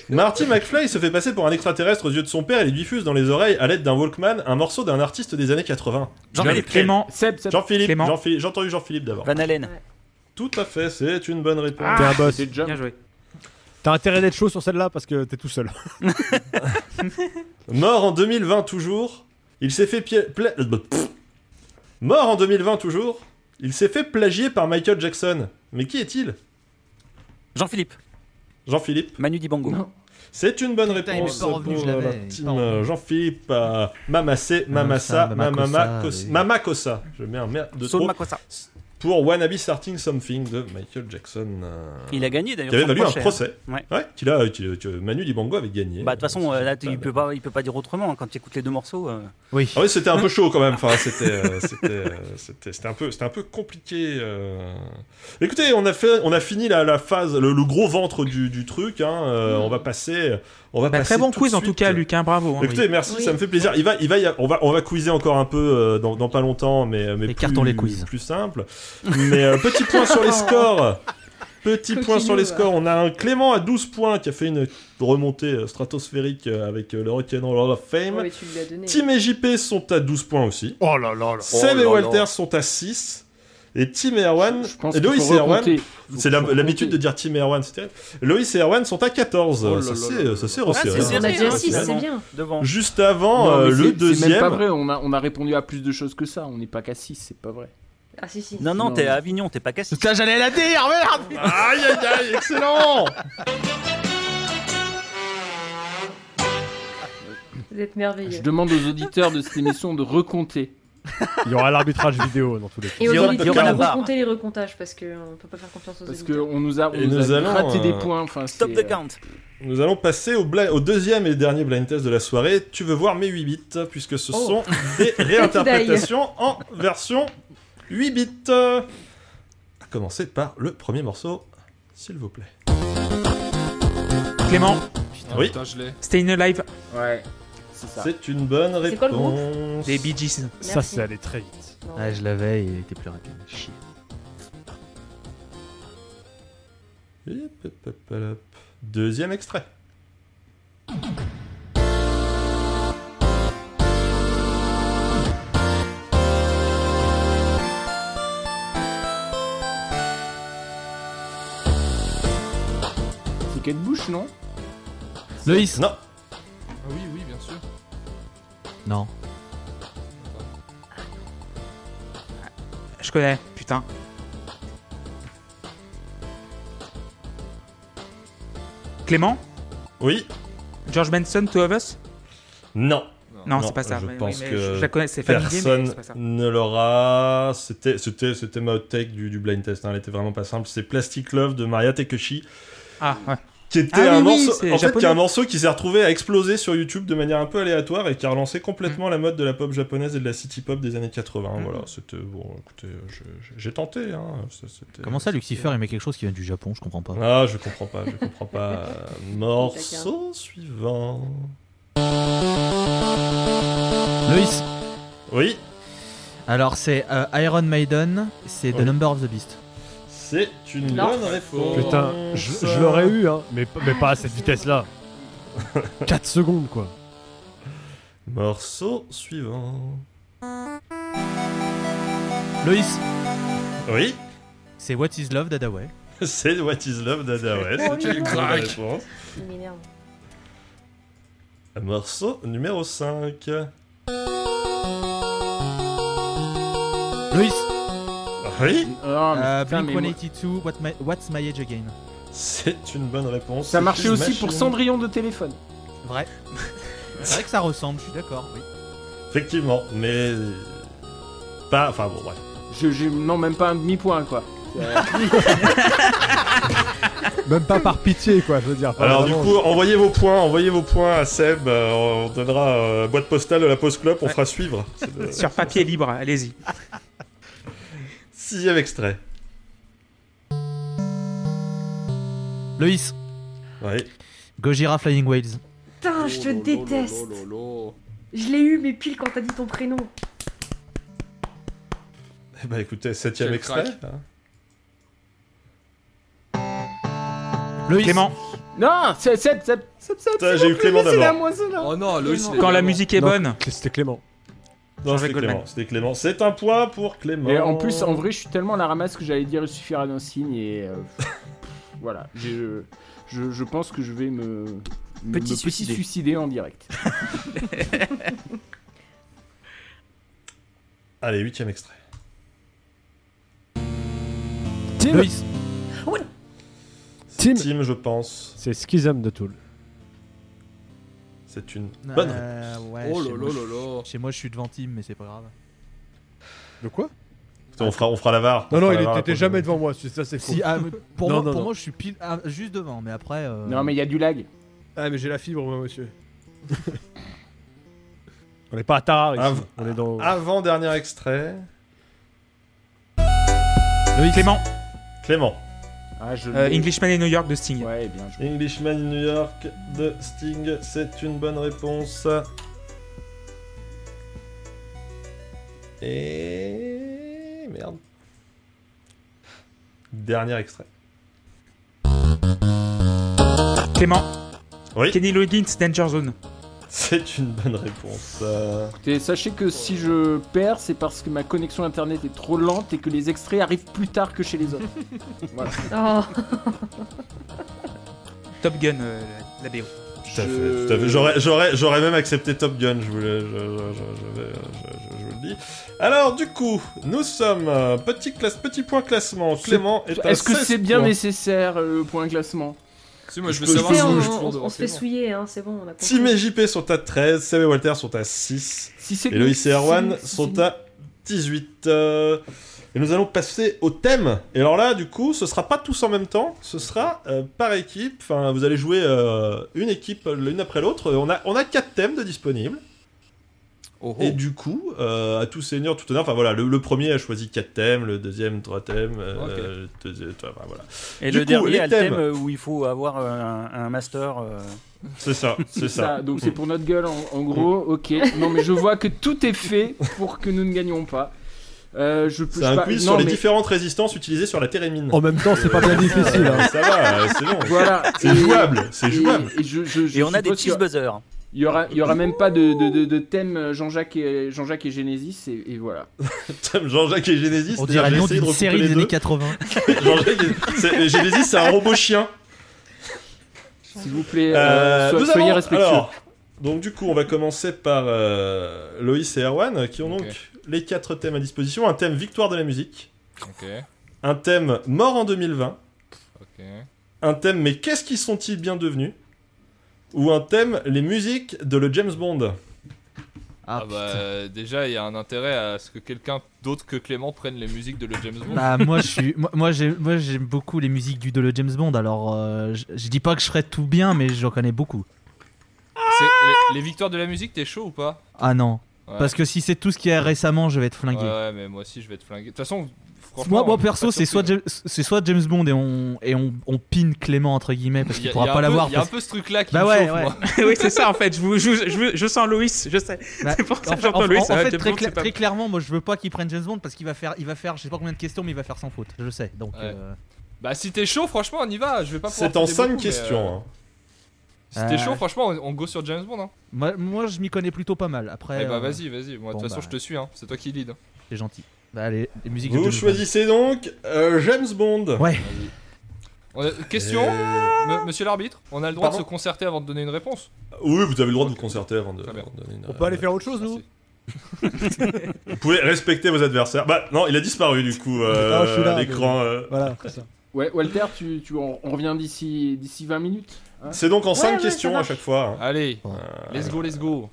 C: Marty McFly se fait passer pour un extraterrestre aux yeux de son père et lui diffuse dans les oreilles à l'aide d'un Walkman un morceau d'un artiste des années 80.
I: Jean-Philippe
C: Clément.
A: Clément,
D: Seb, Seb.
C: Jean-Philippe,
A: Clément.
C: Jean-Philippe- j'ai entendu Jean-Philippe d'abord.
I: Van Halen.
C: Tout à fait, c'est une bonne réponse.
G: T'es un boss.
D: C'est John.
A: bien joué.
G: T'as intérêt d'être chaud sur celle-là parce que t'es tout seul.
C: Mort en 2020 toujours, il s'est fait pia- pla- euh, bah, Pff. Mort en 2020 toujours, il s'est fait plagier par Michael Jackson. Mais qui est-il
I: Jean-Philippe.
C: Jean-Philippe
I: Manu Dibango.
D: Non.
C: C'est une bonne
F: Putain, il
C: réponse
F: m'est pas revenu, je
C: pour euh,
F: l'avais,
C: la
F: il m'est
C: team
F: pas revenu.
C: euh, Jean-Philippe euh, Mamassé, Mamassa,
F: Mamassa, Mamakossa,
C: Mamama, Kos-
F: oui.
C: Mamakossa. Je mets un merde de
I: Saul
C: trop
I: Makossa.
C: pour Wannabe Starting Something de Michael Jackson. euh,
I: Il a gagné d'ailleurs.
C: qui avait
I: son
C: valu un
I: hein.
C: procès.
I: Ouais.
C: qu'il a, qu'il- que Manu Dibango avait gagné.
I: Bah, de toute façon,
C: Euh,
I: euh, là, tu-
C: c'est
I: il peut pas, il peut pas dire autrement. hein. Quand tu écoutes les deux morceaux, euh,
F: Oui.
C: Ah oui, c'était un peu chaud quand même. Enfin, c'était, euh, c'était, euh, c'était, c'était un peu, c'était un peu compliqué. euh. Écoutez, on a fait, on a fini la, la phase, le, le gros ventre du, du truc. hein, euh, On va passer, on va
A: Bah,
C: passer
A: très bon
C: tout de
A: quiz en tout
C: suite.
A: cas, Luc, hein, bravo. hein,
C: Écoutez,
A: oui.
C: merci,
H: Oui.
C: ça me fait plaisir. Il va, il va, y a- on va, on va quizer encore un peu euh, dans, dans pas longtemps, mais, mais
F: Les
C: plus-
F: cartons, les quiz.
C: plus simple. Mais euh, petit point sur les scores. Petit point
H: Continue,
C: sur les
H: va.
C: scores. On a un Clément à 12 points qui a fait une remontée euh, stratosphérique euh, avec euh, le Rock'n'Roll Hall of Fame.
H: Ouais, mais tu lui as donné.
C: Tim et JP sont à 12 points aussi.
G: Oh là là
C: Seb et Walter sont à 6. Et Tim et Erwan.
D: Je pense
C: Et
D: qu'il
C: Loïs
D: faut
C: et Erwan.
D: recompter.
C: C'est la- l'habitude de dire Tim et Erwan, c'est terrible. Loïs et Erwan sont à 14.
E: Oh là
C: ça
E: là là
C: c'est-
E: là
C: ça, c'est
E: là.
C: resserré.
I: Ah, c'est
H: On a
I: serré,
H: déjà
I: hein,
H: six, c'est
I: finalement.
H: bien.
I: devant.
C: Juste avant
D: Non, mais
C: euh, le
D: c'est- C'est même pas
C: deuxième.
D: vrai, on a, on a répondu à plus de choses que ça. On n'est pas qu'à 6, c'est pas vrai.
H: Ah, si, si.
I: Non, non,
D: Non.
I: t'es à Avignon, t'es pas cassé.
F: Putain, j'allais la dire, merde
C: Aïe aïe aïe, excellent
H: Vous êtes merveilleux.
D: Je demande aux auditeurs de cette émission de recompter.
G: Il y aura l'arbitrage vidéo dans tous
D: Ah,
G: les cas.
I: Il
H: Et
I: y aura-
H: aujourd'hui,
I: il y
H: on
I: aura la
H: va
I: barre.
H: recompter les recomptages parce qu'on peut pas faire confiance aux
D: Parce
H: éditeurs.
D: qu'on nous a, on
C: Et
D: nous
C: nous
D: a
C: allons,
D: gratté des
C: euh,
D: points. Enfin,
I: Stop
D: c'est,
I: the
D: euh,
I: count.
C: Nous allons passer au, bla- au deuxième et dernier blind test de la soirée. Tu veux voir mes 8 bits, puisque ce
H: Oh.
C: sont des réinterprétations en version 8 bits.
F: Ah
C: Commencez par le premier morceau, s'il vous plaît.
A: Clément,
E: Putain,
C: Oui.
E: putain, je l'ai.
A: Stay in Alive
D: Ouais, c'est ça.
C: C'est une bonne
H: C'est quoi le groupe
C: réponse.
A: des Bee Gees.
G: Ça,
H: Merci.
G: c'est allé très vite.
H: Non.
F: Ah, je l'avais et il était plus rapide. Chier.
C: Hip, hop, hop, hop. Deuxième extrait.
D: C'est Kate Bush, non
F: Loïs
C: Non,
E: Ah oui, oui, bien sûr.
F: Non.
A: Je connais, putain. Clément
C: oui,
A: George Benson, Two of Us
C: non.
A: Non,
C: Non,
A: c'est pas ça.
C: je
A: mais oui,
C: pense
A: mais
C: que
A: je, je la connais, c'est familier, mais
C: Personne
A: c'est pas ça.
C: ne l'aura. C'était, c'était, c'était ma hot take du, du blind test. hein. Elle était vraiment pas simple. C'est Plastic Love de Maria Takeshi,
A: Ah, ouais.
C: qui était
A: Ah oui,
C: un
A: oui,
C: morceau,
A: c'est
C: en fait,
A: japonais.
C: qui est un morceau qui s'est retrouvé à exploser sur YouTube de manière un peu aléatoire et qui a relancé complètement la mode de la pop japonaise et de la city pop des années 80.
A: Mm.
C: Voilà, c'était bon. Écoutez, je- je- j'ai tenté. Hein. Ça, c'était-
F: Comment ça, Lucifer, il met quelque chose qui vient du Japon Je comprends pas.
C: Ah, je comprends pas. Je comprends pas. Euh, Morceau suivant.
F: Loïs
C: Oui,
F: Alors, c'est euh, Iron Maiden, c'est The
C: Oui.
F: Number of the Beast.
C: c'est une
H: Non.
C: bonne réponse.
G: Putain, je, je l'aurais eu, hein, mais, p- mais pas à cette vitesse-là. 4 secondes, quoi.
C: Morceau suivant.
F: Loïs
C: Oui,
F: C'est What is Love d'Adaway.
C: c'est What is Love d'Ada West.
H: Oh,
C: C'est une
H: mignon.
C: bonne réponse.
H: Il m'énerve.
C: Morceau numéro 5.
F: Loïs
C: Oui,
D: Ah, mais
F: euh,
D: putain,
F: Blink
D: mais moi-
F: 182, what my- What's My Age Again
C: c'est une bonne réponse.
D: Ça marchait
C: C'est
D: aussi
C: Machine.
D: pour Cendrillon de téléphone.
F: Vrai. c'est vrai que ça ressemble, je suis d'accord. oui.
C: Effectivement, mais. Pas. Enfin bon, ouais.
D: Je, je- non, même pas un demi-point, quoi.
G: Même pas par pitié, quoi, je veux dire.
C: Alors du
G: Ah, Vraiment,
C: coup, envoyez vos points, envoyez vos points à Seb. euh, on donnera euh, boîte postale de la Post Club, on fera suivre. C'est le
A: Sur papier libre, allez-y.
C: Sixième extrait.
F: Loïs
C: Oui. Oh,
F: Gojira Flying Whales.
H: Putain, Oh,
F: Oh,
H: je te déteste. Je l'ai eu, mais pile quand t'as dit ton prénom.
C: Eh ben écoutez, septième
E: Quel
C: extrait.
E: crack.
C: hein.
F: Loïs
A: Clément,
D: Non, c'est Seb, Seb, Seb, Seb.
C: Putain, j'ai eu Clément
D: C'est la
C: d'abord.
D: moisson, là.
E: Oh non, Loïs.
H: Quand
E: il est
A: quand la
E: vraiment-
A: musique est
G: Non.
A: bonne,
G: C'était Clément.
C: Non,
A: Jean-Jacques
C: c'était
A: Goldman.
C: Clément. C'était Clément. C'est un point pour Clément.
D: Et en plus, en vrai, je suis tellement à la ramasse que j'allais dire il suffira d'un signe et euh, pff, voilà. Je, je, je pense que je vais me me-
I: Petit
D: me
I: suicider.
D: suicider en direct.
C: Allez, huitième extrait.
G: Tim
F: Loïs
G: Tim.
C: Tim, je pense.
G: C'est Schism de Tool.
C: C'est une oh. bonne réponse.
F: Euh, ouais,
E: Oh
F: chez moi,
E: lolo
F: je-
E: lolo.
F: Chez moi, je suis devant Tim, mais c'est pas grave.
G: De quoi
C: On fera, on fera la VAR. On
G: Non, non,
C: fera
G: il
C: la VAR
G: était
C: après.
G: jamais devant moi, c'est- ça c'est faux.
F: Si, ah, mais pour,
G: Non,
F: moi,
G: non,
F: pour
G: non.
F: moi, je suis pile ah, juste devant, mais après. euh,
D: Non, mais il y a du lag.
G: Ah, mais j'ai la fibre, moi, monsieur. On n'est pas à Tarare
C: Ah,
G: ici.
C: v-
G: On est dans.
C: Avant dernier extrait.
A: Clément,
C: Clément.
D: Ah, je.
A: euh,
D: l'ai.
A: Englishman et New York de Sting.
D: Ouais, bien joué.
C: Englishman in New York de Sting, c'est une bonne réponse. Et merde. Dernier extrait.
A: Clément,
C: Oui.
A: Kenny Loggins, Danger Zone.
C: C'est une bonne réponse. Euh,
D: Écoutez, sachez que si je perds, c'est parce que ma connexion internet est trop lente et que les extraits arrivent plus tard que chez les autres.
H: Oh,
A: Top Gun, euh, la BO.
C: Tout à fait,
D: Je-
C: tout à fait. J'aurais, j'aurais, j'aurais même accepté Top Gun, je, voulais, je, je- je- je vais- je- je- je vous le dis. Alors, du coup, nous sommes euh, petit, classe, petit point classement. Clément est, à
D: Est-ce que
C: 16
D: c'est bien
C: points.
D: nécessaire euh, le point classement
E: Si, moi je veux
C: Je peux-
E: savoir
H: Tu
E: si
H: sais, on,
E: je suis
H: on-
E: toujours
H: on
E: devant
H: se fait
E: Clément.
H: souiller, hein, c'est bon, on a compris.
C: Tim et JP sont à 13, Sam et Walter sont à 6,
D: Si c'est
C: et Loïs et
D: si-
C: Erwan
D: si-
C: sont
D: si-
C: à 18. euh, et nous allons passer au thème. Et alors là, du coup, ce sera pas tous en même temps, ce sera euh, par équipe. Enfin, vous allez jouer euh, une équipe euh, l'une après l'autre. On a, on a quatre thèmes de disponibles.
I: Oh, oh.
C: Et du coup, euh, à tout seigneur, tout honneur, enfin voilà, le, le premier a choisi quatre thèmes, le deuxième trois thèmes, euh, le deuxième, enfin, voilà.
I: Et
C: Du
I: le
C: coup, les
I: dernier, a le
C: thèmes.
I: thème euh, où il faut avoir euh, un, un master. euh,
C: C'est ça, c'est ça. Mm.
D: Ça, donc c'est pour notre gueule en, en gros, ok. Non mais je vois que tout est fait pour que nous ne gagnions pas. Euh, je,
C: C'est
D: je
C: un
D: pas-
C: quiz
D: non,
C: sur les
D: mais
C: différentes résistances utilisées sur la térémine. Euh,
G: En même temps, c'est pas bien difficile. hein.
C: ça va, euh, c'est bon.
D: Voilà.
C: C'est
D: Et-
C: jouable, c'est
D: et-
C: jouable.
D: Et, je- je- je
I: Et on a des
D: suppose qu'il y
I: cheese buzzers.
D: Il y aura, il y aura même pas de, de, de, de thème euh, Jean-Jacques et, Jean-Jacques et Genesis et, et voilà.
C: Jean-Jacques et Genesis,
F: On
C: c'est-à-dire,
F: dirait
C: j'ai
F: le nom
C: essayé de
F: d'une
C: recouper
F: série
C: les
F: des
C: deux.
F: années 80.
C: Jean-Jacques et- c'est- Genesis, c'est un robot chien.
D: S'il vous plaît, euh,
C: Euh,
D: so-
C: nous
D: soyez
C: allons-
D: respectueux.
C: alors, donc du coup, on va commencer par euh, Loïs et Erwan, euh, qui ont
E: Ok.
C: donc les quatre thèmes à disposition. Un thème victoire de la musique,
E: Ok,
C: un thème mort en 2020,
E: ok.
C: un thème mais qu'est-ce qu'ils sont-ils bien devenus ou un thème les musiques de le James Bond.
E: Ah,
F: Ah,
E: bah
F: putain.
E: euh, déjà, il y a un intérêt à ce que quelqu'un d'autre que Clément prenne les musiques de le James Bond.
F: Bah, moi je suis moi, moi, j'ai- moi, j'aime beaucoup les musiques du de le James Bond alors euh, je, je dis pas que je ferais tout bien mais j'en connais beaucoup.
E: C'est- les, les victoires de la musique, t'es chaud ou pas
F: Ah non.
E: Ouais.
F: Parce que si c'est tout ce qu'il y a récemment, je vais être
E: ouais,
F: flingué.
E: ouais, mais moi aussi je vais être flingué. De toute façon, franchement.
F: Moi, moi
E: on est
F: perso,
E: pas
F: c'est soit,
E: surpris.
F: James- c'est soit James Bond et on, et on, on pine Clément entre guillemets parce
E: Il y
F: qu'il
E: a- il y
F: pourra
E: a
F: pas
E: un peu-
F: l'avoir.
E: Il y a un
F: parce-
E: peu ce truc là qui
F: Bah
E: me
F: ouais,
E: chauffe,
F: ouais.
E: moi.
A: oui, c'est ça en fait. Je, vous- je, je, je sens Loïs, je sais.
F: Bah,
A: c'est pour ça
F: En
A: que
F: fait,
A: j'entends
F: en-
A: Loïs.
F: en
A: Ah,
F: fait,
A: James
F: très,
A: Bond, c'est
F: cla-
A: pas-
F: très clairement, moi je veux pas qu'il prenne James Bond parce qu'il va faire, il va faire, je sais pas combien de questions, mais il va faire sans faute. Je sais. Donc,
E: Ouais.
F: euh,
E: Bah si t'es chaud, franchement, on y va. Je vais pas pouvoir
C: C'est en
E: t'aider
C: 5
E: beaucoup, mais, euh,
C: questions. hein.
E: Si t'es
F: Euh,
E: chaud, franchement, on, on go sur James Bond. Hein.
F: moi, moi, je m'y connais plutôt pas mal. Après,
E: eh bah
F: euh,
E: vas-y, vas-y. Moi, de
F: bon,
E: toute façon,
F: bah.
E: je te suis. Hein. C'est toi qui lead.
F: c'est gentil. Bah, allez, les musiques. de
C: Vous
F: James Bond.
C: choisissez donc euh, James Bond.
F: Ouais.
E: On a- euh, Question,
C: Et-
F: Euh.
E: me- monsieur l'arbitre, on a le droit
C: Pardon
E: de se concerter avant de donner une réponse.
C: Oui, vous avez le droit de vous concerter avant de.
E: Très bien.
C: avant de donner une-
G: On peut aller faire autre chose, nous
E: Euh, Merci.
C: Vous pouvez respecter vos adversaires. Bah non, il a disparu du coup euh,
G: Ah, je suis là,
C: à l'écran. euh.
G: Voilà, c'est ça.
D: Ouais, Walter, tu, tu, on, on revient d'ici d'ici 20 minutes. hein
C: C'est donc en 5
H: ouais,
C: questions
H: ça
C: à chaque fois. hein.
E: Allez,
C: Euh,
E: let's go, let's go.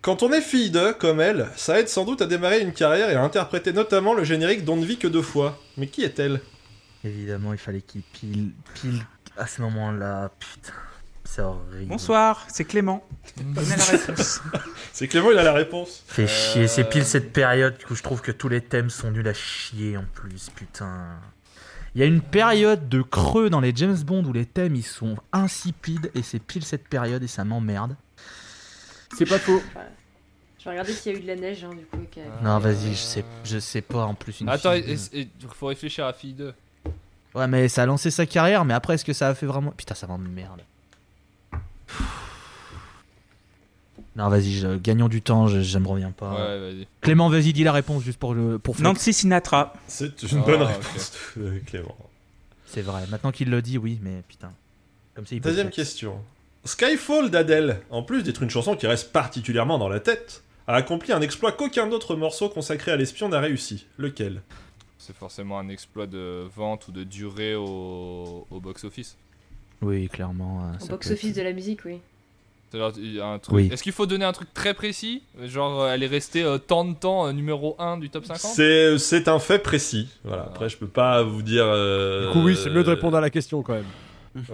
C: Quand on est fille de, comme elle, ça aide sans doute à démarrer une carrière et à interpréter notamment le générique d'On ne vit que deux fois. Mais qui est-elle
J: Évidemment, il fallait qu'il pile, pile à ce moment-là. Putain, c'est horrible.
A: Bonsoir, c'est Clément. On a la réponse.
C: C'est Clément, il a la réponse.
J: Fait
E: Euh,
J: chier, c'est pile cette période où je trouve que tous les thèmes sont nuls à chier en plus, putain.
F: Il y a une période de creux dans les James Bond où les thèmes ils sont insipides et c'est pile cette période et ça m'emmerde.
D: C'est pas faux.
H: Je vais regarder s'il y a eu de la neige, hein, du coup. ok.
F: Non, vas-y, je sais, je sais pas en plus une.
E: Attends,
F: fille de-
E: et- et- faut réfléchir à fille 2.
F: Ouais, mais ça a lancé sa carrière, mais après, est-ce que ça a fait vraiment. Putain, ça m'emmerde. Non, vas-y, je- gagnons du temps, je, je me reviens pas.
E: Euh, Ouais, vas-y.
F: Clément, vas-y, dis la réponse juste pour le. Pour flex.
A: Nancy Sinatra.
C: C'est une
E: Ah,
C: bonne
E: ok.
C: réponse de Clément.
F: C'est vrai, maintenant qu'il le dit, oui, mais putain. Comme ça, il peut
C: Deuxième
F: le faire.
C: question. Skyfall d'Adèle, en plus d'être une chanson qui reste particulièrement dans la tête, a accompli un exploit qu'aucun autre morceau consacré à l'espion n'a réussi. Lequel
E: C'est forcément un exploit de vente ou de durée au, au box-office.
F: Oui, clairement. euh, ça
H: Au
F: peut
H: box-office
F: être-
H: de la musique, oui.
E: C'est-à-dire, il y a un truc-
F: Oui.
E: Est-ce qu'il faut donner un truc très précis Genre, euh, elle est restée euh, tant de temps euh, numéro 1 du top 50
C: C'est c'est un fait précis.
E: Ah.
C: Voilà. Après, je peux pas vous dire. euh,
G: Du coup, oui, c'est mieux de répondre à la question quand même.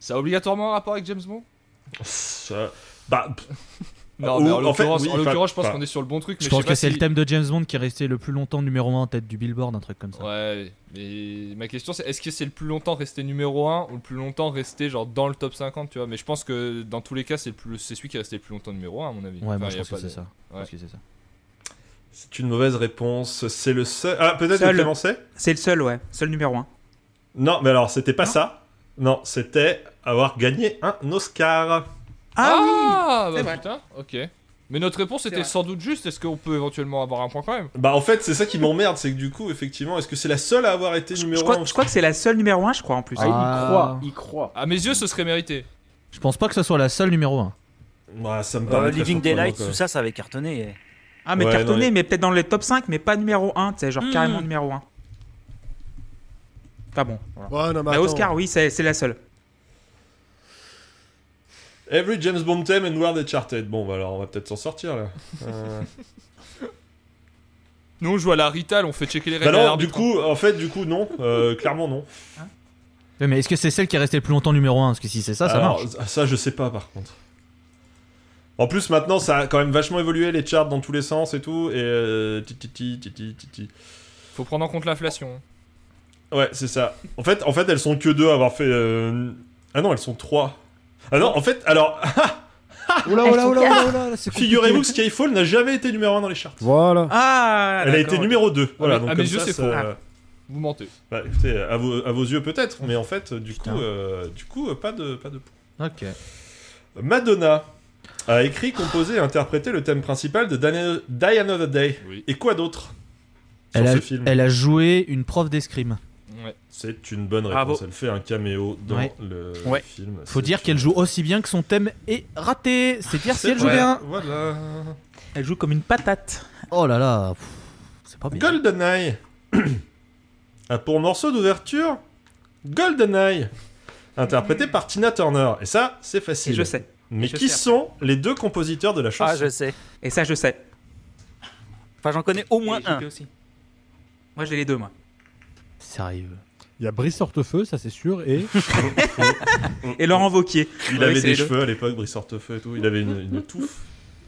E: Ça a obligatoirement un rapport avec James Bond
C: Ça- Bah, pff,
E: Non,
C: Ou-
E: mais en
C: en fait,
E: l'occurrence,
C: oui,
E: en l'occurrence, je
C: enfin,
E: pense qu'on est sur le bon truc. Mais
F: Je pense
E: sais
F: que
E: pas
F: c'est
E: si-
F: le thème de James Bond qui est resté le plus longtemps numéro 1 en tête du Billboard, un truc comme ça.
E: Ouais, mais ma question c'est est-ce que c'est le plus longtemps resté numéro 1 ou le plus longtemps resté genre dans le top 50, tu vois Mais je pense que dans tous les cas, c'est le plus c'est celui qui est resté le plus longtemps numéro 1 à mon avis.
F: Ouais,
E: Enfin,
F: moi
E: y
F: je
E: a
F: pense que
E: pas
F: c'est
E: de-
F: ça. Je
E: Ouais.
F: pense que c'est ça.
C: c'est une mauvaise réponse. C'est le seul. Ah, peut-être que
A: Seul.
C: Clément sait
A: C'est le seul, ouais. Seul numéro 1.
C: Non, mais alors, c'était pas ça. Non, c'était avoir gagné un Oscar.
E: Ah, bah
A: C'est vrai.
E: putain, OK. Mais notre réponse était
A: vrai.
E: sans doute juste, est-ce qu'on peut éventuellement avoir un point quand même
C: Bah, en fait, c'est ça qui m'emmerde, c'est que du coup, effectivement, est-ce que c'est la seule à avoir été
A: Je, je
C: numéro
A: crois,
C: 1
A: je crois que c'est la seule numéro 1, je crois, en plus.
D: Ah,
F: Ah.
D: Il croit, il croit.
E: À mes yeux, ce serait mérité.
F: Je pense pas que ce soit la seule numéro 1.
C: Bah, ça me
I: euh,
C: paraît. très
I: Living
C: surprenant,
I: Daylight,
C: quoi.
I: tout ça, ça avait cartonné. eh.
A: Ah, mais
C: Ouais, non,
A: cartonné,
C: mais-
A: mais peut-être dans les top 5, mais pas numéro 1, tu sais, genre
I: Hmm.
A: carrément numéro 1. Enfin bon. voilà. Bah,
G: Ouais, non, mais
A: Mais
G: attends.
A: Oscar, oui, c'est c'est la seule.
C: Every James Bond theme and where they charted. Bon, bah alors on va peut-être s'en sortir là. Euh,
E: Nous, on joue à la Rital, on fait checker les
C: Bah
E: règles. à
C: non, du
E: l'arbitre. Hein
C: coup, en fait, du coup, non. Euh, clairement, non.
F: Ouais, Mais est-ce que c'est celle qui est restée le plus longtemps numéro 1 Parce que si c'est ça, ça
C: Alors,
F: marche.
C: Ça, je sais pas par contre. En plus, maintenant, ça a quand même vachement évolué les charts dans tous les sens et tout. Et. euh, ti, ti, ti, ti, ti, ti, ti.
E: Faut prendre en compte l'inflation.
C: Ouais, c'est ça. En fait, en fait, elles sont que deux à avoir fait. euh, Ah non, elles sont trois. Ah non, en fait, alors,
E: hein.
G: Oula, oula, oula, oula, oula, là, c'est compliqué.
C: figurez-vous que Skyfall n'a jamais été numéro 1 dans les charts.
G: Voilà.
A: Ah
C: Elle a
A: d'accord,
C: été
A: ok.
C: numéro 2. Voilà,
E: mais-
C: donc
E: ah,
C: comme
E: mais je
C: ça,
E: sais
C: ça-
E: pas. Vous mentez.
C: Bah, écoutez, à vos, à vos yeux peut-être, mais en fait, du
F: Putain.
C: coup, euh, du coup, euh, pas de, pas de.
F: Ok.
C: Madonna a écrit, composé et interprété le thème principal de Dana- Die Another Day.
E: Oui.
C: Et quoi d'autre sur
F: Elle a,
C: ce film
F: elle a joué une prof d'escrime.
E: Ouais.
C: C'est une bonne réponse.
B: Bravo.
C: Elle fait un caméo dans
F: Ouais.
C: le
I: Ouais.
C: film.
F: Faut
C: C'est
F: dire
C: une-
F: qu'elle joue aussi bien que son thème est raté. C'est dire si elle joue
C: Ouais,
F: bien.
C: Voilà.
A: Elle joue comme une patate.
F: Oh là là. pff, C'est pas bien.
C: GoldenEye a pour morceau d'ouverture GoldenEye, interprété par Tina Turner. Et ça, c'est
A: Et
C: facile.
A: je sais.
C: Mais
A: Et je
C: qui
A: sais.
C: sont les deux compositeurs de la chanson
I: Ah, je sais.
A: Et ça, je sais.
I: Enfin, j'en connais au
A: Et
I: moins
A: JP
I: un.
A: aussi. Moi, j'ai les deux, moi.
F: Sérieux.
G: Il y a Brice Hortefeux, ça c'est sûr, et
A: Et Laurent Vauquier.
C: Il
A: Oui,
C: avait
A: c'est
C: des
A: les deux.
C: cheveux à l'époque, Brice Hortefeux et tout. Il avait une, une touffe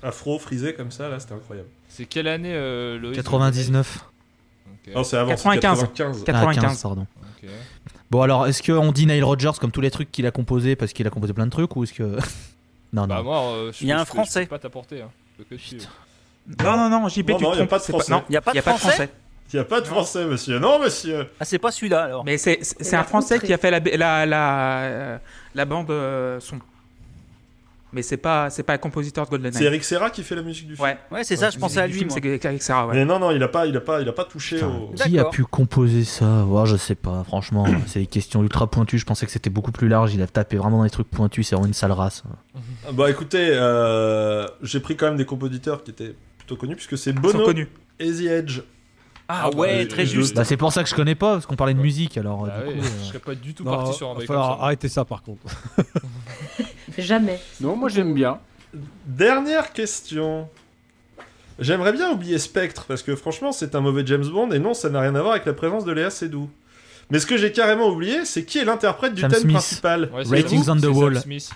C: afro frisée comme ça, là, c'était incroyable.
E: C'est quelle année, euh, Loïs
F: 99.
E: Ok,
C: Non, c'est avant, c'est
A: 95.
C: 95.
F: Ah,
A: 95.
F: 15, pardon.
E: ok.
F: Bon alors, est-ce qu'on dit Nile Rodgers comme tous les trucs qu'il a composés parce qu'il a composé plein de trucs ou est-ce que non
E: Bah,
F: non.
E: moi, euh, je
I: Il y a
E: peux-
I: un
E: je peux-
I: Français.
E: Je peux pas t'apporter. Hein. Je peux que tu-
A: Non, non, non, JP,
C: Non,
A: tu
C: non,
A: te
C: y a
A: trompes.
C: pas de
A: c'est
C: français.
A: non,
I: Y a pas
A: y
I: de français
C: Il n'y a pas de français, monsieur. Non, monsieur
I: Ah, c'est pas celui-là alors.
A: Mais c'est- c'est c'est
H: Et
A: un
H: la
A: français
H: poutrée.
A: qui a fait la, la, la, euh, la bande euh, son. Mais c'est pas, c'est pas un compositeur de
C: C'est
A: GoldenEye.
C: Eric Serra qui fait la musique du film.
A: Ouais.
I: Ouais, c'est ça, je pensais à lui.
A: film,
I: moi.
A: c'est que- avec Sarah, ouais.
C: Mais non, non, il a pas, il a pas, il a pas touché
F: Putain,
C: au.
F: qui a
I: D'accord.
F: pu composer ça Ouais, Je sais pas, franchement, c'est des questions ultra pointues. Je pensais que c'était beaucoup plus large. Il a tapé vraiment dans les trucs pointus, c'est vraiment une sale race.
C: Ah, Bah écoutez, euh, j'ai pris quand même des compositeurs qui étaient plutôt connus puisque c'est
A: Ils sont
C: Bono
A: connus.
C: et The Edge.
I: Ah
E: bah,
I: ouais,
E: euh,
I: très
E: je-
I: juste.
F: Bah, c'est pour ça que je connais pas, parce qu'on parlait de musique alors. euh,
E: Ah
F: du
E: ouais,
F: coup, euh,
E: je serais pas du tout
G: Non,
E: parti sur un
G: va
E: bail comme
G: falloir
E: ça.
G: arrêter ça par contre.
H: Jamais.
D: Non, moi j'aime bien.
C: Dernière question. J'aimerais bien oublier Spectre parce que franchement c'est un mauvais James Bond et non ça n'a rien à voir avec la présence de Léa Seydoux. Mais ce que j'ai carrément oublié c'est qui est l'interprète du
F: Sam
C: thème
F: Smith.
C: principal.
E: Ouais, c'est
F: Ratings
E: ça.
F: on the
E: C'est Sam
F: wall.
E: Smith.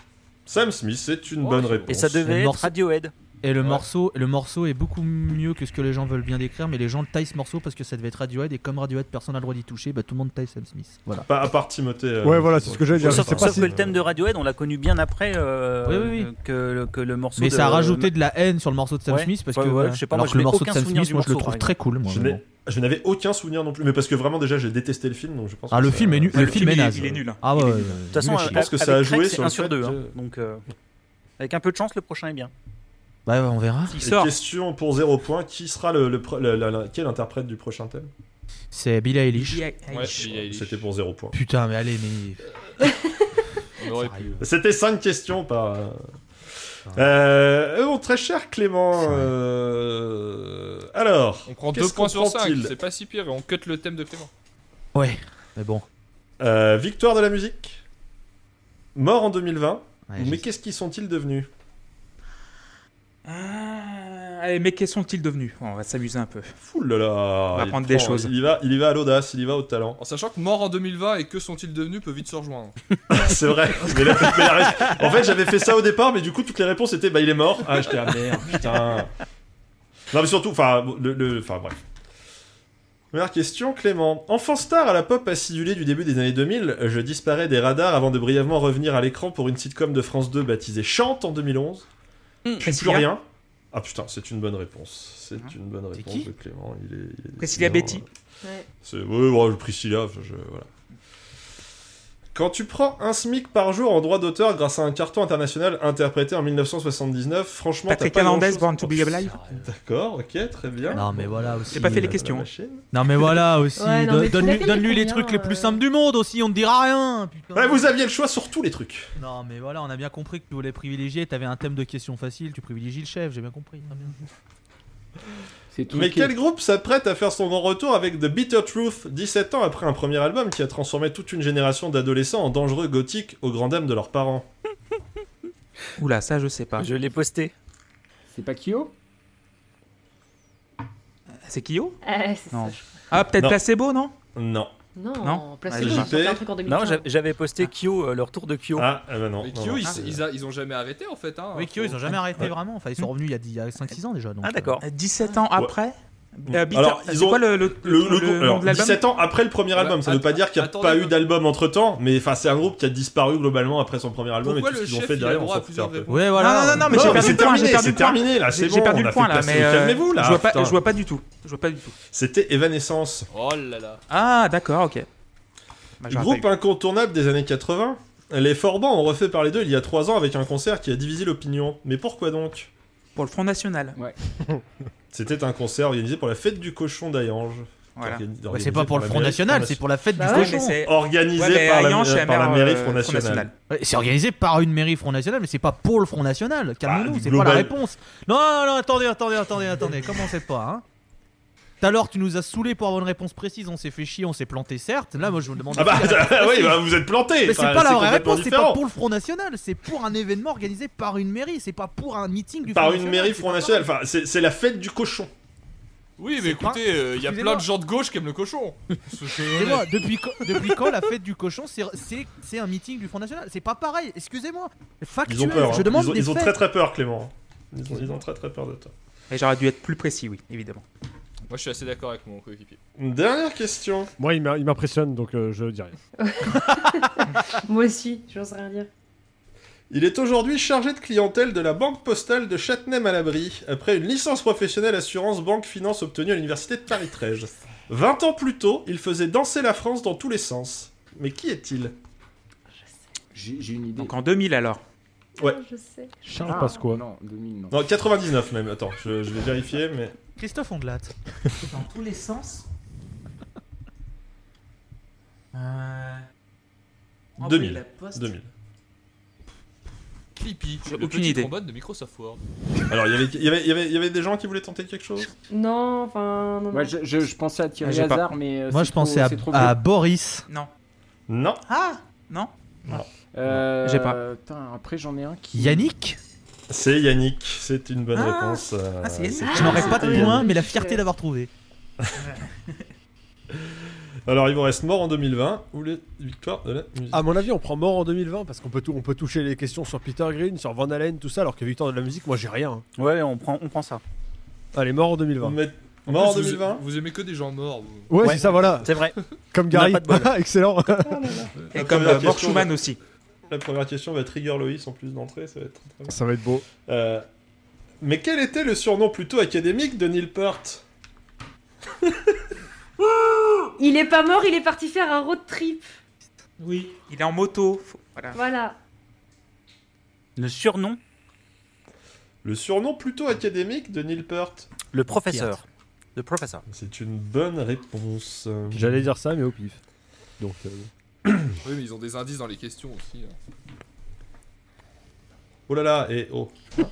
C: Sam Smith, c'est une
E: Oh,
C: bonne
E: c'est
C: réponse.
E: bon.
I: Et ça
F: Le
I: devait être
F: morceau-
I: Radiohead.
F: Et le,
E: Ouais.
F: morceau, le morceau est beaucoup mieux que ce que les gens veulent bien décrire, mais les gens taillent ce morceau parce que ça devait être Radiohead, et comme Radiohead, personne n'a le droit d'y toucher, bah, tout le monde taille Sam Smith. Voilà.
C: Pas à part Timothée. euh,
G: Ouais, voilà, c'est ce que j'allais dire.
C: je
I: Sauf,
C: sais pas
I: sauf
G: si-
I: que le thème de Radiohead, on l'a connu bien après euh,
F: Oui, oui, oui.
I: Que, que le morceau.
F: Mais
I: de-
F: ça a rajouté de la haine sur le morceau de Sam
I: Ouais,
F: Smith parce
I: ouais,
F: que
I: ouais,
F: voilà.
I: je sais pas,
F: alors
I: moi,
F: que
I: je
F: le
I: n'ai
F: morceau de
I: aucun
F: Sam
I: souvenir
F: Smith,
I: du
F: moi je le
I: morceau,
F: trouve
I: par
F: très cool. Moi,
C: Je
F: vraiment.
C: n'ai- je n'avais aucun souvenir non plus, mais parce que vraiment déjà j'ai détesté le film donc je pense.
F: Ah
C: que
F: le
C: ça-
F: film est nul.
A: Ouais,
F: Le film est naze.
A: Il est nul.
F: Ah ouais.
I: De
F: ouais,
I: toute façon,
F: nul à chier.
C: je pense que
I: avec
C: ça a
I: Craig,
C: joué
I: c'est
C: sur
I: un
C: le
I: sur
C: fait
I: deux.
C: que-
I: hein. Donc, euh, avec un peu de chance, le prochain est bien.
F: Ouais, ouais, Bah, on verra.
A: Il
C: Et
A: sort.
C: Question pour zéro point qui sera le, le pro- la- la- la- quel interprète du prochain thème
F: C'est Billie Eilish.
A: Yeah,
E: Ouais,
A: Eilish.
E: Billie Eilish.
C: C'était pour zéro point.
F: Putain, mais allez, mais.
E: On aurait pu.
C: C'était 5 questions par. euh, Euh, bon, très cher Clément.
F: C'est vrai.
C: euh, Alors,
E: On prend
C: qu'est-ce
E: 2 points
C: qu'on
E: sur 5,
C: prend-il
E: c'est pas si pire, et on cut le thème de Clément.
F: Ouais. Mais bon.
C: Euh, Victoire de la musique. Mort en 2020.
F: Ouais,
C: mais
F: je-
C: qu'est-ce qu'ils sont-ils devenus
A: Ah, allez, mais qu'est-ce sont-ils devenus On va s'amuser un peu.
C: Fou là là.
A: On va
C: il
A: prendre des
C: prend-
A: choses.
C: Il y va, il y va à l'audace, il y va au talent.
E: En sachant que mort en 2020 et que sont-ils devenus peut vite se rejoindre.
C: C'est vrai. mais la- mais la ré- en fait, j'avais fait ça au départ, mais du coup, toutes les réponses étaient bah il est mort. Ah, j'étais ah merde, putain. Non, mais surtout, enfin, le, le- enfin bref. Première question, Clément. Enfant star à la pop acidulée du début des années 2000, je disparais des radars avant de brièvement revenir à l'écran pour une sitcom de France 2 baptisée Chante en 2011. Puis plus
A: Hmm, Priscilla
C: rien. Ah putain, c'est une bonne réponse.
F: Hein
C: C'est une bonne
F: C'est
C: réponse
F: qui
C: de Clément. Il est, il est
A: Priscilla
C: décidément,
A: Betty.
H: Ouais.
C: c'est ouais, ouais, Priscilla, enfin, je voilà. Quand tu prends un SMIC par jour en droit d'auteur grâce à un carton international interprété en 1979, franchement,
A: Patrick
C: t'as pas
A: Hernandez,
C: grand-chose-
A: Born to be Alive.
C: D'accord, ok, très bien.
F: Non, mais voilà aussi.
A: pas fait les
F: euh,
A: questions. hein.
C: La machine.
F: Non, mais voilà aussi.
H: Ouais, non,
F: Donne-
H: mais tu l'as
F: Donne-lui
H: fait,
F: donne-lui
H: mais
F: les
H: combien,
F: trucs les plus
H: euh,
F: simples du monde aussi, on te dira rien. Putain.
C: Ouais, vous aviez le choix sur tous les trucs.
F: Non, mais voilà, on a bien compris que tu voulais privilégier. T'avais un thème de questions facile, tu privilégies le chef, j'ai bien compris. Très bien.
D: C'est tout.
C: Mais
D: qui est-
C: quel groupe s'apprête à faire son grand retour avec The Bitter Truth, 17 ans après un premier album qui a transformé toute une génération d'adolescents en dangereux gothiques aux grandes dames de leurs parents
A: Oula, ça, je sais pas.
I: Je l'ai posté.
D: C'est pas Kyo
A: C'est Kyo
H: Eh, c'est
I: Non.
H: ça, je-
A: Ah, peut-être
C: Non.
A: Placebo, non
C: Non.
H: Non,
A: Non.
H: placebo,
C: Ah,
H: j'ai
C: JP.
H: sorti un truc en
I: Non,
H: 2015.
I: j'a- j'avais posté Kyo, euh, le retour de Kyo.
C: Ah, eh ben non.
E: Mais
C: non,
E: Kyo,
C: non.
E: ils, ils a- ils ont jamais arrêté en fait. Hein,
F: Oui, Kyo, ils ont jamais arrêté vraiment. Enfin, ils sont revenus il y a, dix- il y a 5-6 ans déjà. donc,
I: Ah, d'accord.
A: Euh, 17 ans après Euh, Bitter-
C: Alors,
A: c'est
C: ils ont
A: quoi le, le,
C: le, le-
A: le- le nom
C: alors,
A: de l'album
C: 17 ans après le premier album,
E: Ouais,
C: ça ne veut pas
E: att-
C: dire qu'il n'y a
E: attendez,
C: pas eu
E: mais-
C: d'album entre temps, mais enfin c'est un groupe qui a disparu globalement après son premier album
E: Pourquoi
C: et tout
E: le
C: ce qu'ils ont
E: chef
C: fait
E: il a
C: derrière,
E: le
C: on
E: droit à
C: s'en fout un
E: plusieurs
C: peu.
E: réponses
F: euh. Ouais, voilà.
A: Non, non, non, non, mais
C: Non,
A: j'ai
C: mais
A: perdu
C: c'est
A: le point, j'ai
C: terminé,
A: perdu
C: c'est
A: le point.
C: terminé là,
A: J'ai
C: c'est
A: j'ai
C: bon.
A: perdu
C: on
A: le
C: a
A: point
C: fait
A: là,
C: placer-
A: mais. euh,
C: calmez-vous là.
A: Je vois pas,
C: putain.
A: je vois pas du tout. Je vois pas du tout.
C: C'était Evanescence,
E: Oh là là.
A: Ah, d'accord, ok. Bah, j'aurais
C: groupe
A: pas eu.
C: incontournable des années 80. Les Forbans ont refait par les deux il y a 3 ans avec un concert qui a divisé l'opinion. Mais pourquoi donc
A: Pour le Front National.
C: C'était un concert organisé pour la fête du cochon d'Ayange.
A: Voilà.
C: Organi-
F: Ouais,
C: organisé
F: Bah, c'est pas pour
C: la
F: le Front
C: mairie-
F: National,
C: par la-
F: c'est pour la fête
H: Bah
F: du
H: ouais,
F: cochon.
H: mais
A: c'est-
C: organisé
A: Ouais, mais
C: par, la,
A: Ayanche,
C: euh,
A: la
C: par la
A: mère,
C: mairie
A: euh,
C: Front
A: Front
C: National.
A: National.
F: Ouais, C'est organisé par une mairie Front National, mais c'est pas pour le Front National. Calmons-nous,
C: Bah,
F: c'est pas la
C: global-
F: réponse. Non, non, non, attendez, attendez, attendez, attendez. Commencez pas, hein. Tout à l'heure, tu nous as saoulé pour avoir une réponse précise. On s'est fait chier, on s'est planté, certes. Là, moi, je vous demande.
C: Ah bah,
F: aussi la réponse
C: oui,
F: précise.
C: bah, vous êtes planté.
F: Mais c'est pas la vraie réponse, c'est pas
C: différent.
F: pour le Front National, c'est pour un événement organisé par une mairie, c'est pas pour un meeting du
C: Par
F: Front
C: une
F: National,
C: mairie
F: c'est
C: Front
F: pas
C: National. Enfin, c'est c'est la fête du cochon.
E: Oui, mais
F: C'est pas-
E: écoutez, euh, il y a
F: Excusez-moi.
E: plein de gens de gauche qui aiment le cochon. C'est- c'est-
F: Excusez-moi, depuis, co- depuis quand la fête du cochon, c'est- c'est c'est un meeting du Front National C'est pas pareil, excusez-moi. Factuel,
C: Ils ont peur. hein.
F: je demande
C: ils ont,
F: des
C: ils ont
F: faits.
C: très très peur, Clément. Ils ont, ils ont très très peur de toi.
A: Et j'aurais dû être plus précis, oui, évidemment.
E: Moi, je suis assez d'accord avec mon coéquipier.
C: Une dernière question.
G: Moi, il m'a- il m'impressionne, donc euh, je dis rien.
H: Moi aussi, j'ose rien dire.
C: Il est aujourd'hui chargé de clientèle de la Banque Postale de Châtenay-Malabry, après une licence professionnelle assurance banque finance obtenue à l'université de Paris 13. 20 ans plus tôt, il faisait danser la France dans tous les sens. Mais qui est-il
D: J'ai j'ai une idée.
A: Donc en 2000 alors.
C: Ouais.
H: Je sais.
G: Charles
D: Ah,
G: Pasqua.
D: Non, 2000, non.
C: Non, 99 même, attends, je, je vais vérifier, mais...
H: Ah,
F: Christophe Ondelat.
A: Dans tous les sens. Euh,
C: 2000. 2000.
E: Clippy,
A: J'ai
E: le
A: aucune
E: petit
A: idée.
E: trombone de Microsoft Word.
C: Alors, il y avait- il y avait- il y avait- il y avait des gens qui voulaient tenter quelque chose
H: Non, enfin. Non, non.
D: Ouais, je, je- je pensais à Thierry
A: Ah, j'ai pas.
D: Hazard, mais. euh,
F: Moi,
D: c'est
F: je
D: trop-
F: pensais à,
D: c'est trop
F: à
D: vieux.
F: Boris.
A: Non.
C: Non.
A: Ah Non
D: Euh,
A: j'ai pas.
D: putain, après, j'en ai un qui.
F: Yannick
C: C'est Yannick, c'est une bonne
A: Ah.
C: réponse. euh,
A: Ah, c'est Yannick.
C: c'était
F: Je n'aurais
C: Yannick.
F: pas de
H: oui.
F: point, mais la fierté d'avoir trouvé.
C: Alors, il vous reste mort en 2020 ou les victoires de la musique.
G: À mon avis, on prend mort en 2020 parce qu'on peut, tout- on peut toucher les questions sur Peter Green, sur Van Halen, tout ça, alors que Victor de la musique, moi j'ai rien. hein.
I: Ouais, on prend, on prend ça.
G: Allez, mort en 2020.
C: Mais- Mort en
E: plus, vous-
C: 2020
E: Vous aimez que des gens morts. vous.
G: Ouais,
I: Ouais.
G: c'est ça, voilà.
I: C'est vrai.
G: Comme
I: a
G: Gary.
I: pas
G: Ah,
I: de bol. Ah,
G: Excellent.
A: Et
C: La
A: comme
C: première
A: euh, Mort
C: question,
A: Schumann aussi.
C: La première question va trigger Loïs en plus d'entrée, ça va être très très bien.
G: ça va être beau.
C: Euh, mais quel était le surnom plutôt académique de Neil Peart
H: Il est pas mort, il est parti faire un road trip.
A: Oui. Il est en moto. Faut- Voilà.
H: Voilà.
I: Le surnom,
C: Le surnom plutôt académique de Neil Peart
I: le professeur. Le professeur.
C: C'est une bonne réponse. Euh,
G: J'allais dire ça, mais au pif. Donc, euh,
E: Oui, mais ils ont des indices dans les questions aussi. hein.
C: Oh là là, et oh. vous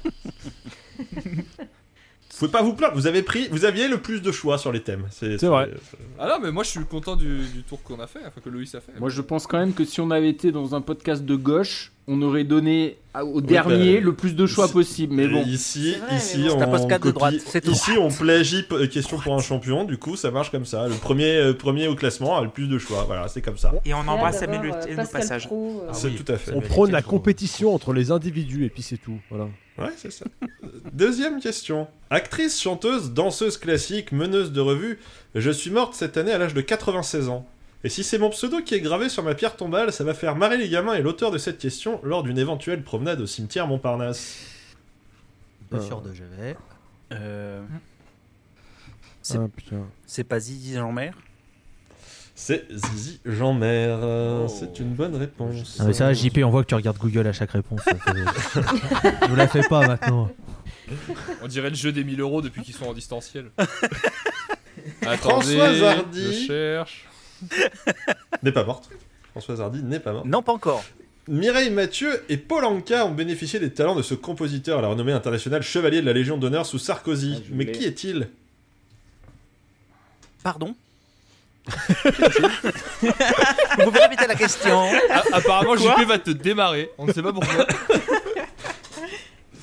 C: pouvez pas vous plaindre, vous avez pris, vous aviez le plus de choix sur les thèmes. C'est euh,
G: C'est vrai.
E: Ah non, mais moi, je suis content du, du tour qu'on a fait, enfin que Loïs a fait.
D: Moi, je pense quand même que si on avait été dans un podcast de gauche, on aurait donné à- au dernier
C: bah,
D: le plus de choix
C: c'est-
D: possible. Mais
C: Et
D: bon,
C: ici,
H: C'est vrai, mais
C: ici,
H: bon.
I: C'est un
C: on
I: postcard de
C: copie-
I: droite, c'est tout.
C: Ici, on plagie p- euh, question pour un champion. Du coup, ça marche comme ça. Le premier, euh, premier au classement a le plus de choix. Voilà, c'est comme ça.
A: Et on embrasse Samuel Etienne
H: Là, d'abord,
A: au
H: euh, Pascal
A: passage.
H: Pro, euh,
E: Ah
C: c'est
E: oui.
C: tout à fait.
G: on prône la compétition entre les individus et puis c'est tout. Voilà.
C: Ouais, c'est ça. Deuxième question. Actrice, chanteuse, danseuse classique, meneuse de revue, je suis morte cette année à l'âge de 96 ans. Et si c'est mon pseudo qui est gravé sur ma pierre tombale, ça va faire marrer les gamins et l'auteur de cette question lors d'une éventuelle promenade au cimetière Montparnasse.
F: Bien sûr, de je vais.
I: Euh, C'est-
G: Ah, putain.
I: c'est pas Zizi Jean-Mer.
C: C'est Zizi Jean-Mer.
E: Oh.
C: C'est une bonne réponse.
F: Ah, mais ça, JP, on voit que tu regardes Google à chaque réponse. Je vous la fais pas maintenant.
E: On dirait le jeu des 1000 euros depuis qu'ils sont en distanciel.
C: Françoise Hardy.
E: Je cherche.
C: N'est pas morte. Françoise Hardy n'est pas morte.
I: Non, pas encore.
C: Mireille Mathieu et Paul Anka ont bénéficié des talents de ce compositeur à la renommée internationale Chevalier de la Légion d'honneur sous Sarkozy.
D: Ah, je
C: Mais
D: l'ai.
C: qui est-il
I: Pardon Vous pouvez répéter la question
E: Ah, apparemment, JP va te démarrer. On ne sait pas pourquoi.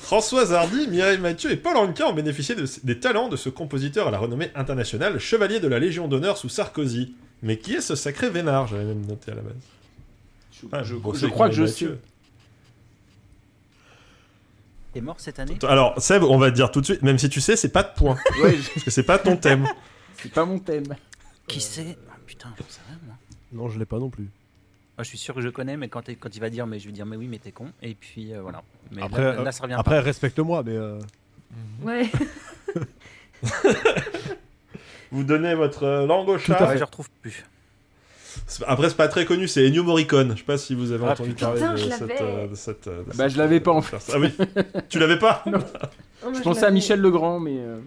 C: Françoise Hardy, Mireille Mathieu et Paul Anka ont bénéficié de- des talents de ce compositeur à la renommée internationale, chevalier de la Légion d'honneur sous Sarkozy. Mais qui est ce sacré vénard J'avais même noté à la base. Ah,
D: je,
C: bossais
D: je
C: avec
D: crois que je
C: Mireille
D: sais.
C: Mathieu.
I: T'es mort cette année
C: Alors, Seb, on va te dire tout de suite, même si tu sais, c'est pas de point.
D: Ouais, je-
C: Parce que c'est pas ton thème.
D: c'est pas mon thème. Euh,
I: Qui c'est Ah, Putain, j'en sais rien, moi.
G: Non, je l'ai pas non plus.
I: Moi, je suis sûr que je connais, mais quand, t'es- quand il va dire, mais je vais dire, mais oui, mais t'es con. Et puis euh, voilà. Mais
G: après,
I: là,
G: euh,
I: là, ça revient
G: après respecte-moi, mais euh,
H: Ouais.
C: Vous donnez votre euh, langue au
I: pas.
C: chat.
I: Ouais, je retrouve plus.
C: C'est- Après, c'est pas très connu, c'est Ennio Morricone. Je sais pas si vous avez
D: Ah,
C: entendu
D: putain,
C: parler de
H: je
C: cette,
H: l'avais.
C: euh, de cette, euh, de
D: Bah,
C: cette,
D: je l'avais pas, en
C: euh,
D: fait.
C: Ah oui, tu l'avais pas
H: Oh, moi,
D: Je
H: l'avais.
D: pensais à Michel Legrand, mais. euh,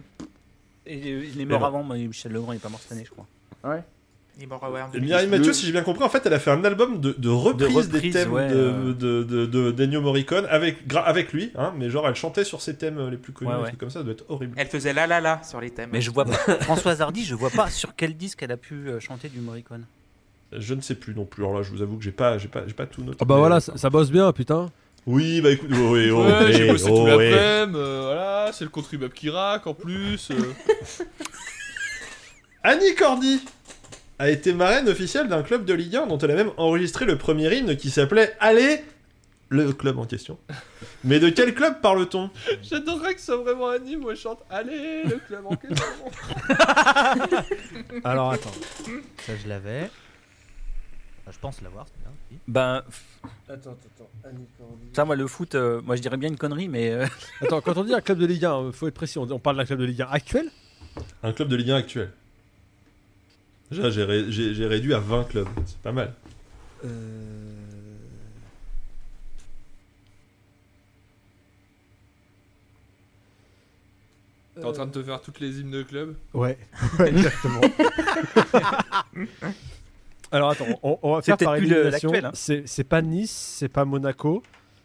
I: Et, euh, il est
C: Et
I: mort
C: non.
I: avant, mais Michel Legrand, il est pas mort cette année, je crois.
D: Ouais.
A: Il est mort à Warren
C: Et
A: Demi.
C: Mireille Mathieu,
D: Le-
C: si j'ai bien compris, en fait, elle a fait un album de, de reprises des
I: reprises,
C: thèmes
I: ouais,
C: de,
I: euh.
C: de, de, de- d'Ennio Morricone avec, gra- avec lui, hein, mais genre elle chantait sur ses thèmes euh, les plus connus,
I: Ouais,
C: un
I: ouais.
C: truc comme ça, ça doit être horrible.
A: Elle faisait la la la sur les thèmes.
I: Mais je vois pas. Françoise Hardy, je vois pas sur quel disque elle a pu euh, chanter du Morricone.
C: Je ne sais plus non plus, alors là, je vous avoue que j'ai pas, j'ai pas, j'ai pas tout noté.
G: ah bah voilà, ça, ça bosse bien, putain.
C: euh, Oui, bah écoute, oh, oui, oh,
E: ouais, j'ai
C: oui,
E: bossé tout
C: oh, oui.
E: l'après-midi, euh, voilà, c'est le contribuable qui raque en plus. euh.
C: Annie Cordy a été marraine officielle d'un club de Ligue 1 dont elle a même enregistré le premier hymne qui s'appelait Allez le club en question. Mais de quel club parle-t-on
E: J'adorerais que ce soit vraiment anime où elle chante Allez, le club en question.
G: Alors attends.
F: Ça, je l'avais. Enfin, Ah, je pense l'avoir, c'est bien. oui.
I: Ben,
G: Attends, attends,
I: ça, moi, le foot, euh, moi, je dirais bien une connerie, mais euh,
G: Attends, quand on dit un club de Ligue 1, euh, faut être précis, on, on parle d'un club de Ligue 1 actuel
C: Un club de Ligue 1 actuel. Déjà, j'ai, ré- j'ai- j'ai réduit à 20 clubs, c'est pas mal. euh.
E: T'es en train de te faire toutes les hymnes de club
G: Ouais, ouais, exactement. Alors attends, on, on va
I: C'est
G: faire
I: peut-être
G: par
I: plus le-
G: élimination.
I: l'actuel, hein.
G: C'est c'est pas Nice, c'est pas Monaco,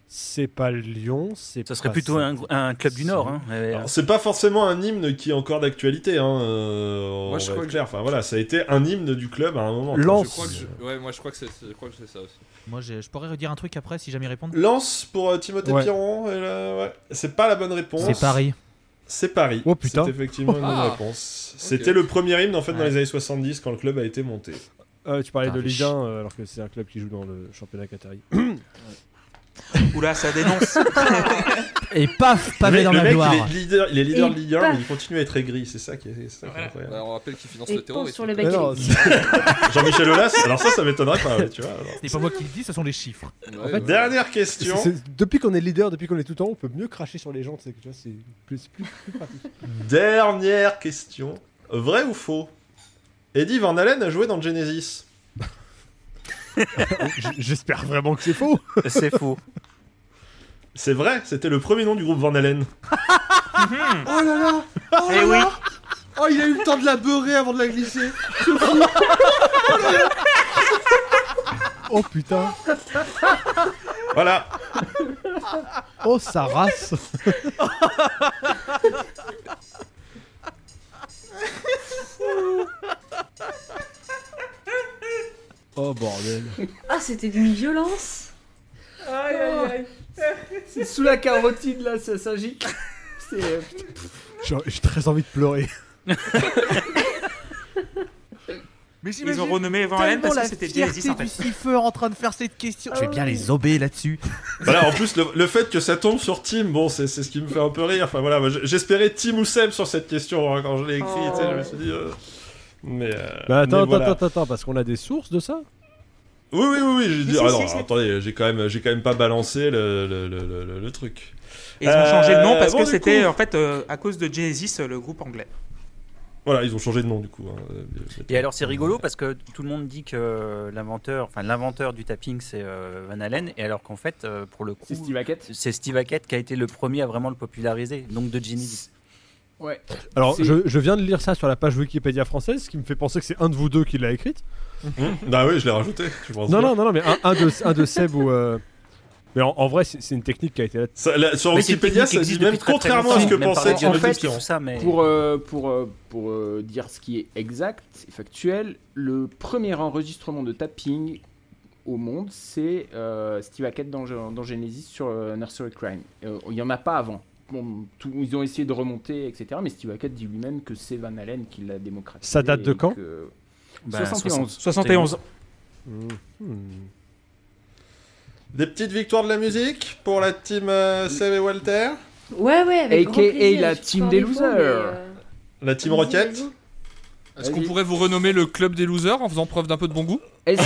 G: c'est pas Lyon, c'est
I: ce serait
G: pas
I: plutôt un, un club du Nord. Hein. Euh,
C: Alors, c'est pas forcément un hymne qui est encore d'actualité, hein. euh, on
E: Moi, je
C: va
E: crois
C: être
E: que-
C: clair. Enfin voilà, ça a été un hymne du club à un moment.
G: Lens.
E: Je crois que je- Ouais, moi je crois que c'est je crois que c'est ça aussi.
F: Moi, j'ai- je pourrais redire un truc après si jamais ils répondent.
C: Lance pour euh, Timothée
G: Ouais.
C: Piron, et là, ouais. c'est pas la bonne réponse.
F: C'est Paris.
C: C'est Paris.
G: Oh, putain.
C: C'est effectivement une bonne
E: Ah.
C: réponse. C'était le premier hymne en fait dans les années 70 quand le club a été monté.
G: Euh, tu parlais
F: Putain,
G: de
F: fais
G: Ligue
F: chier.
G: 1 euh, alors que c'est un club qui joue dans le championnat qatari.
A: Oula, ça dénonce.
F: Et paf,
C: le
F: pavé
C: mec,
F: dans
C: le
F: la
C: mec,
F: gloire.
C: il est leader, il est leader
H: Et
C: de Ligue 1,
H: paf.
C: mais il continue à être aigri. C'est ça qui est, c'est ça qui est incroyable.
E: Alors Bah, on rappelle qu'il finance
H: Et
E: le terrorisme.
H: pense sur les
G: Mais non,
H: baguettes.
G: c'est-
C: Jean-Michel Aulas, alors ça, ça m'étonnerait pas, ouais, tu vois. alors.
F: Ce n'est pas moi qui le dis, ce sont les chiffres.
E: Ouais,
G: En fait,
E: ouais.
C: Dernière question.
G: c'est- c'est- depuis qu'on est leader, depuis qu'on est tout en haut, on peut mieux cracher sur les gens, tu sais, que tu vois, c'est plus, plus, plus pratique.
C: Dernière question. Vrai ou faux Eddie Van Halen a joué dans Genesis.
G: J- J'espère vraiment que c'est faux.
I: C'est faux.
C: C'est vrai, c'était le premier nom du groupe Van Halen.
A: Eh oui.
E: Oh, il a eu le temps de la beurrer avant de la glisser.
G: Oh putain.
C: Voilà.
G: Oh sa race. oh bordel.
H: Ah, c'était d'une violence.
D: Aïe, aïe, aïe. C'est sous la carotide là, ça, ça gicle. C'est. euh,
G: J'ai j'ai très envie de pleurer. Bah,
F: Mais
A: Ils ont renommé Van Halen parce que c'était Genesis en fait.
F: siffleur en train de faire cette question. Ah Je vais bien les obéir là-dessus.
C: Voilà, en plus, le, le fait que ça tombe sur Tim, bon, c'est c'est ce qui me fait un peu rire. Enfin voilà, moi, j- j'espérais Tim ou Seb sur cette question hein, quand je l'ai écrit, tu sais, je me suis dit. euh, Mais. euh,
G: Bah attends,
C: mais
G: attends,
C: voilà.
G: attends, attends, parce qu'on a des sources de ça
C: Oui, oui, oui, oui, j'ai dit.
A: si,
C: ah
A: si,
C: non,
A: si.
C: attendez, j'ai quand, même- j'ai quand même pas balancé le, le- le- le- le- le truc.
A: Et ils ont changé de nom
C: Euh,
A: parce
C: bon,
A: que
C: du
A: c'était
C: coup-
A: en fait euh, à cause de Genesis, euh, le groupe anglais.
C: Voilà, ils ont changé de nom du coup. hein, euh,
I: Et alors, c'est rigolo parce que tout le monde dit que l'inventeur, enfin l'inventeur du tapping, c'est euh, Van Halen, et alors qu'en fait, euh, pour le coup,
D: C'est Steve Hackett
I: c'est Steve Hackett qui a été le premier à vraiment le populariser, donc de Genesis.
D: Ouais.
G: Alors,
D: C'est-
G: je, je viens de lire ça sur la page Wikipédia française, ce qui me fait penser que c'est un de vous deux qui l'a écrite.
C: Hum, Bah oui, je l'ai rajouté, je pense.
G: Non,
C: bien.
G: non, non, non, mais un, un de, un de Seb ou. euh, Mais en, en vrai, c'est c'est une technique qui a été là.
C: Ça, là, sur
I: Mais c'est une
C: Wikipédia,
I: technique qui
C: ça dit
I: existe
C: même
I: depuis très, très
C: contrairement à ce
I: longtemps,
C: que
I: même par
C: pensait
I: la
D: en
C: Thierry
D: fait,
I: Genesis,
C: Dupiron.
I: tout ça, mais
D: Pour, euh, pour, euh, pour euh, dire ce qui est exact et factuel, le premier enregistrement de tapping au monde, c'est euh, Steve Hackett dans, dans Genesis sur euh, Nursery Crime. Euh, Il y n'y en a pas avant. Bon, tout- ils ont essayé de remonter, etc. Mais Steve Hackett dit lui-même que c'est Van Allen qui l'a démocratisé.
G: Ça date de
D: et
G: quand
D: que-
I: Bah,
D: 71.
A: 71.
C: Mm-hmm. Des petites victoires de la musique pour la team euh, Seb et Walter.
H: Ouais, ouais, avec grand
D: AKA
H: plaisir,
D: la
H: je suis
D: team
H: pas
D: des
H: défaut, mais,
D: losers.
H: euh,
C: La team
H: vas-y,
C: Rocket.
H: vas-y.
E: Est-ce qu'on
D: Vas-y.
E: pourrait vous renommer le club des losers en faisant preuve d'un peu de bon goût
D: Est-ce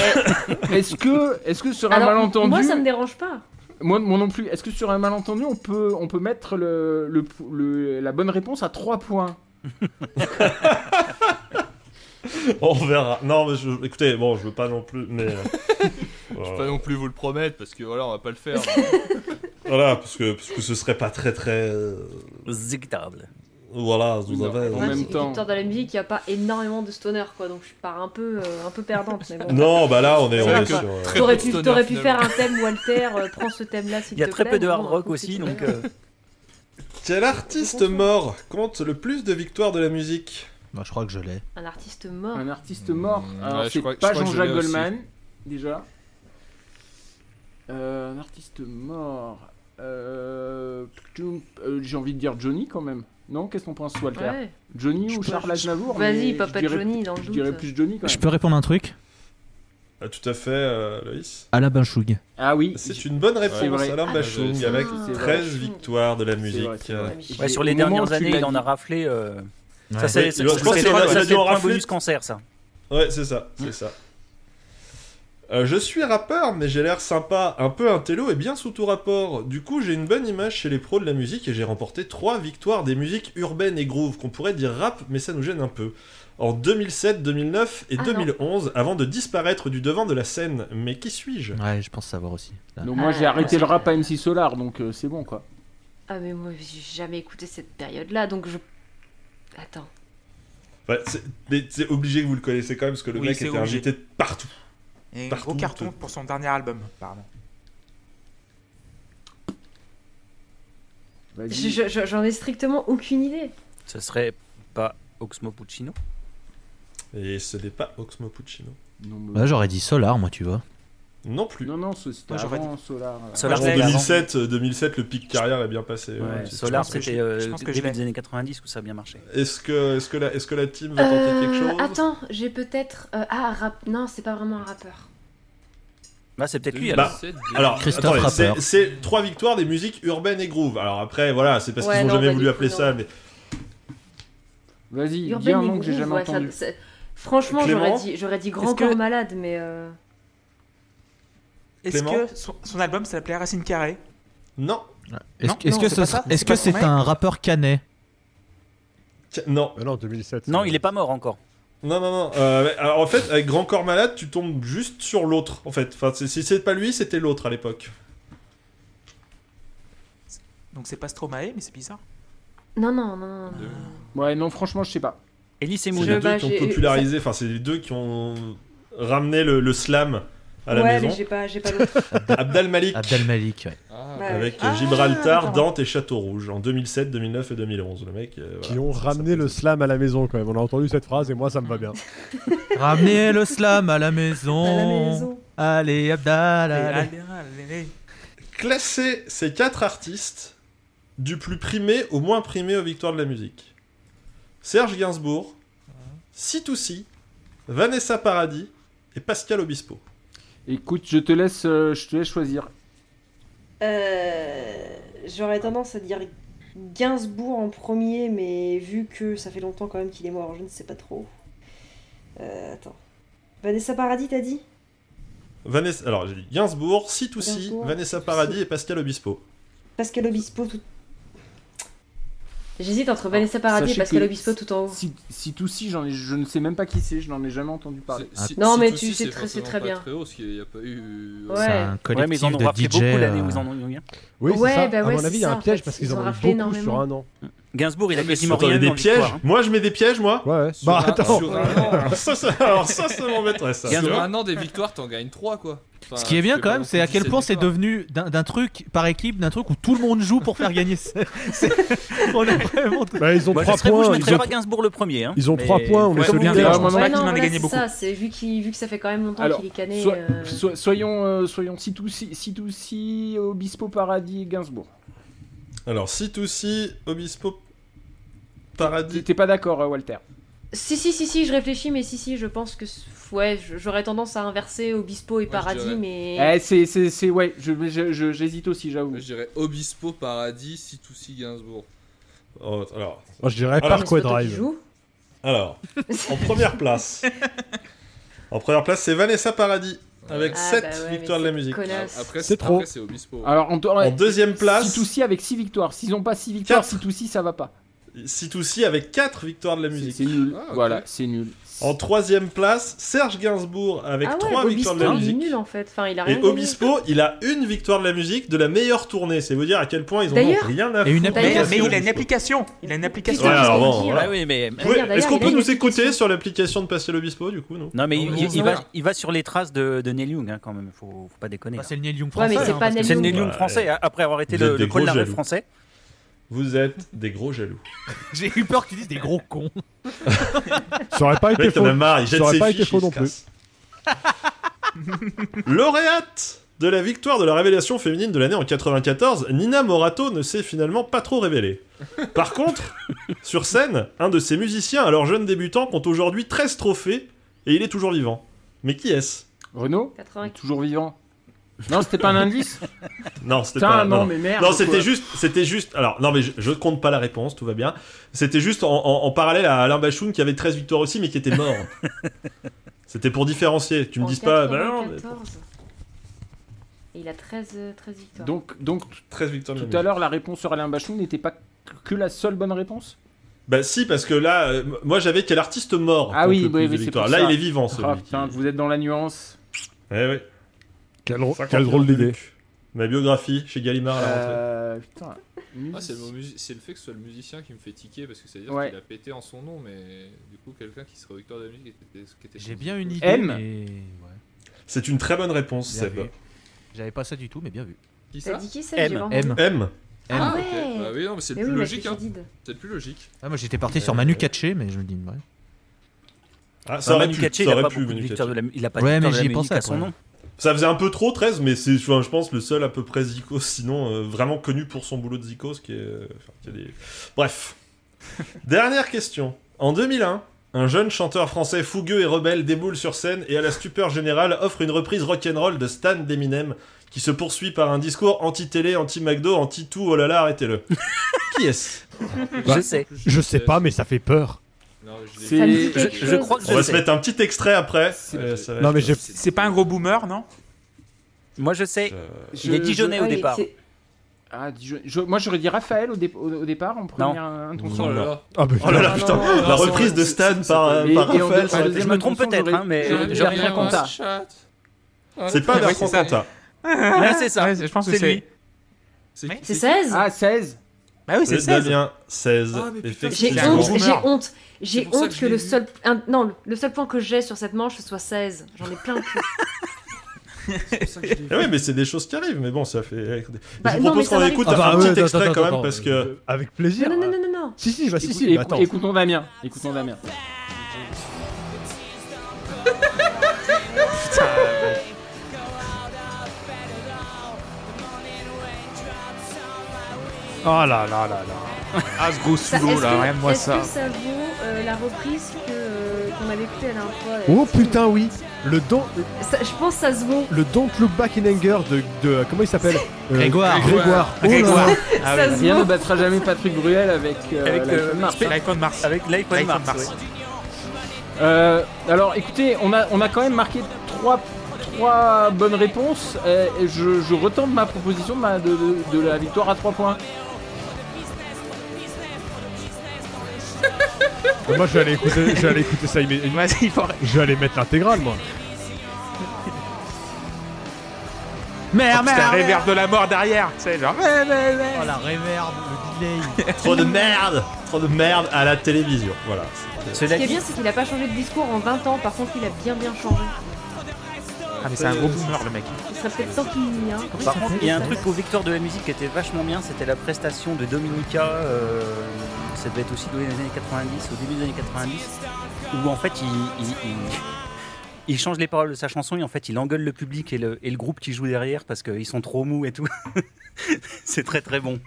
D: est-ce que, est-ce que sur un
H: Alors,
D: malentendu,
H: Moi, ça me dérange pas.
D: moi, moi non plus, est-ce que sur un malentendu, on peut, on peut mettre le, le- le- la bonne réponse à 3 points
C: On verra. Non, mais je- écoutez, bon, je veux pas non plus, mais. euh,
E: Je peux
C: voilà.
E: pas non plus vous le promettre parce que voilà, on va pas le faire.
C: Voilà, parce que, parce que ce serait pas très très. euh,
I: Zigtable.
C: Voilà, vous
D: Non.
C: avez. hein.
D: En
H: Moi,
D: même
H: c'est
D: temps.
H: victoire de la musique, il n'y a pas énormément de stoner, quoi. Donc, je pars un peu, euh, un peu perdante. Mais bon.
C: Non, bah là, on est, on
E: C'est
C: est
E: vrai
C: sur.
E: que-
C: euh,
E: Très
H: T'aurais
E: peu de
H: pu,
E: stoner,
H: t'aurais pu faire
E: finalement.
H: un thème, Walter. euh, prends ce thème-là s'il te
I: Il
H: plaît.
I: y a très peu de
H: mais bon,
I: hard
H: un
I: rock
H: coup,
I: aussi,
H: c'est
I: donc.
H: stoner.
I: euh,
C: Quel artiste mort compte le plus de victoires de la musique
F: Bah, je crois que je l'ai.
H: Un artiste mort.
D: Un artiste mort,
E: Mmh,
D: alors
E: ouais, je
D: c'est
E: crois- je
D: pas
E: crois que je
C: Euh,
D: Jean-Jacques
E: l'ai aussi.
D: Goldman, déjà. Euh, un artiste mort. euh, tchoum, euh, J'ai envie de dire Johnny quand même. Non, qu'est-ce qu'on pense, Walter
H: Ouais.
D: Johnny
C: Je
D: ou
C: peux-
D: Charles Aznavour mais
H: Vas-y,
D: je
H: papa
D: dirais-
H: Johnny, dans le
D: Je dirais
H: doute.
D: plus Johnny quand
F: Je
D: même.
F: peux répondre un truc
C: Ah, Tout à fait, euh, Loïs.
F: Alain Bachung.
D: Ah oui,
C: C'est une bonne
D: C'est
C: réponse,
D: vrai.
C: Alain
H: Ah,
C: Bachung,
E: c'est
C: avec
H: vrai.
C: 13 victoires de la
D: C'est
C: musique. euh,
D: vrai, c'est vrai.
H: Ouais,
I: Ouais, sur
D: Au
I: les
D: moment
I: dernières
D: où tu
I: années,
D: l'as
I: il en
D: dit-
I: a raflé. euh, Ça,
F: Ouais.
I: c'est
C: Oui,
I: c'est-
C: je pense
I: c'est-
C: qu'il en a-
I: ça,
C: il a
I: c'est
C: dû en
I: le point
C: rafler.
I: bonus cancer, ça.
C: Ouais, c'est ça, c'est ça. Euh, je suis rappeur, mais j'ai l'air sympa, un peu un télo et bien sous tout rapport. Du coup, j'ai une bonne image chez les pros de la musique et j'ai remporté trois victoires des musiques urbaines et groove, qu'on pourrait dire rap, mais ça nous gêne un peu. En 2007, 2009 et
H: Ah,
C: 2011, avant de disparaître du devant de la scène. Mais qui suis-je
F: Ouais, je pense savoir aussi. Ah.
D: Donc moi j'ai
H: Ah,
D: arrêté
H: ouais.
D: le rap à MC Solar, donc euh, c'est bon quoi.
H: Ah, mais moi, j'ai jamais écouté cette période-là, donc je. Attends.
C: Ouais, c'est- mais c'est obligé que vous le connaissez quand même, parce que le
A: Oui,
C: mec
A: c'est
C: était
A: obligé.
C: invité partout.
A: Et un
C: Partout,
A: gros carton
C: partout.
A: pour son dernier album, pardon.
D: Vas-y.
H: Je- je- je- J'en ai strictement aucune idée.
I: Ce serait pas Oxmo Puccino
C: Et ce n'est pas Oxmo Puccino.
D: Non, mais-
F: Bah, j'aurais dit Solar, moi, tu vois.
C: Non plus.
D: non, non, ce-
F: Bah,
D: c'était
A: Moi, j'aurais
D: avant Solar. euh, là.
I: Solar,
C: En
I: c'est avant.
C: 2007, euh, 2007, le pic carrière est bien passé.
D: Ouais,
C: ouais.
D: je
I: Solar,
A: pense que
I: c'était
A: je-
I: euh,
A: je pense que je
I: début
A: l'ai.
I: des années 90 où ça a bien marché.
C: Est-ce que, est que, la- est-ce que la team va tenter
H: Euh,
C: quelque chose
H: Attends, j'ai peut-être. euh, ah, rap. Non, c'est pas vraiment un rappeur.
I: Bah, c'est peut-être lui. alors.
C: Bah, alors,
F: Christophe
C: attendez,
F: Rapper.
C: c'est- c'est trois victoires des musiques urbaines et groove. Alors après, voilà, c'est parce
H: Ouais,
C: qu'ils ont
H: non,
C: jamais
H: bah,
C: voulu
H: du
C: appeler
H: coup,
C: ça,
H: non.
C: mais
D: Vas-y, dis
H: Urban
D: un
H: et
D: nom que j'ai
H: groove,
D: jamais
H: ouais, ça-
D: entendu.
H: ça- Franchement, j'aurais
C: Mm. Clément
H: dit, j'aurais dit
A: Est-ce
H: grand
A: que-
H: corps malade, mais. euh,
A: Est-ce
C: Clément
A: que son, son album s'appelait Racine Carrée
C: non,
F: Est-ce
A: Non,
F: est-ce
A: non,
F: que
A: c'est
F: ce sera-
A: pas ça,
F: est-ce
A: c'est
F: que
A: pas son
F: c'est
A: mec.
F: un rappeur canet
C: Tiens, non,
G: Bah non, 2007.
I: Non,
G: c'est-
I: il est pas mort encore.
C: non, non, non. Euh, alors en fait, avec Grand Corps Malade, tu tombes juste sur l'autre. En fait, enfin, c'est- si c'est pas lui, c'était l'autre à l'époque.
A: Donc c'est pas Stromae, mais c'est bizarre.
H: Non, non, non, non. non.
D: Ouais, non, franchement, je sais pas.
I: Elise et
C: C'est
I: Moon.
H: Je-
C: les deux
H: bah,
C: qui ont
H: j'ai-
C: popularisé. Enfin, c'est les deux qui ont ramené le, le slam à la
H: ouais, mais
C: maison.
H: j'ai pas, j'ai pas l'autre.
C: Abdel Malik.
F: Abdel Malik, ouais.
H: Bah,
C: Avec
H: Ah,
C: Gibraltar,
H: d'accord.
C: Dante et Château Rouge en 2007, 2009 et 2011. Le mec. euh,
G: Qui
C: voilà.
G: ont ramené le slam à la maison quand même. On a entendu cette phrase et moi ça me va bien.
F: Ramenez le slam à la maison.
H: à la maison.
F: Allez, Abdal, allez.
A: Allez, allez, allez.
C: Classer ces quatre artistes du plus primé au moins primé aux victoires de la musique. Serge Gainsbourg, C2C, Vanessa Paradis et Pascal Obispo.
D: Écoute, je te laisse, euh, je te laisse choisir.
H: Euh, J'aurais tendance à dire Gainsbourg en premier, mais vu que ça fait longtemps quand même qu'il est mort, je ne sais pas trop. Euh, attends. Vanessa Paradis, t'as dit
C: Vanessa, alors j'ai dit Gainsbourg, C2C,
H: Gainsbourg,
C: Vanessa
H: C2C.
C: Paradis et Pascal Obispo.
H: Pascal Obispo tout. J'hésite entre Vanessa Paradis et
D: sachez
H: Pascal
D: que-
H: Obispo tout en haut.
D: Si, si tout si, j'en ai, je ne sais même pas qui c'est, je n'en ai jamais entendu parler.
H: Non, mais tu sais très- c'est très bien.
E: Très haut, parce qu'il y a pas eu. euh,
H: Ouais.
F: C'est un
I: Ouais, mais
F: collectif
I: ils en ont raflé
F: de DJ.
I: beaucoup l'année
F: euh,
I: où ils en ont eu un.
G: Oui,
H: Ouais,
G: c'est ça.
H: bah
G: à
H: ouais,
G: mon
H: c'est
G: avis, il y a
H: ça,
G: un
H: en
G: piège
H: fait.
G: parce
H: Ils
G: qu'ils
H: ont
G: en ont
H: raflé
G: beaucoup sur un an.
I: Gainsbourg, il a quasiment
C: Attends,
I: rien
C: mais
I: vu
C: des
I: en victoire,
C: pièges
I: hein.
C: Moi, je mets des pièges, moi
G: Ouais, ouais.
E: Sur
G: Bah
E: un-
G: attends.
E: sur un an-
C: ça, ça- Alors, ça, ça m'embêterait, ça.
I: Bien
E: sur
I: sûr.
E: un an des victoires, t'en gagnes 3 quoi. Enfin,
F: Ce qui est bien
A: Ah,
E: tu fais
F: quand
E: pas
F: même,
E: non
F: c'est
E: plus
F: à quel
E: 17
F: point c'est
E: victoires.
F: devenu d'un d'un truc par équipe, d'un truc où tout le monde joue pour faire gagner. C'est- c'est- On est vraiment.
G: Bah, ils ont
I: Moi, je
G: 3
I: serais vous, je
G: points. Ils
I: mettrais
G: ont,
I: pas Gainsbourg le premier. hein.
G: ils ont
I: Mais-
G: trois points, on
A: Ouais,
G: est
A: je veux
G: solidaires.
A: bien dire,
D: Ouais,
A: je pense
D: ouais,
A: pas
H: Ouais,
A: qu'il en
H: non,
A: ait
H: là,
A: gagné
H: c'est
A: beaucoup.
H: ça, c'est vu qu'il vu que ça fait quand même longtemps
D: Alors,
H: qu'il est cané.
D: so-
H: euh,
D: so- soyons, euh, soyons C2C, C2C, Obispo Paradis et Gainsbourg.
C: Alors, C2C, Obispo,
D: T'es
C: Paradis.
D: t'es pas d'accord, euh, Walter
H: Si, si, si, si, je réfléchis, mais si, si, je pense que. Ouais, je- j'aurais tendance à inverser Obispo et
E: Moi, je
H: Paradis,
E: dirais.
H: mais.
D: Eh, c'est, c'est, c'est, ouais, je, mais je- je- j'hésite aussi, j'avoue.
E: Je dirais Obispo, Paradis, C2C, Gainsbourg.
C: Oh, alors,
G: Moi, je dirais
C: Alors,
G: par
H: c'est pas
G: quoi
H: toi qui
G: drive.
H: joues.
C: alors, en première place. En première place, c'est Vanessa Paradis, avec
H: Ah,
C: 7
H: bah ouais, mais
C: victoires de la
H: c'est
C: musique.
H: connasse.
E: Ah, Après,
G: C'est trop.
E: Après, c'est Obispo.
D: Alors, on doit-
C: En deuxième place,
D: C2C avec 6 victoires. S'ils ont pas 6 victoires,
C: Quatre.
D: C2C, ça va pas.
C: C2C avec 4 victoires de la
D: C'est,
C: musique.
D: c'est nul.
E: Ah, ok.
D: Voilà, c'est nul.
C: En troisième place, Serge Gainsbourg avec
H: ah ouais,
C: 3
H: Obispo,
C: victoires de la
H: il est
C: musique.
H: nul en fait. Enfin, il a rien
C: Et
H: gagné.
C: Obispo, il a une victoire de la musique de la meilleure tournée. C'est vous dire à quel point ils en ont
H: D'ailleurs-
C: rien à
F: Et une
C: foutre.
A: Mais,
H: D'ailleurs,
A: mais il a une
C: Obispo.
A: application. Il a une application.
H: Putain,
C: Ouais,
H: je
C: alors
H: sais
C: bon,
H: pas qui,
C: voilà.
I: Ah oui, mais
C: Oui,
H: D'ailleurs,
C: Est-ce qu'on
H: il a
C: peut
H: une
C: nous écouter
H: application.
C: sur l'application de Pascal Obispo du coup, non
I: Non, mais
E: On-
I: il,
E: on
I: il
E: en
I: va,
E: verra.
I: il va sur les traces de, de Neil Young, hein, quand même. Faut, faut pas déconner.
F: Bah,
I: là.
F: C'est le Neil Young
H: Ouais,
F: français.
H: mais c'est
F: hein,
H: pas
F: parce que-
H: Neil
I: c'est le Neil
H: Young.
I: Young
C: Ouais.
I: français, hein, après avoir été
C: Vous êtes
I: le,
C: des
I: le
C: gros
I: Paul Naref
C: jaloux.
I: français.
C: Vous êtes des gros jaloux.
F: J'ai eu peur qu'ils disent des gros cons.
G: Ça aurait pas
C: Le
G: été
C: mec, t'en
G: faux.
C: as marre, il jette
G: Ça aurait
C: ses
G: pas
C: fiches,
G: été faux
C: il se
G: non plus.
C: casse. Lauréate de la victoire de la révélation féminine de l'année en 94, Nina Morato ne s'est finalement pas trop révélée. Par contre, sur scène, un de ses musiciens, alors jeune débutant, compte aujourd'hui 13 trophées et il est toujours vivant. Mais qui est-ce
D: Renault
H: 80.
D: Toujours vivant. Non, c'était pas un indice
C: Non, c'était
D: Putain,
C: pas.
D: non,
C: non,
D: mais merde.
C: Non, c'était
D: quoi.
C: juste, c'était juste. Alors, non, mais je, je compte pas la réponse, tout va bien. C'était juste en, en- en parallèle à Alain Bachoun qui avait 13 victoires aussi, mais qui était mort. c'était pour différencier. Tu me
H: En
C: dises pas. bah non, mais-
H: 94. Et il a 13, euh, 13 victoires.
D: Donc, donc t-
C: 13 victoires. de
D: tout
C: la
D: à l'heure, la réponse sur Alain Bachon n'était pas que la seule bonne réponse
C: Bah si, parce que là, euh, m- moi j'avais quel artiste mort.
D: Ah
C: donc
D: oui,
C: le plus
D: oui,
C: de
D: oui, c'est
C: victoires.
D: pour
C: Là,
D: ça.
C: il est vivant, celui
D: Ah
C: qui-
D: putain, vous êtes dans la nuance.
C: Eh oui.
G: Quel drôle-
C: 50
G: Quel drôle d'idée.
C: Ma biographie chez Gallimard à la rentrée.
D: Euh, putain.
E: Ah, c'est le, mot musi- c'est le fait que ce soit le musicien qui me fait tiquer parce que c'est-à-dire
D: Ouais.
E: qu'il a pété en son nom, mais du coup, quelqu'un qui serait victoire de la musique était. qui était
F: J'ai bien une idée.
D: M.
F: mais- ouais,
C: C'est une très bonne réponse,
F: bien
C: Seb.
F: vu. J'avais pas ça du tout, mais bien vu.
E: Qui
H: T'as
E: ça
H: dit qui ça
I: M.
H: j'ai pas entendu.
F: M.
C: M.
H: Ah
E: Ok.
H: ouais
E: Bah oui, non, mais c'est le
H: Mais
E: plus
H: oui,
E: logique,
H: mais
E: hein.
H: Did.
E: C'est le plus logique.
F: Ah, moi j'étais parti sur Manu Katché, mais je me dis. ouais.
C: Ah,
I: Enfin,
C: ça aurait
I: Manu
C: pu,
I: Katché,
C: ça
I: il a
C: aurait
I: pas
C: pu,
I: beaucoup de
C: Manu
I: victoires de
C: Katché.
I: la, il a pas de
F: Ouais,
I: victoire
F: mais
I: de la
F: j'y ai pensé
I: musique à son
F: après.
I: nom.
C: Ça faisait un peu trop 13, mais c'est, enfin, je pense, le seul à peu près Zico, sinon euh, vraiment connu pour son boulot de Zico, ce qui est... euh, enfin, qui a des- Bref. Dernière question. En 2001, un jeune chanteur français fougueux et rebelle déboule sur scène et à la stupeur générale offre une reprise rock'n'roll de Stan d'Eminem qui se poursuit par un discours anti-télé, anti-McDo, anti-tout, oh là là, arrêtez-le. qui est-ce
I: je sais.
G: Je sais pas, mais ça fait peur.
E: Non, je l'ai-
D: C'est-
H: Ça me dit quelque
I: Je,
H: chose.
I: je crois que
C: On va
I: je
C: se
I: sais.
C: mettre un petit extrait après.
E: C'est-
C: Euh, ça va
G: Non,
C: être-
G: mais j'ai.
A: C'est pas un gros boomer, non
I: Moi, je sais.
C: Euh,
I: Il est Dijonais
H: Ah,
I: au
H: il
I: départ.
H: était-
D: Ah, Dijon- je- moi j'aurais dit Raphaël au, dé- au- au départ en première introduction.
E: Oh là là.
G: Ah, bah,
C: Oh là là,
H: Non,
C: putain,
H: non, non,
C: la
E: non,
C: reprise de Stan par,
D: Et-
C: euh, par
D: et
C: Raphaël, ça
D: en deux- en
C: aurait été-
I: Je
D: deuxième
I: me trompe
D: introduction,
I: peut-être, hein, mais
D: j'aurais-
I: euh, Bertrand
D: j'aurais rien
E: Bertrand
D: Cantat.
E: Cantat.
C: C'est pas
A: Ouais,
C: Bertrand
A: c'est ça.
C: Cantat.
I: Ouais, c'est ça.
A: Ouais, je pense que
I: C'est
A: c'est.
I: lui.
E: C'est
A: Ouais.
E: qui-
H: C'est
E: c'est-
H: 16
D: Ah, 16
A: Bah
H: Ah
A: oui, c'est
C: C'est
A: 16.
C: Damien, 16.
E: Ah, mais putain,
H: J'ai
A: C'est un
H: honte,
A: gros boomer.
D: Ah.
H: j'ai honte,
E: C'est
H: j'ai
E: pour ça
H: honte
E: que
H: que,
E: je l'ai
H: le
E: vu.
H: seul, un- non, le- le seul point que j'ai sur cette manche ce soit 16. J'en ai plein le cul.
E: c'est pour ça que je l'ai vu.
C: Eh ouais, mais c'est des choses qui arrivent, mais bon, ça fait.
H: Bah,
C: je vous
H: non, mais
C: propose
H: ça
C: qu'on
H: m'arrive.
C: écoute
G: Ah bah,
C: un
G: ouais,
C: petit
G: attends,
C: extrait quand
G: attends,
C: même,
G: attends,
C: parce
G: euh,
C: que.
G: Avec plaisir.
H: Non, non, non, non, non, non.
G: Si, si, bah, si,
D: Écoute-
G: si.
D: écoute-
G: bah, attends.
D: Écoutons Damien. Écoutons Damien.
G: Ah là là là là.
A: Ah, ce gros
H: Ça-
A: sous
H: est-ce
A: là,
H: que-
A: regarde-moi
H: est-ce
A: ça.
H: que ça vaut euh, la reprise que, euh, qu'on avait écoutée la dernière fois euh,
G: Oh putain, oui. Le don.
H: ça- Je pense que ça se vaut.
G: Le Don't Look Back in Anger de, de comment il s'appelle Euh,
F: Grégoire.
G: Grégoire. Oh là
A: Grégoire.
G: là.
A: Ah
H: ça
A: oui,
H: se
D: Rien ne
H: vaut.
D: battra jamais Patrick Bruel avec, euh,
I: Avec,
D: la
I: euh,
D: Femme Mars.
A: l'iPhone de Mars.
I: Avec l'iPhone
A: L'iPhone
I: Mars.
A: Mars.
I: ouais.
D: Euh, alors écoutez, on a, on a quand même marqué trois, trois bonnes réponses. Euh, et je, je retente ma proposition de, ma- de, de- de la victoire à 3 points.
G: Moi je vais aller écouter, je vais aller écouter ça immédiatement.
A: Vas-y, faut arrêter.
G: Je vais aller mettre l'intégrale moi. Ah, Oh,
C: Eh
A: Merde, merde. réverb de la mort derrière. Tu sais, genre.
F: Oh la réverb, le vieille.
C: Trop de merde Trop de merde à la télévision. Voilà.
I: Cela
H: Ce qui est
I: dit-
H: bien, c'est qu'il a pas changé de discours en 20 ans. Par contre, il a bien bien changé.
A: Ah, mais c'est un gros boomer le mec.
H: Il serait peut-être hein. temps qu'il y ait un.
I: Par contre, il y a un truc aux victoires de la musique qui était vachement bien, c'était la prestation de Dominica, euh, ça devait être aussi dans les années 90, au début des années 90, où en fait il, il- il- il change les paroles de sa chanson et en fait il engueule le public et le, et le groupe qui joue derrière parce qu'ils sont trop mous et tout. C'est très très bon.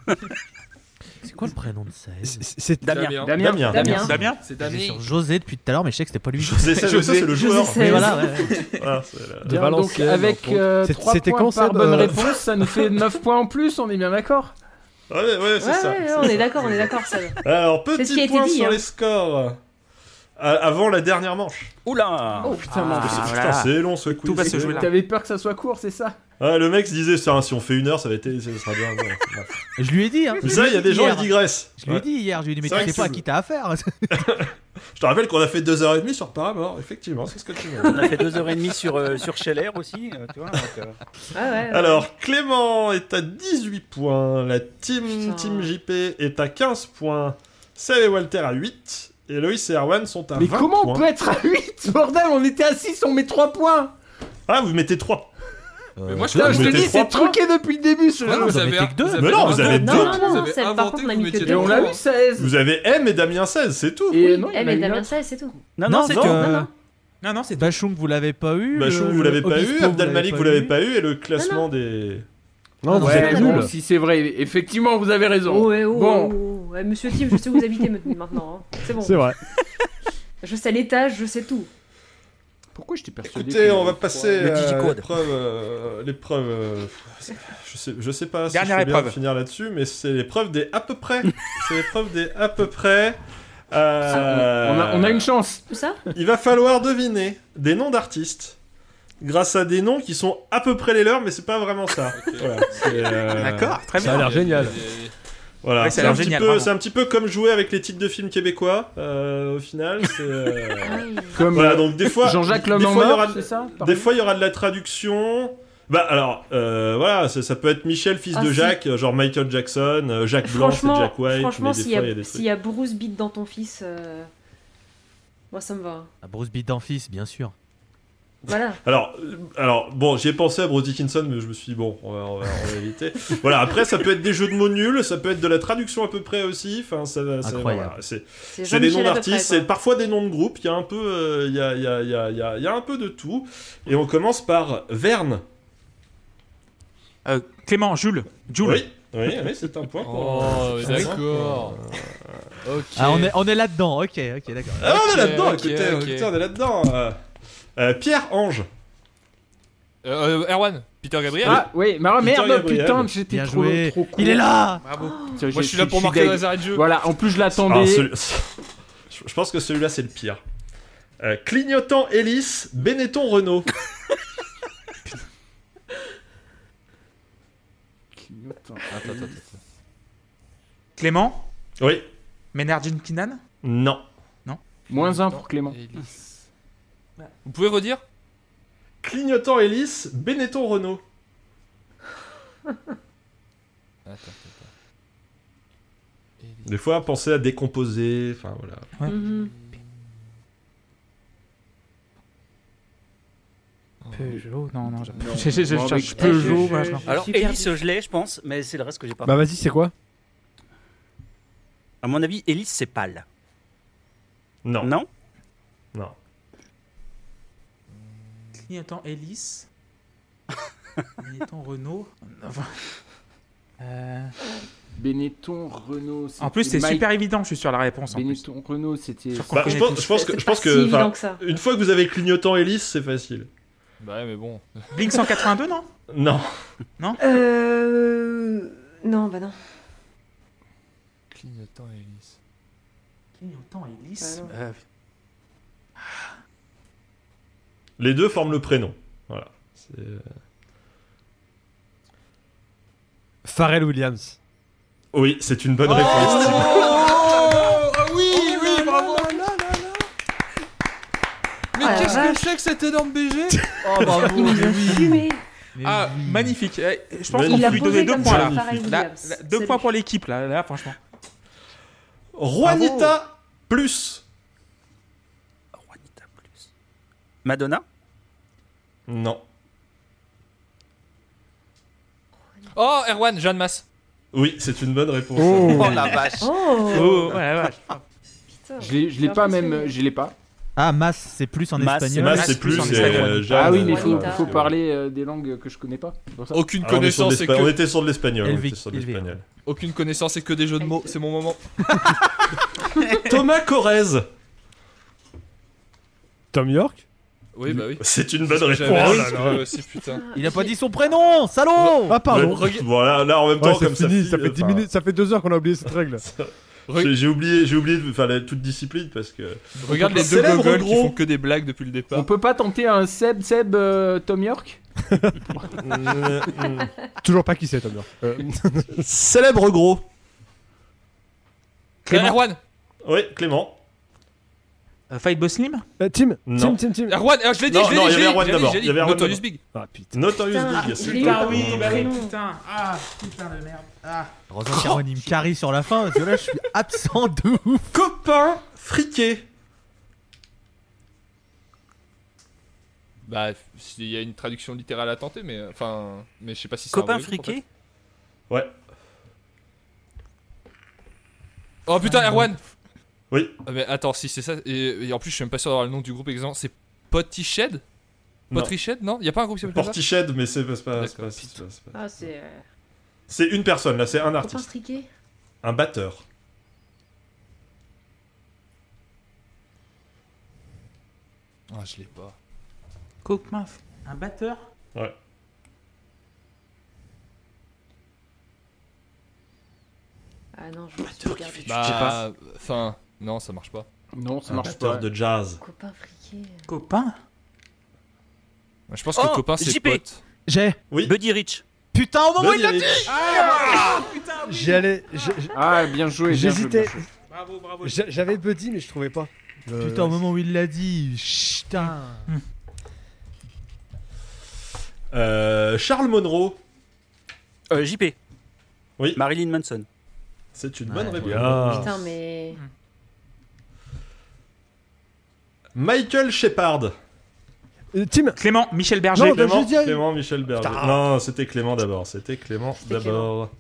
F: C'est quoi le prénom de ça
G: C'est- C'est
I: Damien.
C: Damien.
D: Damien.
H: Damien.
A: Damien
E: C'est
F: J'étais
E: Damien.
F: sur José depuis tout à l'heure, mais je sais que c'était pas lui.
C: José Sales,
A: José-
C: ça, c'est le joueur.
H: José
F: Mais
H: Sales.
F: voilà, ouais, ouais.
C: Voilà, c'est la-
G: De
D: Bien, donc
G: Valenciennes,
D: avec
G: entre autres.
D: euh,
G: C'est-
D: 3
G: c'était
D: points
G: quand,
D: par
G: Seb,
D: bonne
G: euh,
D: réponse, ça nous fait 9 points en plus, on est bien d'accord
C: Ouais, ouais, c'est
H: Ouais,
C: ça.
H: ouais,
C: c'est
H: on
C: ça.
H: est d'accord, on est d'accord, ça. va.
C: Alors,
H: C'est ce qui
C: petit
H: a été
C: point
H: dit,
C: sur
H: hein.
C: les scores. À- avant la dernière manche.
I: Oula
D: Oh putain, mon
C: Parce que
D: Dieu.
C: c'est- putain, c'est long ce quiz.
A: Ah, Tout va se
C: C'est-
A: jouer là.
D: T'avais peur que ça soit court, c'est ça
C: Ah, le mec se disait, ça, si on fait une heure, ça va être, ça sera bien. ouais. Bref.
F: Je lui ai dit, hein.
C: Mais ça, il y a des gens
F: Hier.
C: qui digressent.
F: Je lui ai
C: Ouais.
F: dit hier, je lui ai dit, mais
C: C'est
F: tu
C: vrai
F: sais
C: que
F: pas à
C: c'est-
F: qui t'as affaire.
C: Je te rappelle qu'on a fait deux heures et demie sur Paramore, effectivement, c'est ce que tu veux.
I: On a fait deux heures et demie sur, euh, sur Scheller aussi, euh, tu vois. donc, euh,
H: Ah ouais, ouais.
C: Alors, Clément est à 18 points, la team,
H: Putain.
C: team JP est à 15 points, Seb et Walter à 8, et Loïs et Erwan sont à
D: Mais
C: 20
D: comment
C: points.
D: on peut être à 8 Bordel, on était à 6, on met 3 points
C: Ah, vous mettez 3.
E: Mais moi, je
D: Putain,
C: vous
D: je te
C: mettez
D: dis,
C: trois
D: c'est truqué depuis le début ce
E: Ouais,
D: jeu
E: vous
F: en
E: avez-
F: mettez que deux.
E: avez
C: Mais non, vous
E: inventé-
C: avez deux.
H: Non, non, non,
E: vous avez
H: Seb, par contre, on a
E: inventé que
H: mis
E: vous
H: que
E: mettiez
H: deux.
D: Et on
E: deux
D: l'a
E: points.
D: eu 16
C: Vous avez M et Damien 16, c'est tout.
D: Et
H: Oui,
D: non, il y en
H: elle
D: a
H: et
D: eu
H: Damien
D: un.
H: Sales, c'est tout.
I: Non, non, c'est
F: non,
I: que-
F: non, non.
A: Non, non, c'est tout.
F: Bachung, vous l'avez pas eu.
C: Bachou,
F: le-
C: vous l'avez pas
F: Obispo,
C: eu,
F: vous
C: Abdel
F: l'avez
C: Malik,
F: pas
C: vous
F: eu.
C: l'avez pas eu, et le classement des. Ah
G: Non, vous
H: Ouais,
G: êtes
H: non,
G: nuls.
H: non.
D: si c'est vrai, effectivement, vous avez raison.
H: Oh, eh, oh,
D: Bon.
H: oh, oh. Eh, Monsieur Tim, je sais où vous habitez maintenant. hein. C'est bon.
G: C'est vrai.
H: Je sais l'étage, je sais tout.
D: Pourquoi je t'ai persuadé
C: Écoutez,
D: qu'on
C: on va
D: avait
C: passer
I: Le
C: à
I: digicode.
C: l'épreuve. euh, l'épreuve. euh, je, sais, je sais pas si
A: Dernière
C: je vais bien
A: épreuve.
C: finir là-dessus, mais c'est l'épreuve des à peu près. c'est l'épreuve des à peu près. Euh,
D: On a, on a une chance.
H: Tout ça
C: Il va falloir deviner des noms d'artistes grâce à des noms qui sont à peu près les leurs, mais c'est pas vraiment ça. Voilà, c'est, euh,
A: D'accord, très
G: Ça a
A: bien.
G: l'air génial.
C: Voilà,
A: Ouais, ça a
C: c'est
A: l'air
C: un, petit
A: génial,
C: peu-
A: vraiment.
C: c'est un petit peu comme jouer avec les titres de films québécois. euh, au final, c'est. euh,
H: Ah Oui.
D: Comme
C: voilà, donc des fois.
D: Jean-Jacques
C: des
D: L'Homme en
C: fois, il y aura-
D: mort, c'est ça par
C: Des
D: exemple
C: fois, il y aura de la traduction. Bah alors, euh, voilà, ça, ça peut être Michel, fils
H: Ah,
C: de
H: si.
C: Jacques, euh, genre Michael Jackson, euh, Jacques Blanc, c'est
H: franchement,
C: Jack White,
H: franchement
C: mais des
H: s'il
C: fois,
H: y,
C: il y a
H: a-
C: des
H: s'il
C: trucs.
H: y a Bruce Beat dans ton fils, euh, moi ça me va.
F: Ah, Bruce Beat d'Amphis, bien sûr.
H: Voilà.
C: Alors, euh, alors, bon, j'y ai pensé à Bruce Dickinson, mais je me suis dit, bon, on va, on va- on va éviter. voilà, après, ça peut être des jeux de mots nuls, ça peut être de la traduction à peu près aussi. Enfin, ça, va- ça-
F: Incroyable.
C: voilà, c'est-
H: C'est
C: C'est des noms
H: Jean-Michel à peu près,
C: d'artistes,
H: quoi.
C: c'est parfois des noms de groupes, il y a un peu euh, il y a, il y a- il y a- il y a- il y a un peu de tout. Et on commence par Verne.
A: Euh, Clément, Jules. Jules.
C: Oui, oui, Ah oui, c'est un point. pour-
E: Oh,
C: c'est un point
E: d'accord. Ok.
F: Ah, on est, on est là-dedans, ok, ok, d'accord.
C: Ah, on est
E: Ok,
C: là-dedans,
E: ok,
C: écoutez,
E: ok.
C: écoutez, on est là-dedans. euh. Euh, Pierre Ange.
E: Euh, euh, Erwan, Peter Gabriel.
D: Ah oui, mais ah,
C: Victor
D: merde,
C: Gabriel.
D: putain, j'étais
F: Bien
D: trop,
F: joué.
D: trop con.
F: Il est là
E: Bravo.
D: Tiens,
E: Moi, je suis là pour
D: je
E: marquer
D: deg.
E: les arrêts de jeu.
D: Voilà, en plus je
C: Ah,
D: l'attendais.
C: celui- Je- Je pense que celui-là, c'est le pire. Euh, Clignotant Hélice, Benetton Renault.
E: Attends,
D: Clignotant.
E: attends, attends.
A: Clément.
C: Oui.
A: Ménardine Kinan.
C: Non.
D: Moins 1 pour Clément.
E: Hélice. Vous pouvez redire
C: Clignotant Hélice, Benetton Renault.
E: Attends, attends, attends.
C: Des fois, pensez à décomposer. Enfin, voilà.
H: Mhm.
A: Peugeot. Non, non, je
D: Non.
A: je- je- je
D: Non,
A: cherche
D: mais-
A: Peugeot.
H: je-
A: voilà,
H: je-
A: je-
I: Alors,
H: suis
I: Elise,
H: perdu.
I: je l'ai, je pense, mais c'est le reste que j'ai pas.
G: Bah vas-y, c'est quoi
I: À mon avis, Elise, c'est pâle.
C: Non.
I: Non
C: Non.
A: Clignotant hélice. Clignotant Renault.
C: Ah,
A: Enfin, euh,
D: Benetton, Renault.
A: En plus, c'est
D: c'était Mike-
A: super évident, je suis sur la réponse. En plus.
D: Benetton, Renault, c'était.
A: Sur-
C: Bah,
A: On
C: je,
A: connaît
C: pense,
A: tous.
C: je pense que.
H: C'est
C: Je
H: pas
C: pense
H: si
C: que enfin,
H: évident que ça.
C: une fois que vous avez Clignotant Hélice, c'est facile.
E: Bah ouais, mais bon.
A: Blink 182, non
C: Non.
H: Euh... Non, bah non.
E: Clignotant et hélice.
A: Clignotant
D: Bah
A: hélice.
H: Ah non.
A: euh,
C: Les deux forment le prénom. Voilà. C'est- euh,
G: Pharrell Williams.
C: Oui, c'est une
A: Oh
C: bonne réponse. Tim.
E: oui, oui, bravo. Mais
H: Ah, la
E: qu'est-ce que
H: Ah, vache.
A: Oh, bah,
E: c'est que cet énorme BG
H: Il nous a fumé.
A: Ah, magnifique. Eh, Je pense
C: Il
A: qu'on
H: l'a
A: peut lui donner
H: posé
A: deux
H: comme
A: points
H: ça,
A: là.
H: Pharrell
A: Là,
H: Williams.
A: là, Deux
H: C'est
A: points
H: lui.
A: pour l'équipe là, là, franchement. Ah
C: Juanita plus.
I: Juanita plus. Madonna
C: Non.
E: Oh, Erwan, Jeanne Masse.
C: Oui, c'est une bonne réponse.
G: Oh.
I: Oh la vache
H: Oh
A: Oh, ouais, ouais.
H: putain.
D: Je l'ai- je l'ai
H: J'ai
D: pas
H: l'impression
D: même,
H: que-
D: je l'ai pas.
F: Ah, Mas, c'est plus en
I: Mas,
C: C'est
F: espagnol.
C: Mas,
A: Mas
C: c'est plus.
A: plus en
C: c'est,
A: Espagne.
C: euh, Jeanne,
D: Ah oui, mais il faut,
C: Juanita.
D: faut parler euh, des langues que je connais pas. c'est pour ça.
H: Ah,
E: Aucune
C: Alors, on, est sur de
E: connaissance et
C: l'espa- on
E: que
C: était sur de l'espagnol. on
F: Elvi-
C: était sur de
F: Elvire.
C: l'espagnol.
E: aucune connaissance et que des jeux de mots. C'est mon moment.
C: Thomas Corrèze.
G: Tom York
E: Oui, bah oui.
C: C'est une bonne
E: J'avais
C: réponse.
E: un truc, euh, aussi, putain.
F: Il a pas dit son prénom, salaud
G: Ah, pardon
C: Ouais, Voilà, là en même temps,
G: Ouais,
C: comme
G: c'est fini, ça
C: file,
G: fait 10
C: enfin,
G: minutes, ça fait 2 heures qu'on a oublié cette règle.
E: Oui.
C: J'ai j'ai oublié, j'ai oublié de- enfin, la- toute discipline parce que.
E: Regarde les deux
C: Célèbre
E: gogoles qui
C: gros.
E: font que des blagues depuis le
D: On
E: départ.
D: peut pas tenter un Seb Seb euh, Tom York
G: Mm, Toujours pas qui c'est Tom York. Euh,
C: Célèbre gros.
E: Euh, Erwan,
C: Oui, Clément.
A: Euh, Fight Boss Slim
G: euh, Tim
C: Non.
G: Tim, Tim, Tim
E: Erwan, euh, je l'ai dit,
C: Non,
E: je l'ai
C: non,
E: dit, je l'ai dit, je
C: il y avait Erwan
E: l'ai dit,
C: d'abord,
E: je l'ai dit.
C: il y avait Erwan
E: Notorious Big.
C: d'abord.
G: Ah putain.
C: Notorious
H: Putain,
C: Big.
H: je
C: c'est
H: l'ai eu
C: toi.
H: Ah oui, bah oui,
A: putain. Ah, putain de merde. Ah.
F: Heureusement qu'il y a Ronnie Mcari sur la fin, parce que là, je suis absent de ouf
C: Copain friqué.
E: Bah, il y a une traduction littérale à tenter, mais euh, enfin, mais je sais pas si c'est un
I: Copain
E: vrai groupe, en
I: friqué
C: Ouais.
E: fait. Oh putain, Erwan.
C: Oui.
E: Ah, mais attends, si c'est ça, et, et en plus je suis même pas sûr d'avoir le nom du groupe exact. C'est Potty Shed
C: Non.
E: Potty Shed, non Il y a pas un groupe qui s'appelle comme ça
C: Portiched, mais c'est c'est pas. c'est
E: D'accord,
C: pas- c'est pas- c'est pas-
H: Ah, c'est. euh,
C: C'est une personne là, c'est un
H: Copain
C: artiste,
H: striqué
C: un batteur.
E: Ah, je l'ai pas.
A: Copain, un batteur
H: Ah non, je me suis
C: Batteur qui
H: perdu.
C: fait du- Je sais pas.
E: Bah, enfin, non, ça marche pas.
D: Non, ça
C: Un
D: marche
C: batteur
D: pas.
C: de jazz.
H: Copain euh. friqué.
A: Copain
E: Je pense
I: Oh,
E: que copain c'est
I: JP.
E: pote.
F: J'ai.
C: Oui.
I: Buddy Rich
F: Putain, au moment où
C: Bonne
F: il l'a dit
C: idée.
F: Ah
G: J'y allais. j'- j'-
D: Ah, bien joué, bien joué.
G: J'hésitais.
D: bien joué.
A: Bravo, bravo.
G: j'a- J'avais Buddy, mais je trouvais pas. Euh,
F: Putain, au moment où il l'a dit, putain.
C: Euh, Charles Monroe,
I: Euh, JP
C: Oui.
I: Marilyn Manson
C: c'est une
J: Ouais.
C: bonne réponse.
F: Ah.
G: Bien.
H: Putain, mais.
C: Mmh. Michael Shepard.
G: Euh, Tim
A: Clément, Michel Berger.
G: Non, bah,
C: Clément,
G: j'ai dit-
C: Clément Michel Berger.
A: Ah.
G: Putain.
C: Non, c'était Clément d'abord. C'était Clément
H: C'était
C: d'abord.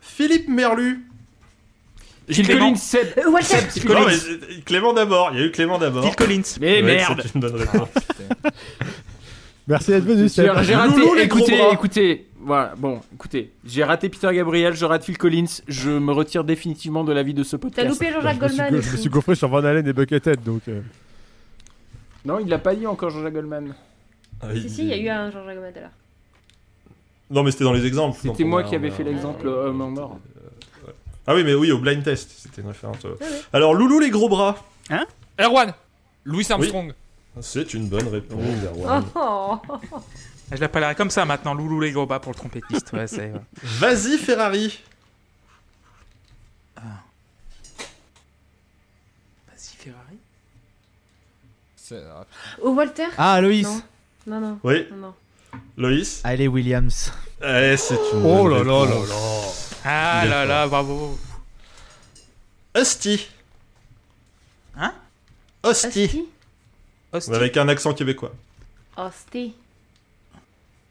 C: Philippe Merlu.
D: Phil
A: Clément.
D: Collins Seb
H: Euh, Walter
D: Seb
C: Non,
D: Collins.
C: mais, euh, Clément d'abord. Il y a eu Clément d'abord.
A: Phil Collins.
D: Mais
C: Ouais,
D: merde
C: C'est une bonne réponse.
G: Merci d'être venu,
D: J'ai
G: Seb.
D: j'ai raté,
C: Loulou, les gros
D: écoutez,
C: bras.
D: écoutez, voilà, bon, écoutez, j'ai raté Peter Gabriel, je rate Phil Collins, je me retire définitivement de la vie de ce
H: T'as
D: podcast.
H: loupé
G: Je me
H: Jean-Jacques
G: suis
H: Goldman.
G: go-
H: et
G: Je me
H: tout.
G: suis gaufré sur Van Halen et Buckethead, donc. euh,
D: Non, il l'a pas dit encore, Jean-Jacques Goldman.
C: Ah,
H: Si, si, il y a eu un Jean-Jacques Goldman tout à l'heure.
C: Non, mais c'était dans les exemples.
D: C'était
C: Donc, on
D: moi
C: a-
D: qui
C: on
D: avais
C: a-
D: fait l'exemple
C: on a-
D: homme en mort.
C: Euh, ouais. Ah oui, mais oui, au blind test. C'était une référence. euh.
H: Ouais, ouais.
C: Alors, Loulou, les gros bras.
D: Hein
E: Erwan Louis Armstrong.
C: C'est une bonne réponse.
H: Oh,
C: Erwan.
H: oh.
A: Ah. Je l'appellerai comme ça maintenant, Loulou les gros bas pour le trompettiste. Ouais, c'est. ouais.
C: Vas-y, Ferrari.
A: Vas-y, Ferrari.
E: C'est- ah,
H: Oh, Walter
F: Ah, Loïs.
H: Non. Non, non,
C: Oui,
H: non, non.
C: Loïs.
F: Allez, Williams.
C: Eh, c'est une.
G: Oh là
C: bonne
G: là
C: réponse.
A: Ah
C: Il est
A: là
C: fort.
A: là, bravo.
C: Hostie.
A: Hein
C: Hostie.
H: Hostie
A: Hostie.
C: Avec un accent québécois.
H: Hostie.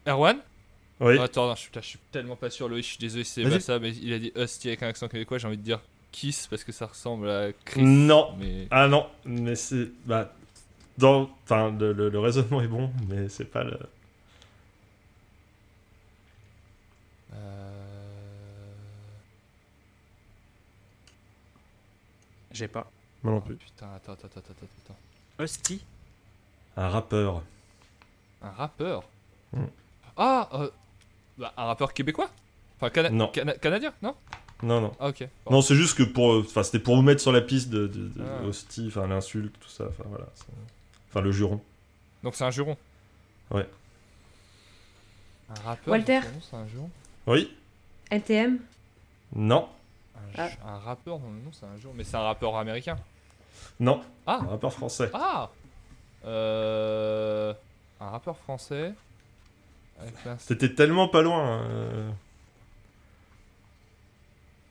E: Erwan
C: Oui.
E: Oh, Attends, non, je, putain, je suis tellement pas sûr, Loïc, je suis désolé, c'est
C: Vas-y.
E: pas ça, mais il a dit hostie avec un accent québécois, j'ai envie de dire kiss parce que ça ressemble à Chris.
C: Non.
E: Mais.
C: Ah non, mais c'est. Bah. Dans. Enfin, le, le- le raisonnement est bon, mais c'est pas le.
E: Euh...
A: J'ai pas.
C: Moi non
E: oh, putain, attends, attends, attends, attends, attends.
I: Hostie
C: Un rappeur.
E: Un rappeur
C: Hmm.
E: Ah euh, bah, Un rappeur québécois Enfin, cana-
C: Non.
E: cana- canadien Non
C: Non, non.
E: Ah, ok. pardon.
C: Non, c'est juste que pour. Enfin, c'était pour vous mettre sur la piste de, de, de-
E: Ah.
C: de hostie, enfin, l'insulte, tout ça. Enfin, voilà. c'est- Enfin, le juron.
E: Donc, c'est un juron
C: Ouais.
E: Un rappeur
H: Walter.
E: dans le nom, C'est un juron
C: Oui
H: NTM
C: Non.
E: un,
H: Ah.
E: ju- un rappeur dans le nom, c'est un juron. Mais c'est un rappeur américain.
C: Non.
E: Ah
C: Un rappeur français.
E: Ah Euh. Un rappeur français. Ah, mince.
C: C'était tellement pas loin. euh.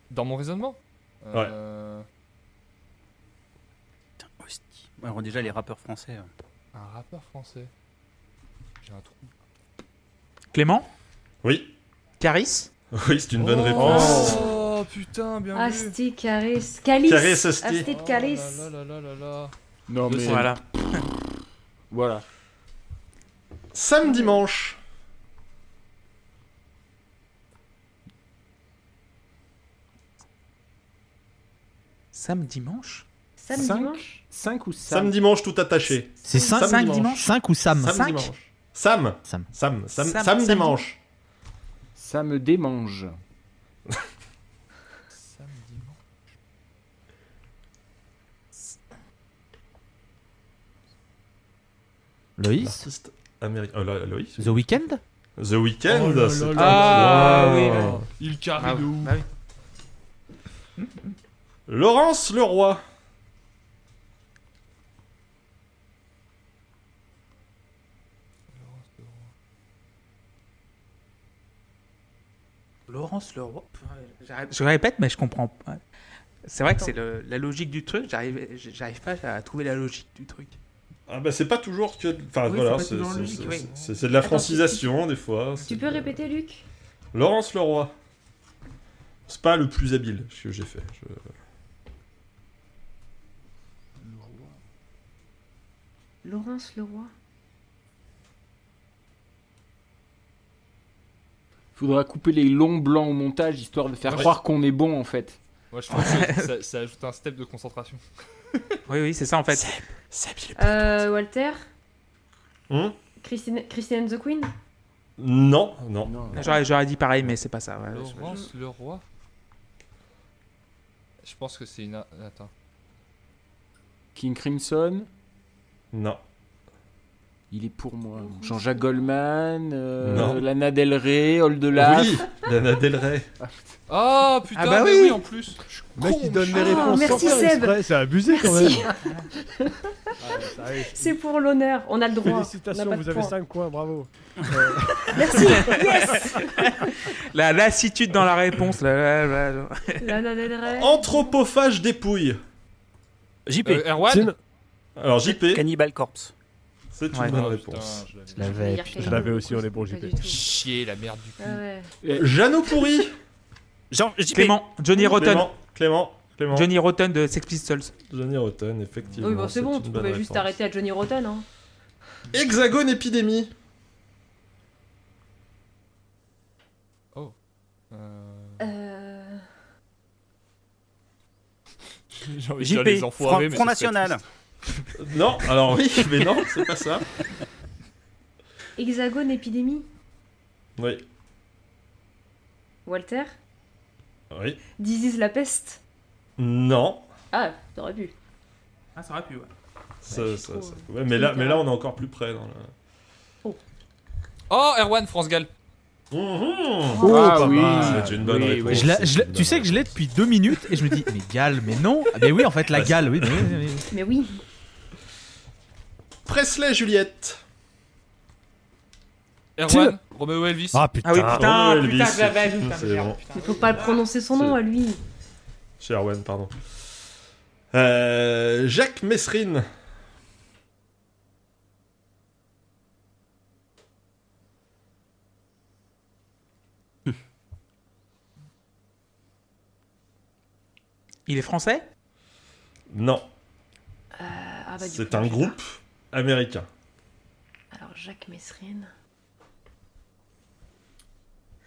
E: Dans mon raisonnement Euh,
I: Putain, hostie. Ouais, Alors déjà les rappeurs français. euh.
E: Un rappeur français. J'ai un trou.
A: Clément
C: Oui,
A: Caris
C: oui, c'est une bonne
E: Oh.
C: réponse.
E: Oh putain, bien vu.
H: Asti, Ah. Caris, Calis.
C: Caris, Asti.
H: Asti de Calis.
E: Oh là là là là là.
D: Non,
E: Je
D: mais
E: sais.
A: Voilà.
D: voilà.
C: Sam dimanche.
A: Sam dimanche
H: Samedi
D: Cinq.
H: dimanche
D: 5 ou 5
C: Sam dimanche tout attaché.
F: C'est 5
C: Sam dimanche.
F: ou Sam
C: Sam
A: Cinq
C: dimanche. Sam.
F: Sam.
C: Sam. Sam.
A: Sam,
C: Sam
A: Sam
C: dimanche.
D: Ça me démange.
E: Samedi mort.
F: Loïs
C: L'artiste américain. Oh, là, Loïs.
F: The Weeknd
C: The Weeknd.
E: Oh là
C: c'est-
E: là là.
A: Ah oui,
C: Wow.
A: oui.
E: Il carré
A: Ah,
E: de ouf.
A: bah oui.
C: Laurence Leroy.
A: Laurence Leroy. J'arrive- Je répète, mais je comprends. pas. C'est vrai que c'est le- la logique du truc. J'arrive, j'arrive pas à trouver la logique du truc.
C: Ah bah c'est pas toujours que. Enfin
A: Oui,
C: voilà,
A: c'est pas
C: c'est
A: toujours
C: c'est-
A: logique,
C: c'est-
A: oui.
C: c'est- c'est de la francisation des fois. c'est
H: Tu peux
C: de-
H: répéter, Luc
C: Laurence Leroy. C'est pas le plus habile ce que j'ai fait. Je-
H: Laurence Leroy.
D: Faudra couper les longs blancs au montage histoire de faire
E: Ouais.
D: croire qu'on est bon en fait.
E: Moi, je trouve que ça, ça ajoute un step de concentration.
A: Oui, oui, c'est ça en fait.
H: Euh, Walter
C: Hum
H: Christine, Christine and the Queen
C: Non, non.
D: Non.
A: J'aurais, j'aurais dit pareil, mais c'est pas ça. ouais.
E: Laurence Leroy Je pense que c'est une. a- Attends.
D: King Crimson,
C: Non.
D: il est pour moi. Jean-Jacques Goldman, euh,
C: Non.
D: Lana Del Rey, Old Laf.
C: Oui, Lana Del Rey.
E: Ah putain,
A: Ah bah
E: mais
A: oui.
E: oui. en plus
G: Le mec, il donne les
H: Ah,
G: réponses sans
H: merci,
G: faire
H: Seb.
G: exprès, C'est abusé quand même.
H: Merci. C'est pour l'honneur, on a le droit. on
G: Félicitations,
H: n'a pas de
G: vous avez
H: points.
G: 5 points, Euh, bravo.
H: Merci, yes
A: La lassitude dans la réponse. la- la- la-
H: Lana Del Rey.
G: Oh.
C: Anthropophage dépouille.
I: JP.
E: Euh, Erwan
G: Tim,
C: Alors JP,
I: Cannibal Corpse.
C: c'est une
A: Ouais.
C: bonne
E: Ah,
C: réponse.
E: putain, je l'avais.
F: Je l'avais.
H: Meilleur
G: Je
H: qu'elle.
G: l'avais aussi, on est bon,
H: Pas
G: JP.
H: du tout.
E: Chier la merde du cul.
H: Ah ouais.
C: Euh, Jeannot pourri.
I: Jean JP.
A: Clément, Johnny Rotten.
C: Clément, Clément, Clément.
A: Johnny Rotten de Sex Pistols.
C: Johnny Rotten, effectivement.
H: Oui, bon, c'est bon,
C: une
H: tu
C: bonne
H: pouvais juste
C: réponse.
H: arrêter à Johnny Rotten. Hein.
C: Hexagone épidémie. Oh.
E: Euh,
H: Euh...
E: J'ai envie de dire les
I: JP. Front,
E: enfoirés, mais
I: Front
E: ça serait
I: National.
E: triste.
C: Non, alors oui, mais non, c'est pas ça.
H: Hexagone épidémie
C: Oui,
H: Walter
C: oui.
H: Disease la peste
C: Non.
H: Ah, t'aurais pu.
A: Ah, ça aurait pu, ouais. hein.
C: Ça-
H: je
C: ça-
H: trouve,
C: ça-
H: euh,
C: ouais, mais, là,
H: littéral.
C: mais là, on est encore plus près. Dans le-
E: Oh, Erwan, France Gall.
C: Mhm.
G: Oh,
D: ah
G: pas
D: oui.
G: mal.
C: C'est une bonne
D: Oui,
C: réponse.
D: oui.
F: Je la-
C: c'est
F: je la-
C: une
F: tu sais
C: bonne
F: que je l'ai depuis deux minutes et je me dis, mais Gal, mais non Ah, Mais oui, en fait, la
C: Bah,
F: Gal, oui, mais oui, oui, oui.
H: Mais oui.
C: réponse. Presley Juliette.
E: Erwan, Romeo Elvis.
G: Ah putain.
A: Ah oui, putain,
C: Romain
A: putain,
C: Elvis.
A: je l'avais, putain,
C: C'est
A: merde,
C: bon.
A: putain.
H: Il faut pas prononcer son nom à lui.
C: Chez Erwan, pardon. Euh, Jacques Messrine.
A: Il est français
C: Non,
H: Ah, bah, du
C: c'est
H: coup,
C: un
H: putain.
C: groupe américain.
H: Alors, Jacques Messrine.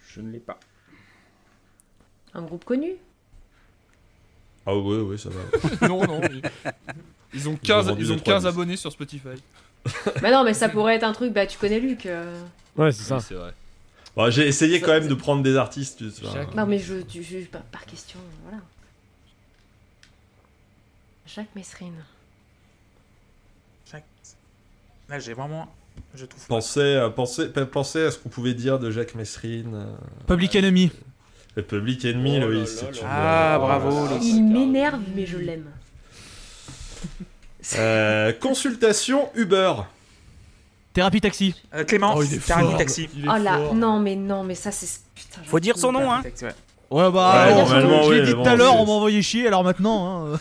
D: Je ne l'ai pas.
H: Un groupe connu
C: Ah oui, oui, ça va.
E: non, non. Ils, ils ont 15,
C: vendu
E: ils ont
C: deux, trois
E: 15
C: disques.
E: abonnés sur Spotify.
H: Bah non, mais ça pourrait être un truc, bah tu connais Luc. euh.
G: Ouais, c'est ça.
E: Oui, c'est vrai.
C: Bon, J'ai essayé quand même de prendre des artistes. tu sais.
E: Jacques-
H: Non, mais je, tu- je- par, par question, voilà. Jacques Messrine.
A: Là, j'ai vraiment. Je trouve pas.
C: Pensez, à- pensez, pensez à ce qu'on pouvait dire de Jacques Messrine. euh,
F: Public Enemy.
C: Le public ennemi,
K: Oh là
C: Loïs.
K: là
C: c'est
K: là
C: une
K: là.
C: bonne
A: Ah,
C: réponse.
A: bravo, les-
H: Il m'énerve, mais je l'aime.
C: Euh, consultation Uber.
F: Thérapie taxi.
A: Clément,
F: Oh, il est
A: Thérapie
F: fort.
A: taxi.
L: Oh là, non, mais non, mais ça c'est. Putain, j'en
I: Faut dire son nom, hein.
F: Ouais,
I: Ouais,
F: bah, on-
I: normalement,
F: je l'ai
I: oui,
F: dit
I: mais
F: tout à
I: bon,
F: l'heure,
I: c'est-
F: on m'a envoyé chier, alors maintenant. hein.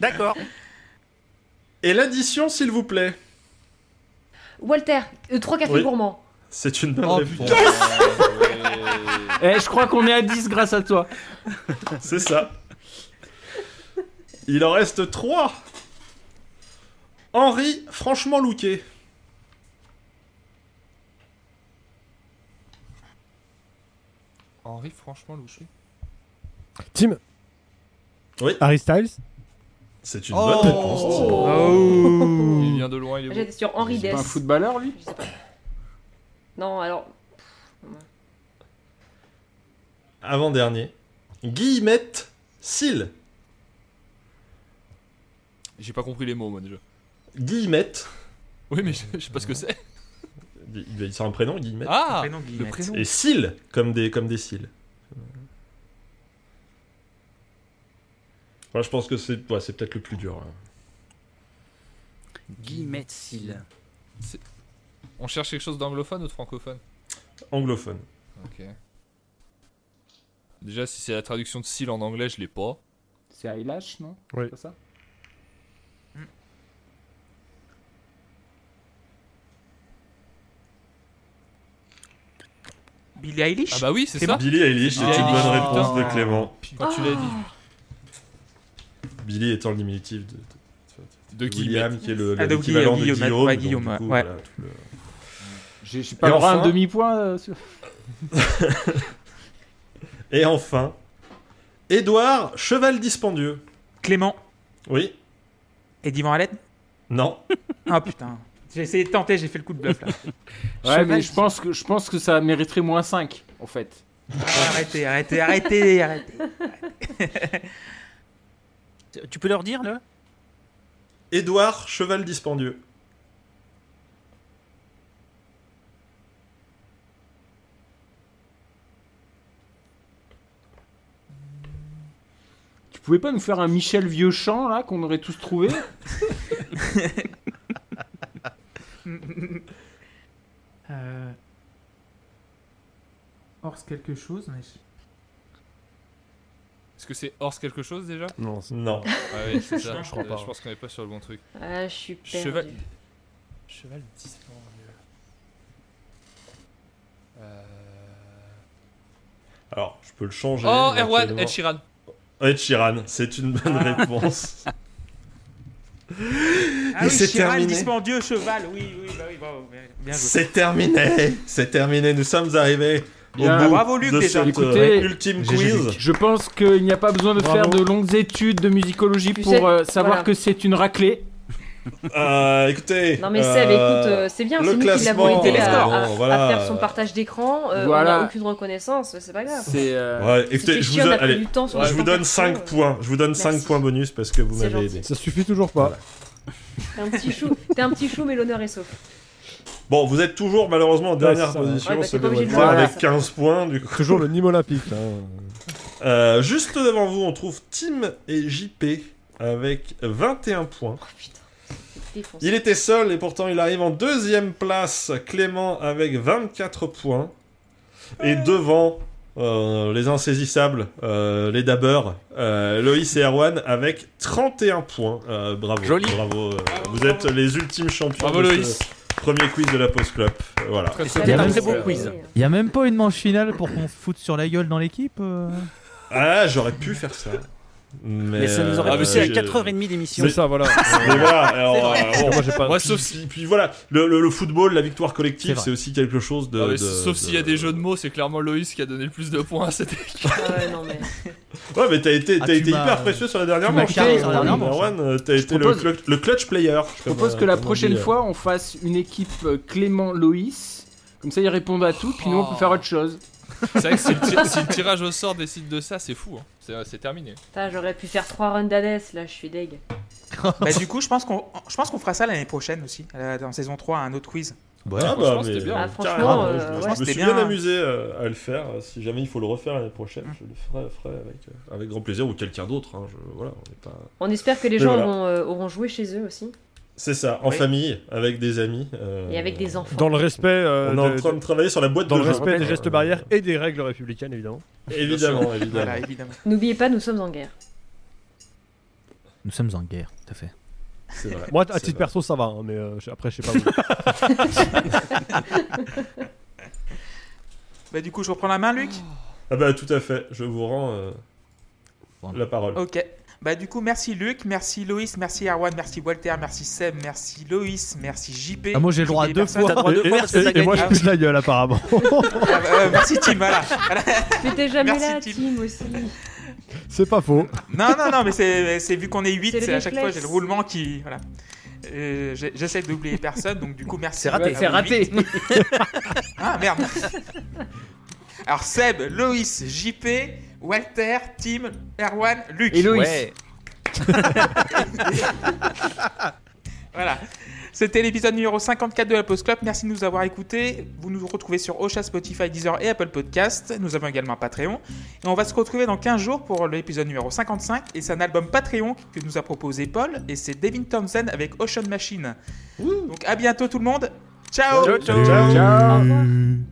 I: D'accord.
C: Et l'addition, s'il vous plaît.
L: Walter, euh, trois cafés
C: Oui. Ah,
L: gourmands.
C: C'est une bonne
F: Oh,
C: réponse.
D: Eh, je crois qu'on est à 10 grâce à toi.
C: C'est ça. Il en reste 3. Henri, franchement looké.
E: Henri, franchement, louché.
G: Tim
C: Oui.
G: Harry Styles
C: C'est
E: une bonne réponse, Tim. Oh. Il vient de loin, il est beau.
L: J'étais sur Henri
D: C'est
L: Dess.
D: pas un footballeur, lui
L: Non, alors.
C: Avant-dernier. Guillemette, Sil.
E: J'ai pas compris les mots, moi déjà.
C: Guillemette.
E: Oui, mais je, je sais pas ce que c'est.
C: Il- C'est un prénom, Guillemette.
E: Ah
A: prénom, Guillemette.
E: Le prénom.
C: Et Sil, comme des, comme des cils. Moi, je pense que c'est ouais, c'est peut-être le plus dur. hein.
I: Guillemette Sil.
E: On cherche quelque chose d'anglophone ou de francophone
C: Anglophone.
E: Ok. Déjà, si c'est la traduction de seal en anglais, je l'ai pas.
D: C'est Eyelash, non
G: Oui.
D: C'est pas ça
A: Billie Eilish
E: Ah bah oui, c'est ça.
C: Billy Eilish, c'est
E: Billie
C: une bonne
E: Eilish,
C: réponse
E: putain.
C: de Clément.
E: Quand tu l'as dit.
C: Billy étant le diminutif de,
E: De
C: William,
E: Guillemette.
C: qui est le,
A: Ah,
C: le-
A: de
C: l'équivalent de
A: Guillaume,
C: Guillaume.
A: ouais,
C: donc,
A: Guillaume,
C: du coup,
A: ouais.
C: voilà, tout le-
D: J'ai j'ai pas
C: Et
D: le droit à un
C: enfin-
D: demi-point euh, sur-
C: Et enfin, Édouard, cheval dispendieux.
A: Clément
C: Oui
A: et Divan Allen
C: Non
A: Ah putain. J'ai essayé de tenter, j'ai fait le coup de bluff là.
D: Ouais, mais je pense, que, je pense que ça mériterait moins 5, en fait.
A: arrêtez, arrêtez, arrêtez, arrêtez.
I: Tu peux leur dire, là
C: Édouard, cheval dispendieux.
D: Tu pouvais pas nous faire un Michel Vieuxchamp, là, qu'on aurait tous trouvé
A: Euh... Horse quelque chose, mais
E: Est-ce que c'est Horse quelque chose déjà
G: Non, c'est-
C: Non.
E: Ah ouais, c'est ça.
G: Je crois pas.
E: Je pense qu'on est pas sur le bon truc.
L: Ah, je suis perdue.
E: Cheval. Cheval dispendieux. Euh...
C: Alors, je peux le changer.
E: Oh, Erwan,
C: éventuellement.
E: Ed Sheeran.
C: Ed Sheeran, c'est une bonne réponse.
A: Ah
C: Et
A: oui,
C: c'est
A: Chiral,
C: terminé.
A: dispendieux, cheval. Oui, oui, bah oui, bravo. bien- Bien joué.
C: C'est terminé C'est terminé, nous sommes arrivés au
D: Bien,
C: bout
A: bravo, Luc,
C: de
A: déjà.
C: cette euh,
D: Écoutez,
C: ultime
F: GG,
C: quiz.
D: Je pense qu'il n'y a pas besoin de
G: Bravo.
D: faire de longues études de musicologie
L: Tu
D: pour
L: sais,
D: euh, savoir
L: voilà.
D: que c'est une raclée.
C: Euh, écoutez...
L: Non, mais Seb,
C: euh,
L: écoute, euh, c'est bien,
C: le
L: c'est nous qui
C: classement,
L: l'avons aidé à,
C: bon,
L: à- à
C: voilà.
L: faire son partage d'écran. euh,
D: Voilà.
L: On n'a aucune reconnaissance, c'est pas grave.
D: C'est euh,
C: Ouais,
L: Si
C: écoutez,
L: c'est
C: je vous
L: chiant, on
C: donne,
L: a pris
C: allez,
L: du temps sur
C: je
L: les
C: vous
L: temps
C: donne
L: perso,
C: 5
L: euh,
C: points. Je vous donne 5
L: Merci.
C: points bonus parce que vous
L: C'est
C: m'avez
L: gentil.
C: aidé.
G: Ça suffit toujours pas.
L: T'es un petit chou, t'es un petit chou, mais l'honneur est sauf.
C: Bon, vous êtes toujours malheureusement en dernière
G: ça va.
C: position,
L: Ouais, bah,
C: c'est
L: t'es pas
C: le
L: obligé de
C: Walter
D: le
C: avec
L: faire.
C: 15 points du coup.
G: Toujours le Nîmes olympique. hein.
C: Euh, juste devant vous, on trouve Tim et JP avec 21 points.
L: Oh putain, c'est défoncé.
C: Il était seul et pourtant il arrive en deuxième place. Clément avec 24 points. Et devant euh, les insaisissables, euh, les dabeurs, euh, Loïs et Erwan avec 31 points. Euh, bravo.
I: Joli.
C: Bravo. euh, vous êtes les ultimes champions
E: Bravo,
C: de ce
E: Loïs.
C: premier quiz de la Post Club. Euh, Voilà.
E: Très
I: C'était
F: bien.
I: un très beau quiz.
F: Y'a même pas une manche finale pour qu'on se foute sur la gueule dans l'équipe euh
C: Ah, j'aurais pu faire ça. Mais,
I: Mais ça nous
C: euh,
I: aurait poussé à
C: je-
I: 4h30 d'émission.
G: C'est ça, voilà.
C: Mais voilà, alors, euh, bon,
G: Moi, j'ai pas.
E: Moi,
C: puis-
E: sauf si.
C: puis, puis voilà, le, le- le football, la victoire
F: C'est
C: collective,
F: vrai.
C: c'est aussi quelque chose de.
E: Ah ouais,
C: de-
E: sauf s'il y a des jeux de mots, c'est clairement Loïs qui a donné le plus de points à cette équipe.
L: Ah ouais, non, mais.
C: Ouais, mais t'as été,
F: Ah,
C: t'as
F: tu
C: été
F: m'as-
C: hyper précieux sur la dernière
F: tu m'as
C: manche.
F: carré sur la
C: Erwan,
F: dernière manche,
C: Erwan, euh, t'as été le,
D: propose-
C: clutch- le clutch player.
D: je propose que la prochaine
C: euh,
D: fois, on fasse une équipe euh, Clément-Loïs. Comme ça, ils répondent à tout, puis nous, on peut faire autre chose.
E: C'est vrai que si le, ti- si le tirage au sort décide de ça, c'est fou. hein. C'est c'est terminé.
L: Putain, j'aurais pu faire trois runs d'Hades, là, je suis deg.
A: Bah, du coup, je pense qu'on je pense qu'on fera ça l'année prochaine aussi, euh, dans saison 3, un autre quiz.
F: Ouais.
C: Ah
E: Franchement,
C: bah, mais,
E: c'était bien.
L: Ah, franchement,
C: carrément,
L: euh,
C: je-
L: ouais.
C: je, me
A: C'était
C: suis bien
A: bien.
C: amusé euh, à le faire. Si jamais il faut le refaire l'année prochaine, je le ferai, ferai avec, euh, avec grand plaisir ou quelqu'un d'autre. hein, je- voilà, on est pas.
L: On espère que les
C: Mais
L: gens
C: voilà.
L: auront, euh, auront joué chez eux aussi.
C: C'est ça, en
L: Oui.
C: famille, avec des amis. euh,
L: Et avec des enfants.
G: Dans le respect. euh,
C: on est en
G: de-
C: train de travailler sur la boîte
G: Dans
C: de
G: le
C: jeu.
G: respect des gestes
C: Euh,
G: barrières et des règles républicaines, évidemment.
C: Évidemment, évidemment.
A: Voilà, évidemment.
L: N'oubliez pas, nous sommes en guerre.
F: Nous sommes en guerre, tout à fait.
C: C'est vrai.
G: Moi, à
C: C'est
G: titre
C: vrai.
G: perso, ça va, hein, mais euh, je- après, je sais pas. vous.
A: Bah, du coup, je reprends la main, Luc.
C: Ah bah tout à fait, je vous rends euh, la parole.
A: Ok. Bah du coup, merci Luc, merci Loïs, merci Erwan, merci Walter, merci Seb, merci Loïs, merci JP.
F: Ah, moi, j'ai le droit à
A: Des
F: deux
A: personnes-
F: fois. T'as le droit
G: Et- et- et moi, je pue de la gueule, apparemment.
A: Ah, bah, euh, merci Tim, voilà.
L: Mais t'es jamais
A: Merci,
L: là,
A: Tim.
L: Tim, aussi.
G: C'est pas faux.
A: Non, non, non, mais c'est c'est vu qu'on est 8,
L: C'est le
A: c'est à chaque fois
L: réflexe.
A: j'ai le roulement qui... Voilà. Euh, j'ai- J'essaie d'oublier personne, donc du coup, merci.
I: C'est raté.
A: à
D: C'est
A: vous
D: raté.
A: huit. Ah merde. Alors Seb, Loïs, JP, Walter, Tim, Erwan, Luc.
D: Et Loïs.
I: Ouais.
A: Voilà. C'était l'épisode numéro 54 de la Pause Club. Merci de nous avoir écoutés. Vous nous retrouvez sur Ocha, Spotify, Deezer et Apple Podcast. Nous avons également un Patreon. Et on va se retrouver dans 15 jours pour l'épisode numéro 55. Et c'est un album Patreon que nous a proposé Paul. Et c'est Devin Townsend avec Ocean Machine. Donc à bientôt tout le monde. Ciao
G: Ciao.
L: Au revoir.
F: Hum.